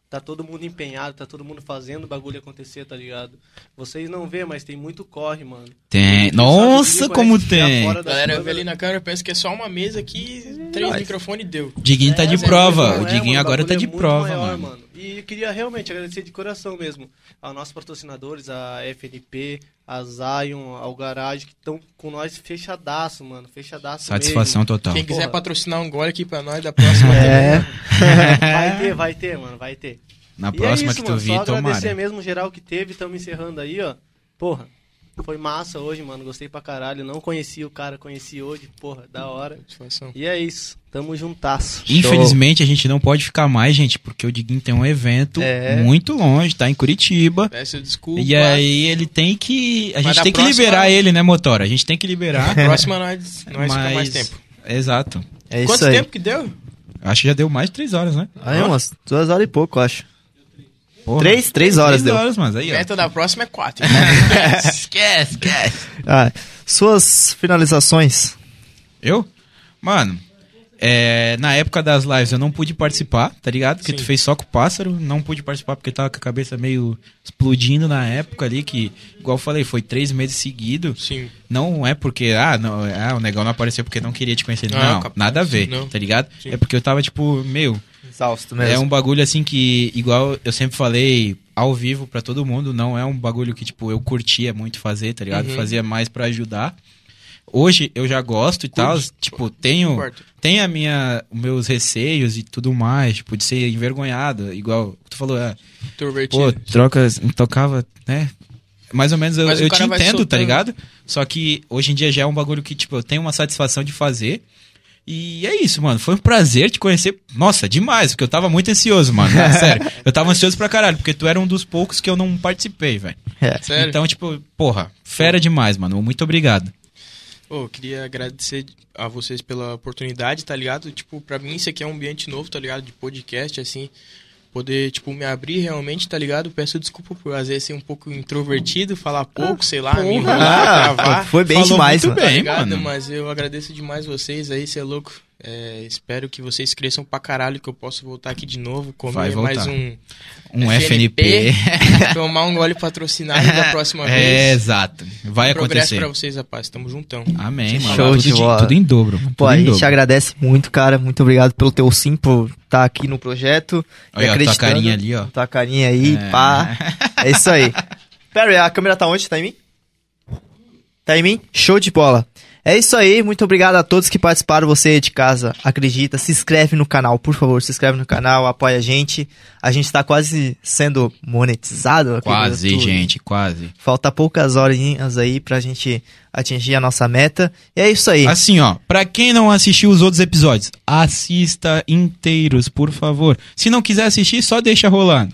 Tá todo mundo empenhado, tá todo mundo fazendo o bagulho acontecer, tá ligado? Vocês não vê, mas tem muito corre, mano. Tem. Sabe, Nossa, quando como a gente fica tem. tá fora A das galera câmeras- vê ali na câmera, pensa que é só uma mesa aqui, três microfones e deu. Diguinho tá É, de mas é muito- prova. O é, Diguinho mano, agora tá bagulho de é muito prova, maior, mano. E eu queria realmente agradecer de coração mesmo aos nossos patrocinadores, a FNP, a Zion, ao Garage, que estão com nós fechadaço, mano. Fechadaço Satisfação total. Quem quiser Porra. patrocinar um gole aqui pra nós da próxima né? É. mesmo. Vai ter, vai ter, mano, vai ter. Na E é É. próxima isso, que tu mano, vir, Só agradecer tomara. mesmo geral que teve, estamos encerrando aí, ó. Porra, foi massa hoje, mano. Gostei pra caralho. Não conheci o cara, conheci hoje, porra, da hora. Satisfação. E é isso, tamo juntasso. Infelizmente a gente não pode ficar mais, gente, porque o Diguinho tem um evento É. muito longe, tá em Curitiba. Peço desculpa. E aí ele tem que. A Mas gente na tem que próxima- liberar ele, né, Motora? A gente tem que liberar. Próxima nós, nós mas... fica mais tempo. Exato. É isso Quanto aí. tempo que deu? Acho que já deu mais de três horas, né? Aí, é umas duas horas e pouco, eu acho. Porra. Três? Três horas deu. horas, mas aí, ó. Meta da próxima é quatro. então. Esquece, esquece. Ah, suas finalizações. Eu? Mano, é, na época das lives eu não pude participar, tá ligado? Porque tu fez só com o pássaro. Não pude participar porque tava com a cabeça meio explodindo na época ali, que, igual eu falei, foi três meses seguidos. Sim. Não é porque, ah, não, ah, o negão não apareceu porque não queria te conhecer. Ah, não, capaz. nada a ver, Não. tá ligado? Sim. É porque eu tava, tipo, meu, Exausto É um bagulho assim que, igual eu sempre falei, ao vivo pra todo mundo, não é um bagulho que, tipo, eu curtia muito fazer, tá ligado? Uhum. Fazia mais pra ajudar. Hoje eu já gosto e tal, tipo, tenho, Concordo. tenho a minha, os meus receios e tudo mais, tipo, de ser envergonhado, igual tu falou, é, pô, Introvertido. troca, tocava, né? Mais ou menos eu, Mas o eu te cara vai entendo, tá soltando. ligado? Só que hoje em dia já é um bagulho que, tipo, eu tenho uma satisfação de fazer. E é isso, mano. Foi um prazer te conhecer. Nossa, demais, porque eu tava muito ansioso, mano. Ah, sério. Eu tava ansioso pra caralho, porque tu era um dos poucos que eu não participei, velho. É. Sério? Então, tipo, porra, fera demais, mano. Muito obrigado. Ô, eu queria agradecer a vocês pela oportunidade, tá ligado? Tipo, pra mim isso aqui é um ambiente novo, tá ligado? De podcast, assim. Poder, tipo, me abrir realmente, tá ligado? Peço desculpa por às vezes ser um pouco introvertido, falar Ah, pouco, sei lá, me enrolar, Ah, gravar. foi bem Falou demais, muito mano. Tá bem, ligado? mano. Mas eu agradeço demais vocês aí, cê é louco. É, espero que vocês cresçam pra caralho, que eu posso voltar aqui de novo, comer Vai voltar. mais um, Um FNP. tomar um gole patrocinado da próxima vez. Um É, exato. Vai acontecer. Progresso pra vocês, rapaz. Tamo juntão. Amém, mano. Show tudo, de bola. tudo em dobro. mano. Pô, Tudo a em gente dobro. agradece muito, cara. Muito obrigado pelo teu sim por estar aqui no projeto. e Olha, ó, tua acreditando. carinha ali, ó. Tua carinha aí, É. pá. É isso aí. Pera aí, a câmera tá onde? Tá em mim? Tá em mim? Show de bola. É isso aí, muito obrigado a todos que participaram. Você aí de casa, acredita, se inscreve no canal, por favor, se inscreve no canal, apoia a gente. A gente tá quase sendo monetizado. aqui no Quase, YouTube. gente, quase. Falta poucas horinhas aí pra gente atingir a nossa meta. E é isso aí. Assim, ó, pra quem não assistiu os outros episódios, assista inteiros, por favor. Se não quiser assistir, só deixa rolando.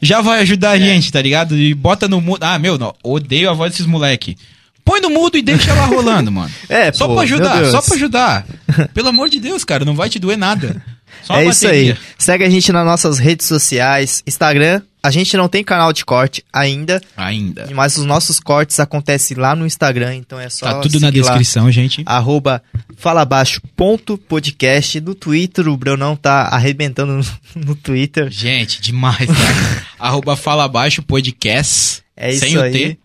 Já vai ajudar É. a gente, tá ligado? E bota no mudo. Ah, meu, não, odeio a voz desses moleque. Põe no mudo e deixa lá rolando, mano. É, Só pô, pra meu ajudar, Deus. só pra ajudar. Pelo amor de Deus, cara, não vai te doer nada. Só a é isso bateria. aí. Segue a gente nas nossas redes sociais, Instagram. A gente não tem canal de corte ainda, Ainda. mas os nossos cortes acontecem lá no Instagram, então é só Tá tudo na seguir lá. descrição, gente. arroba falabaixo.podcast no Twitter, o Brunão tá arrebentando no, no Twitter. Gente, demais, cara. Arroba Fala Abaixo Podcast. É isso sem o aí. T.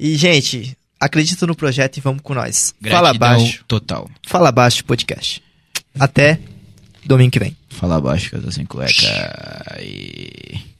E, gente, acredita no projeto e vamos com nós. Fala Gratidão abaixo, Total. fala abaixo podcast. Até domingo que vem. Fala abaixo, que eu tô sem cueca. E...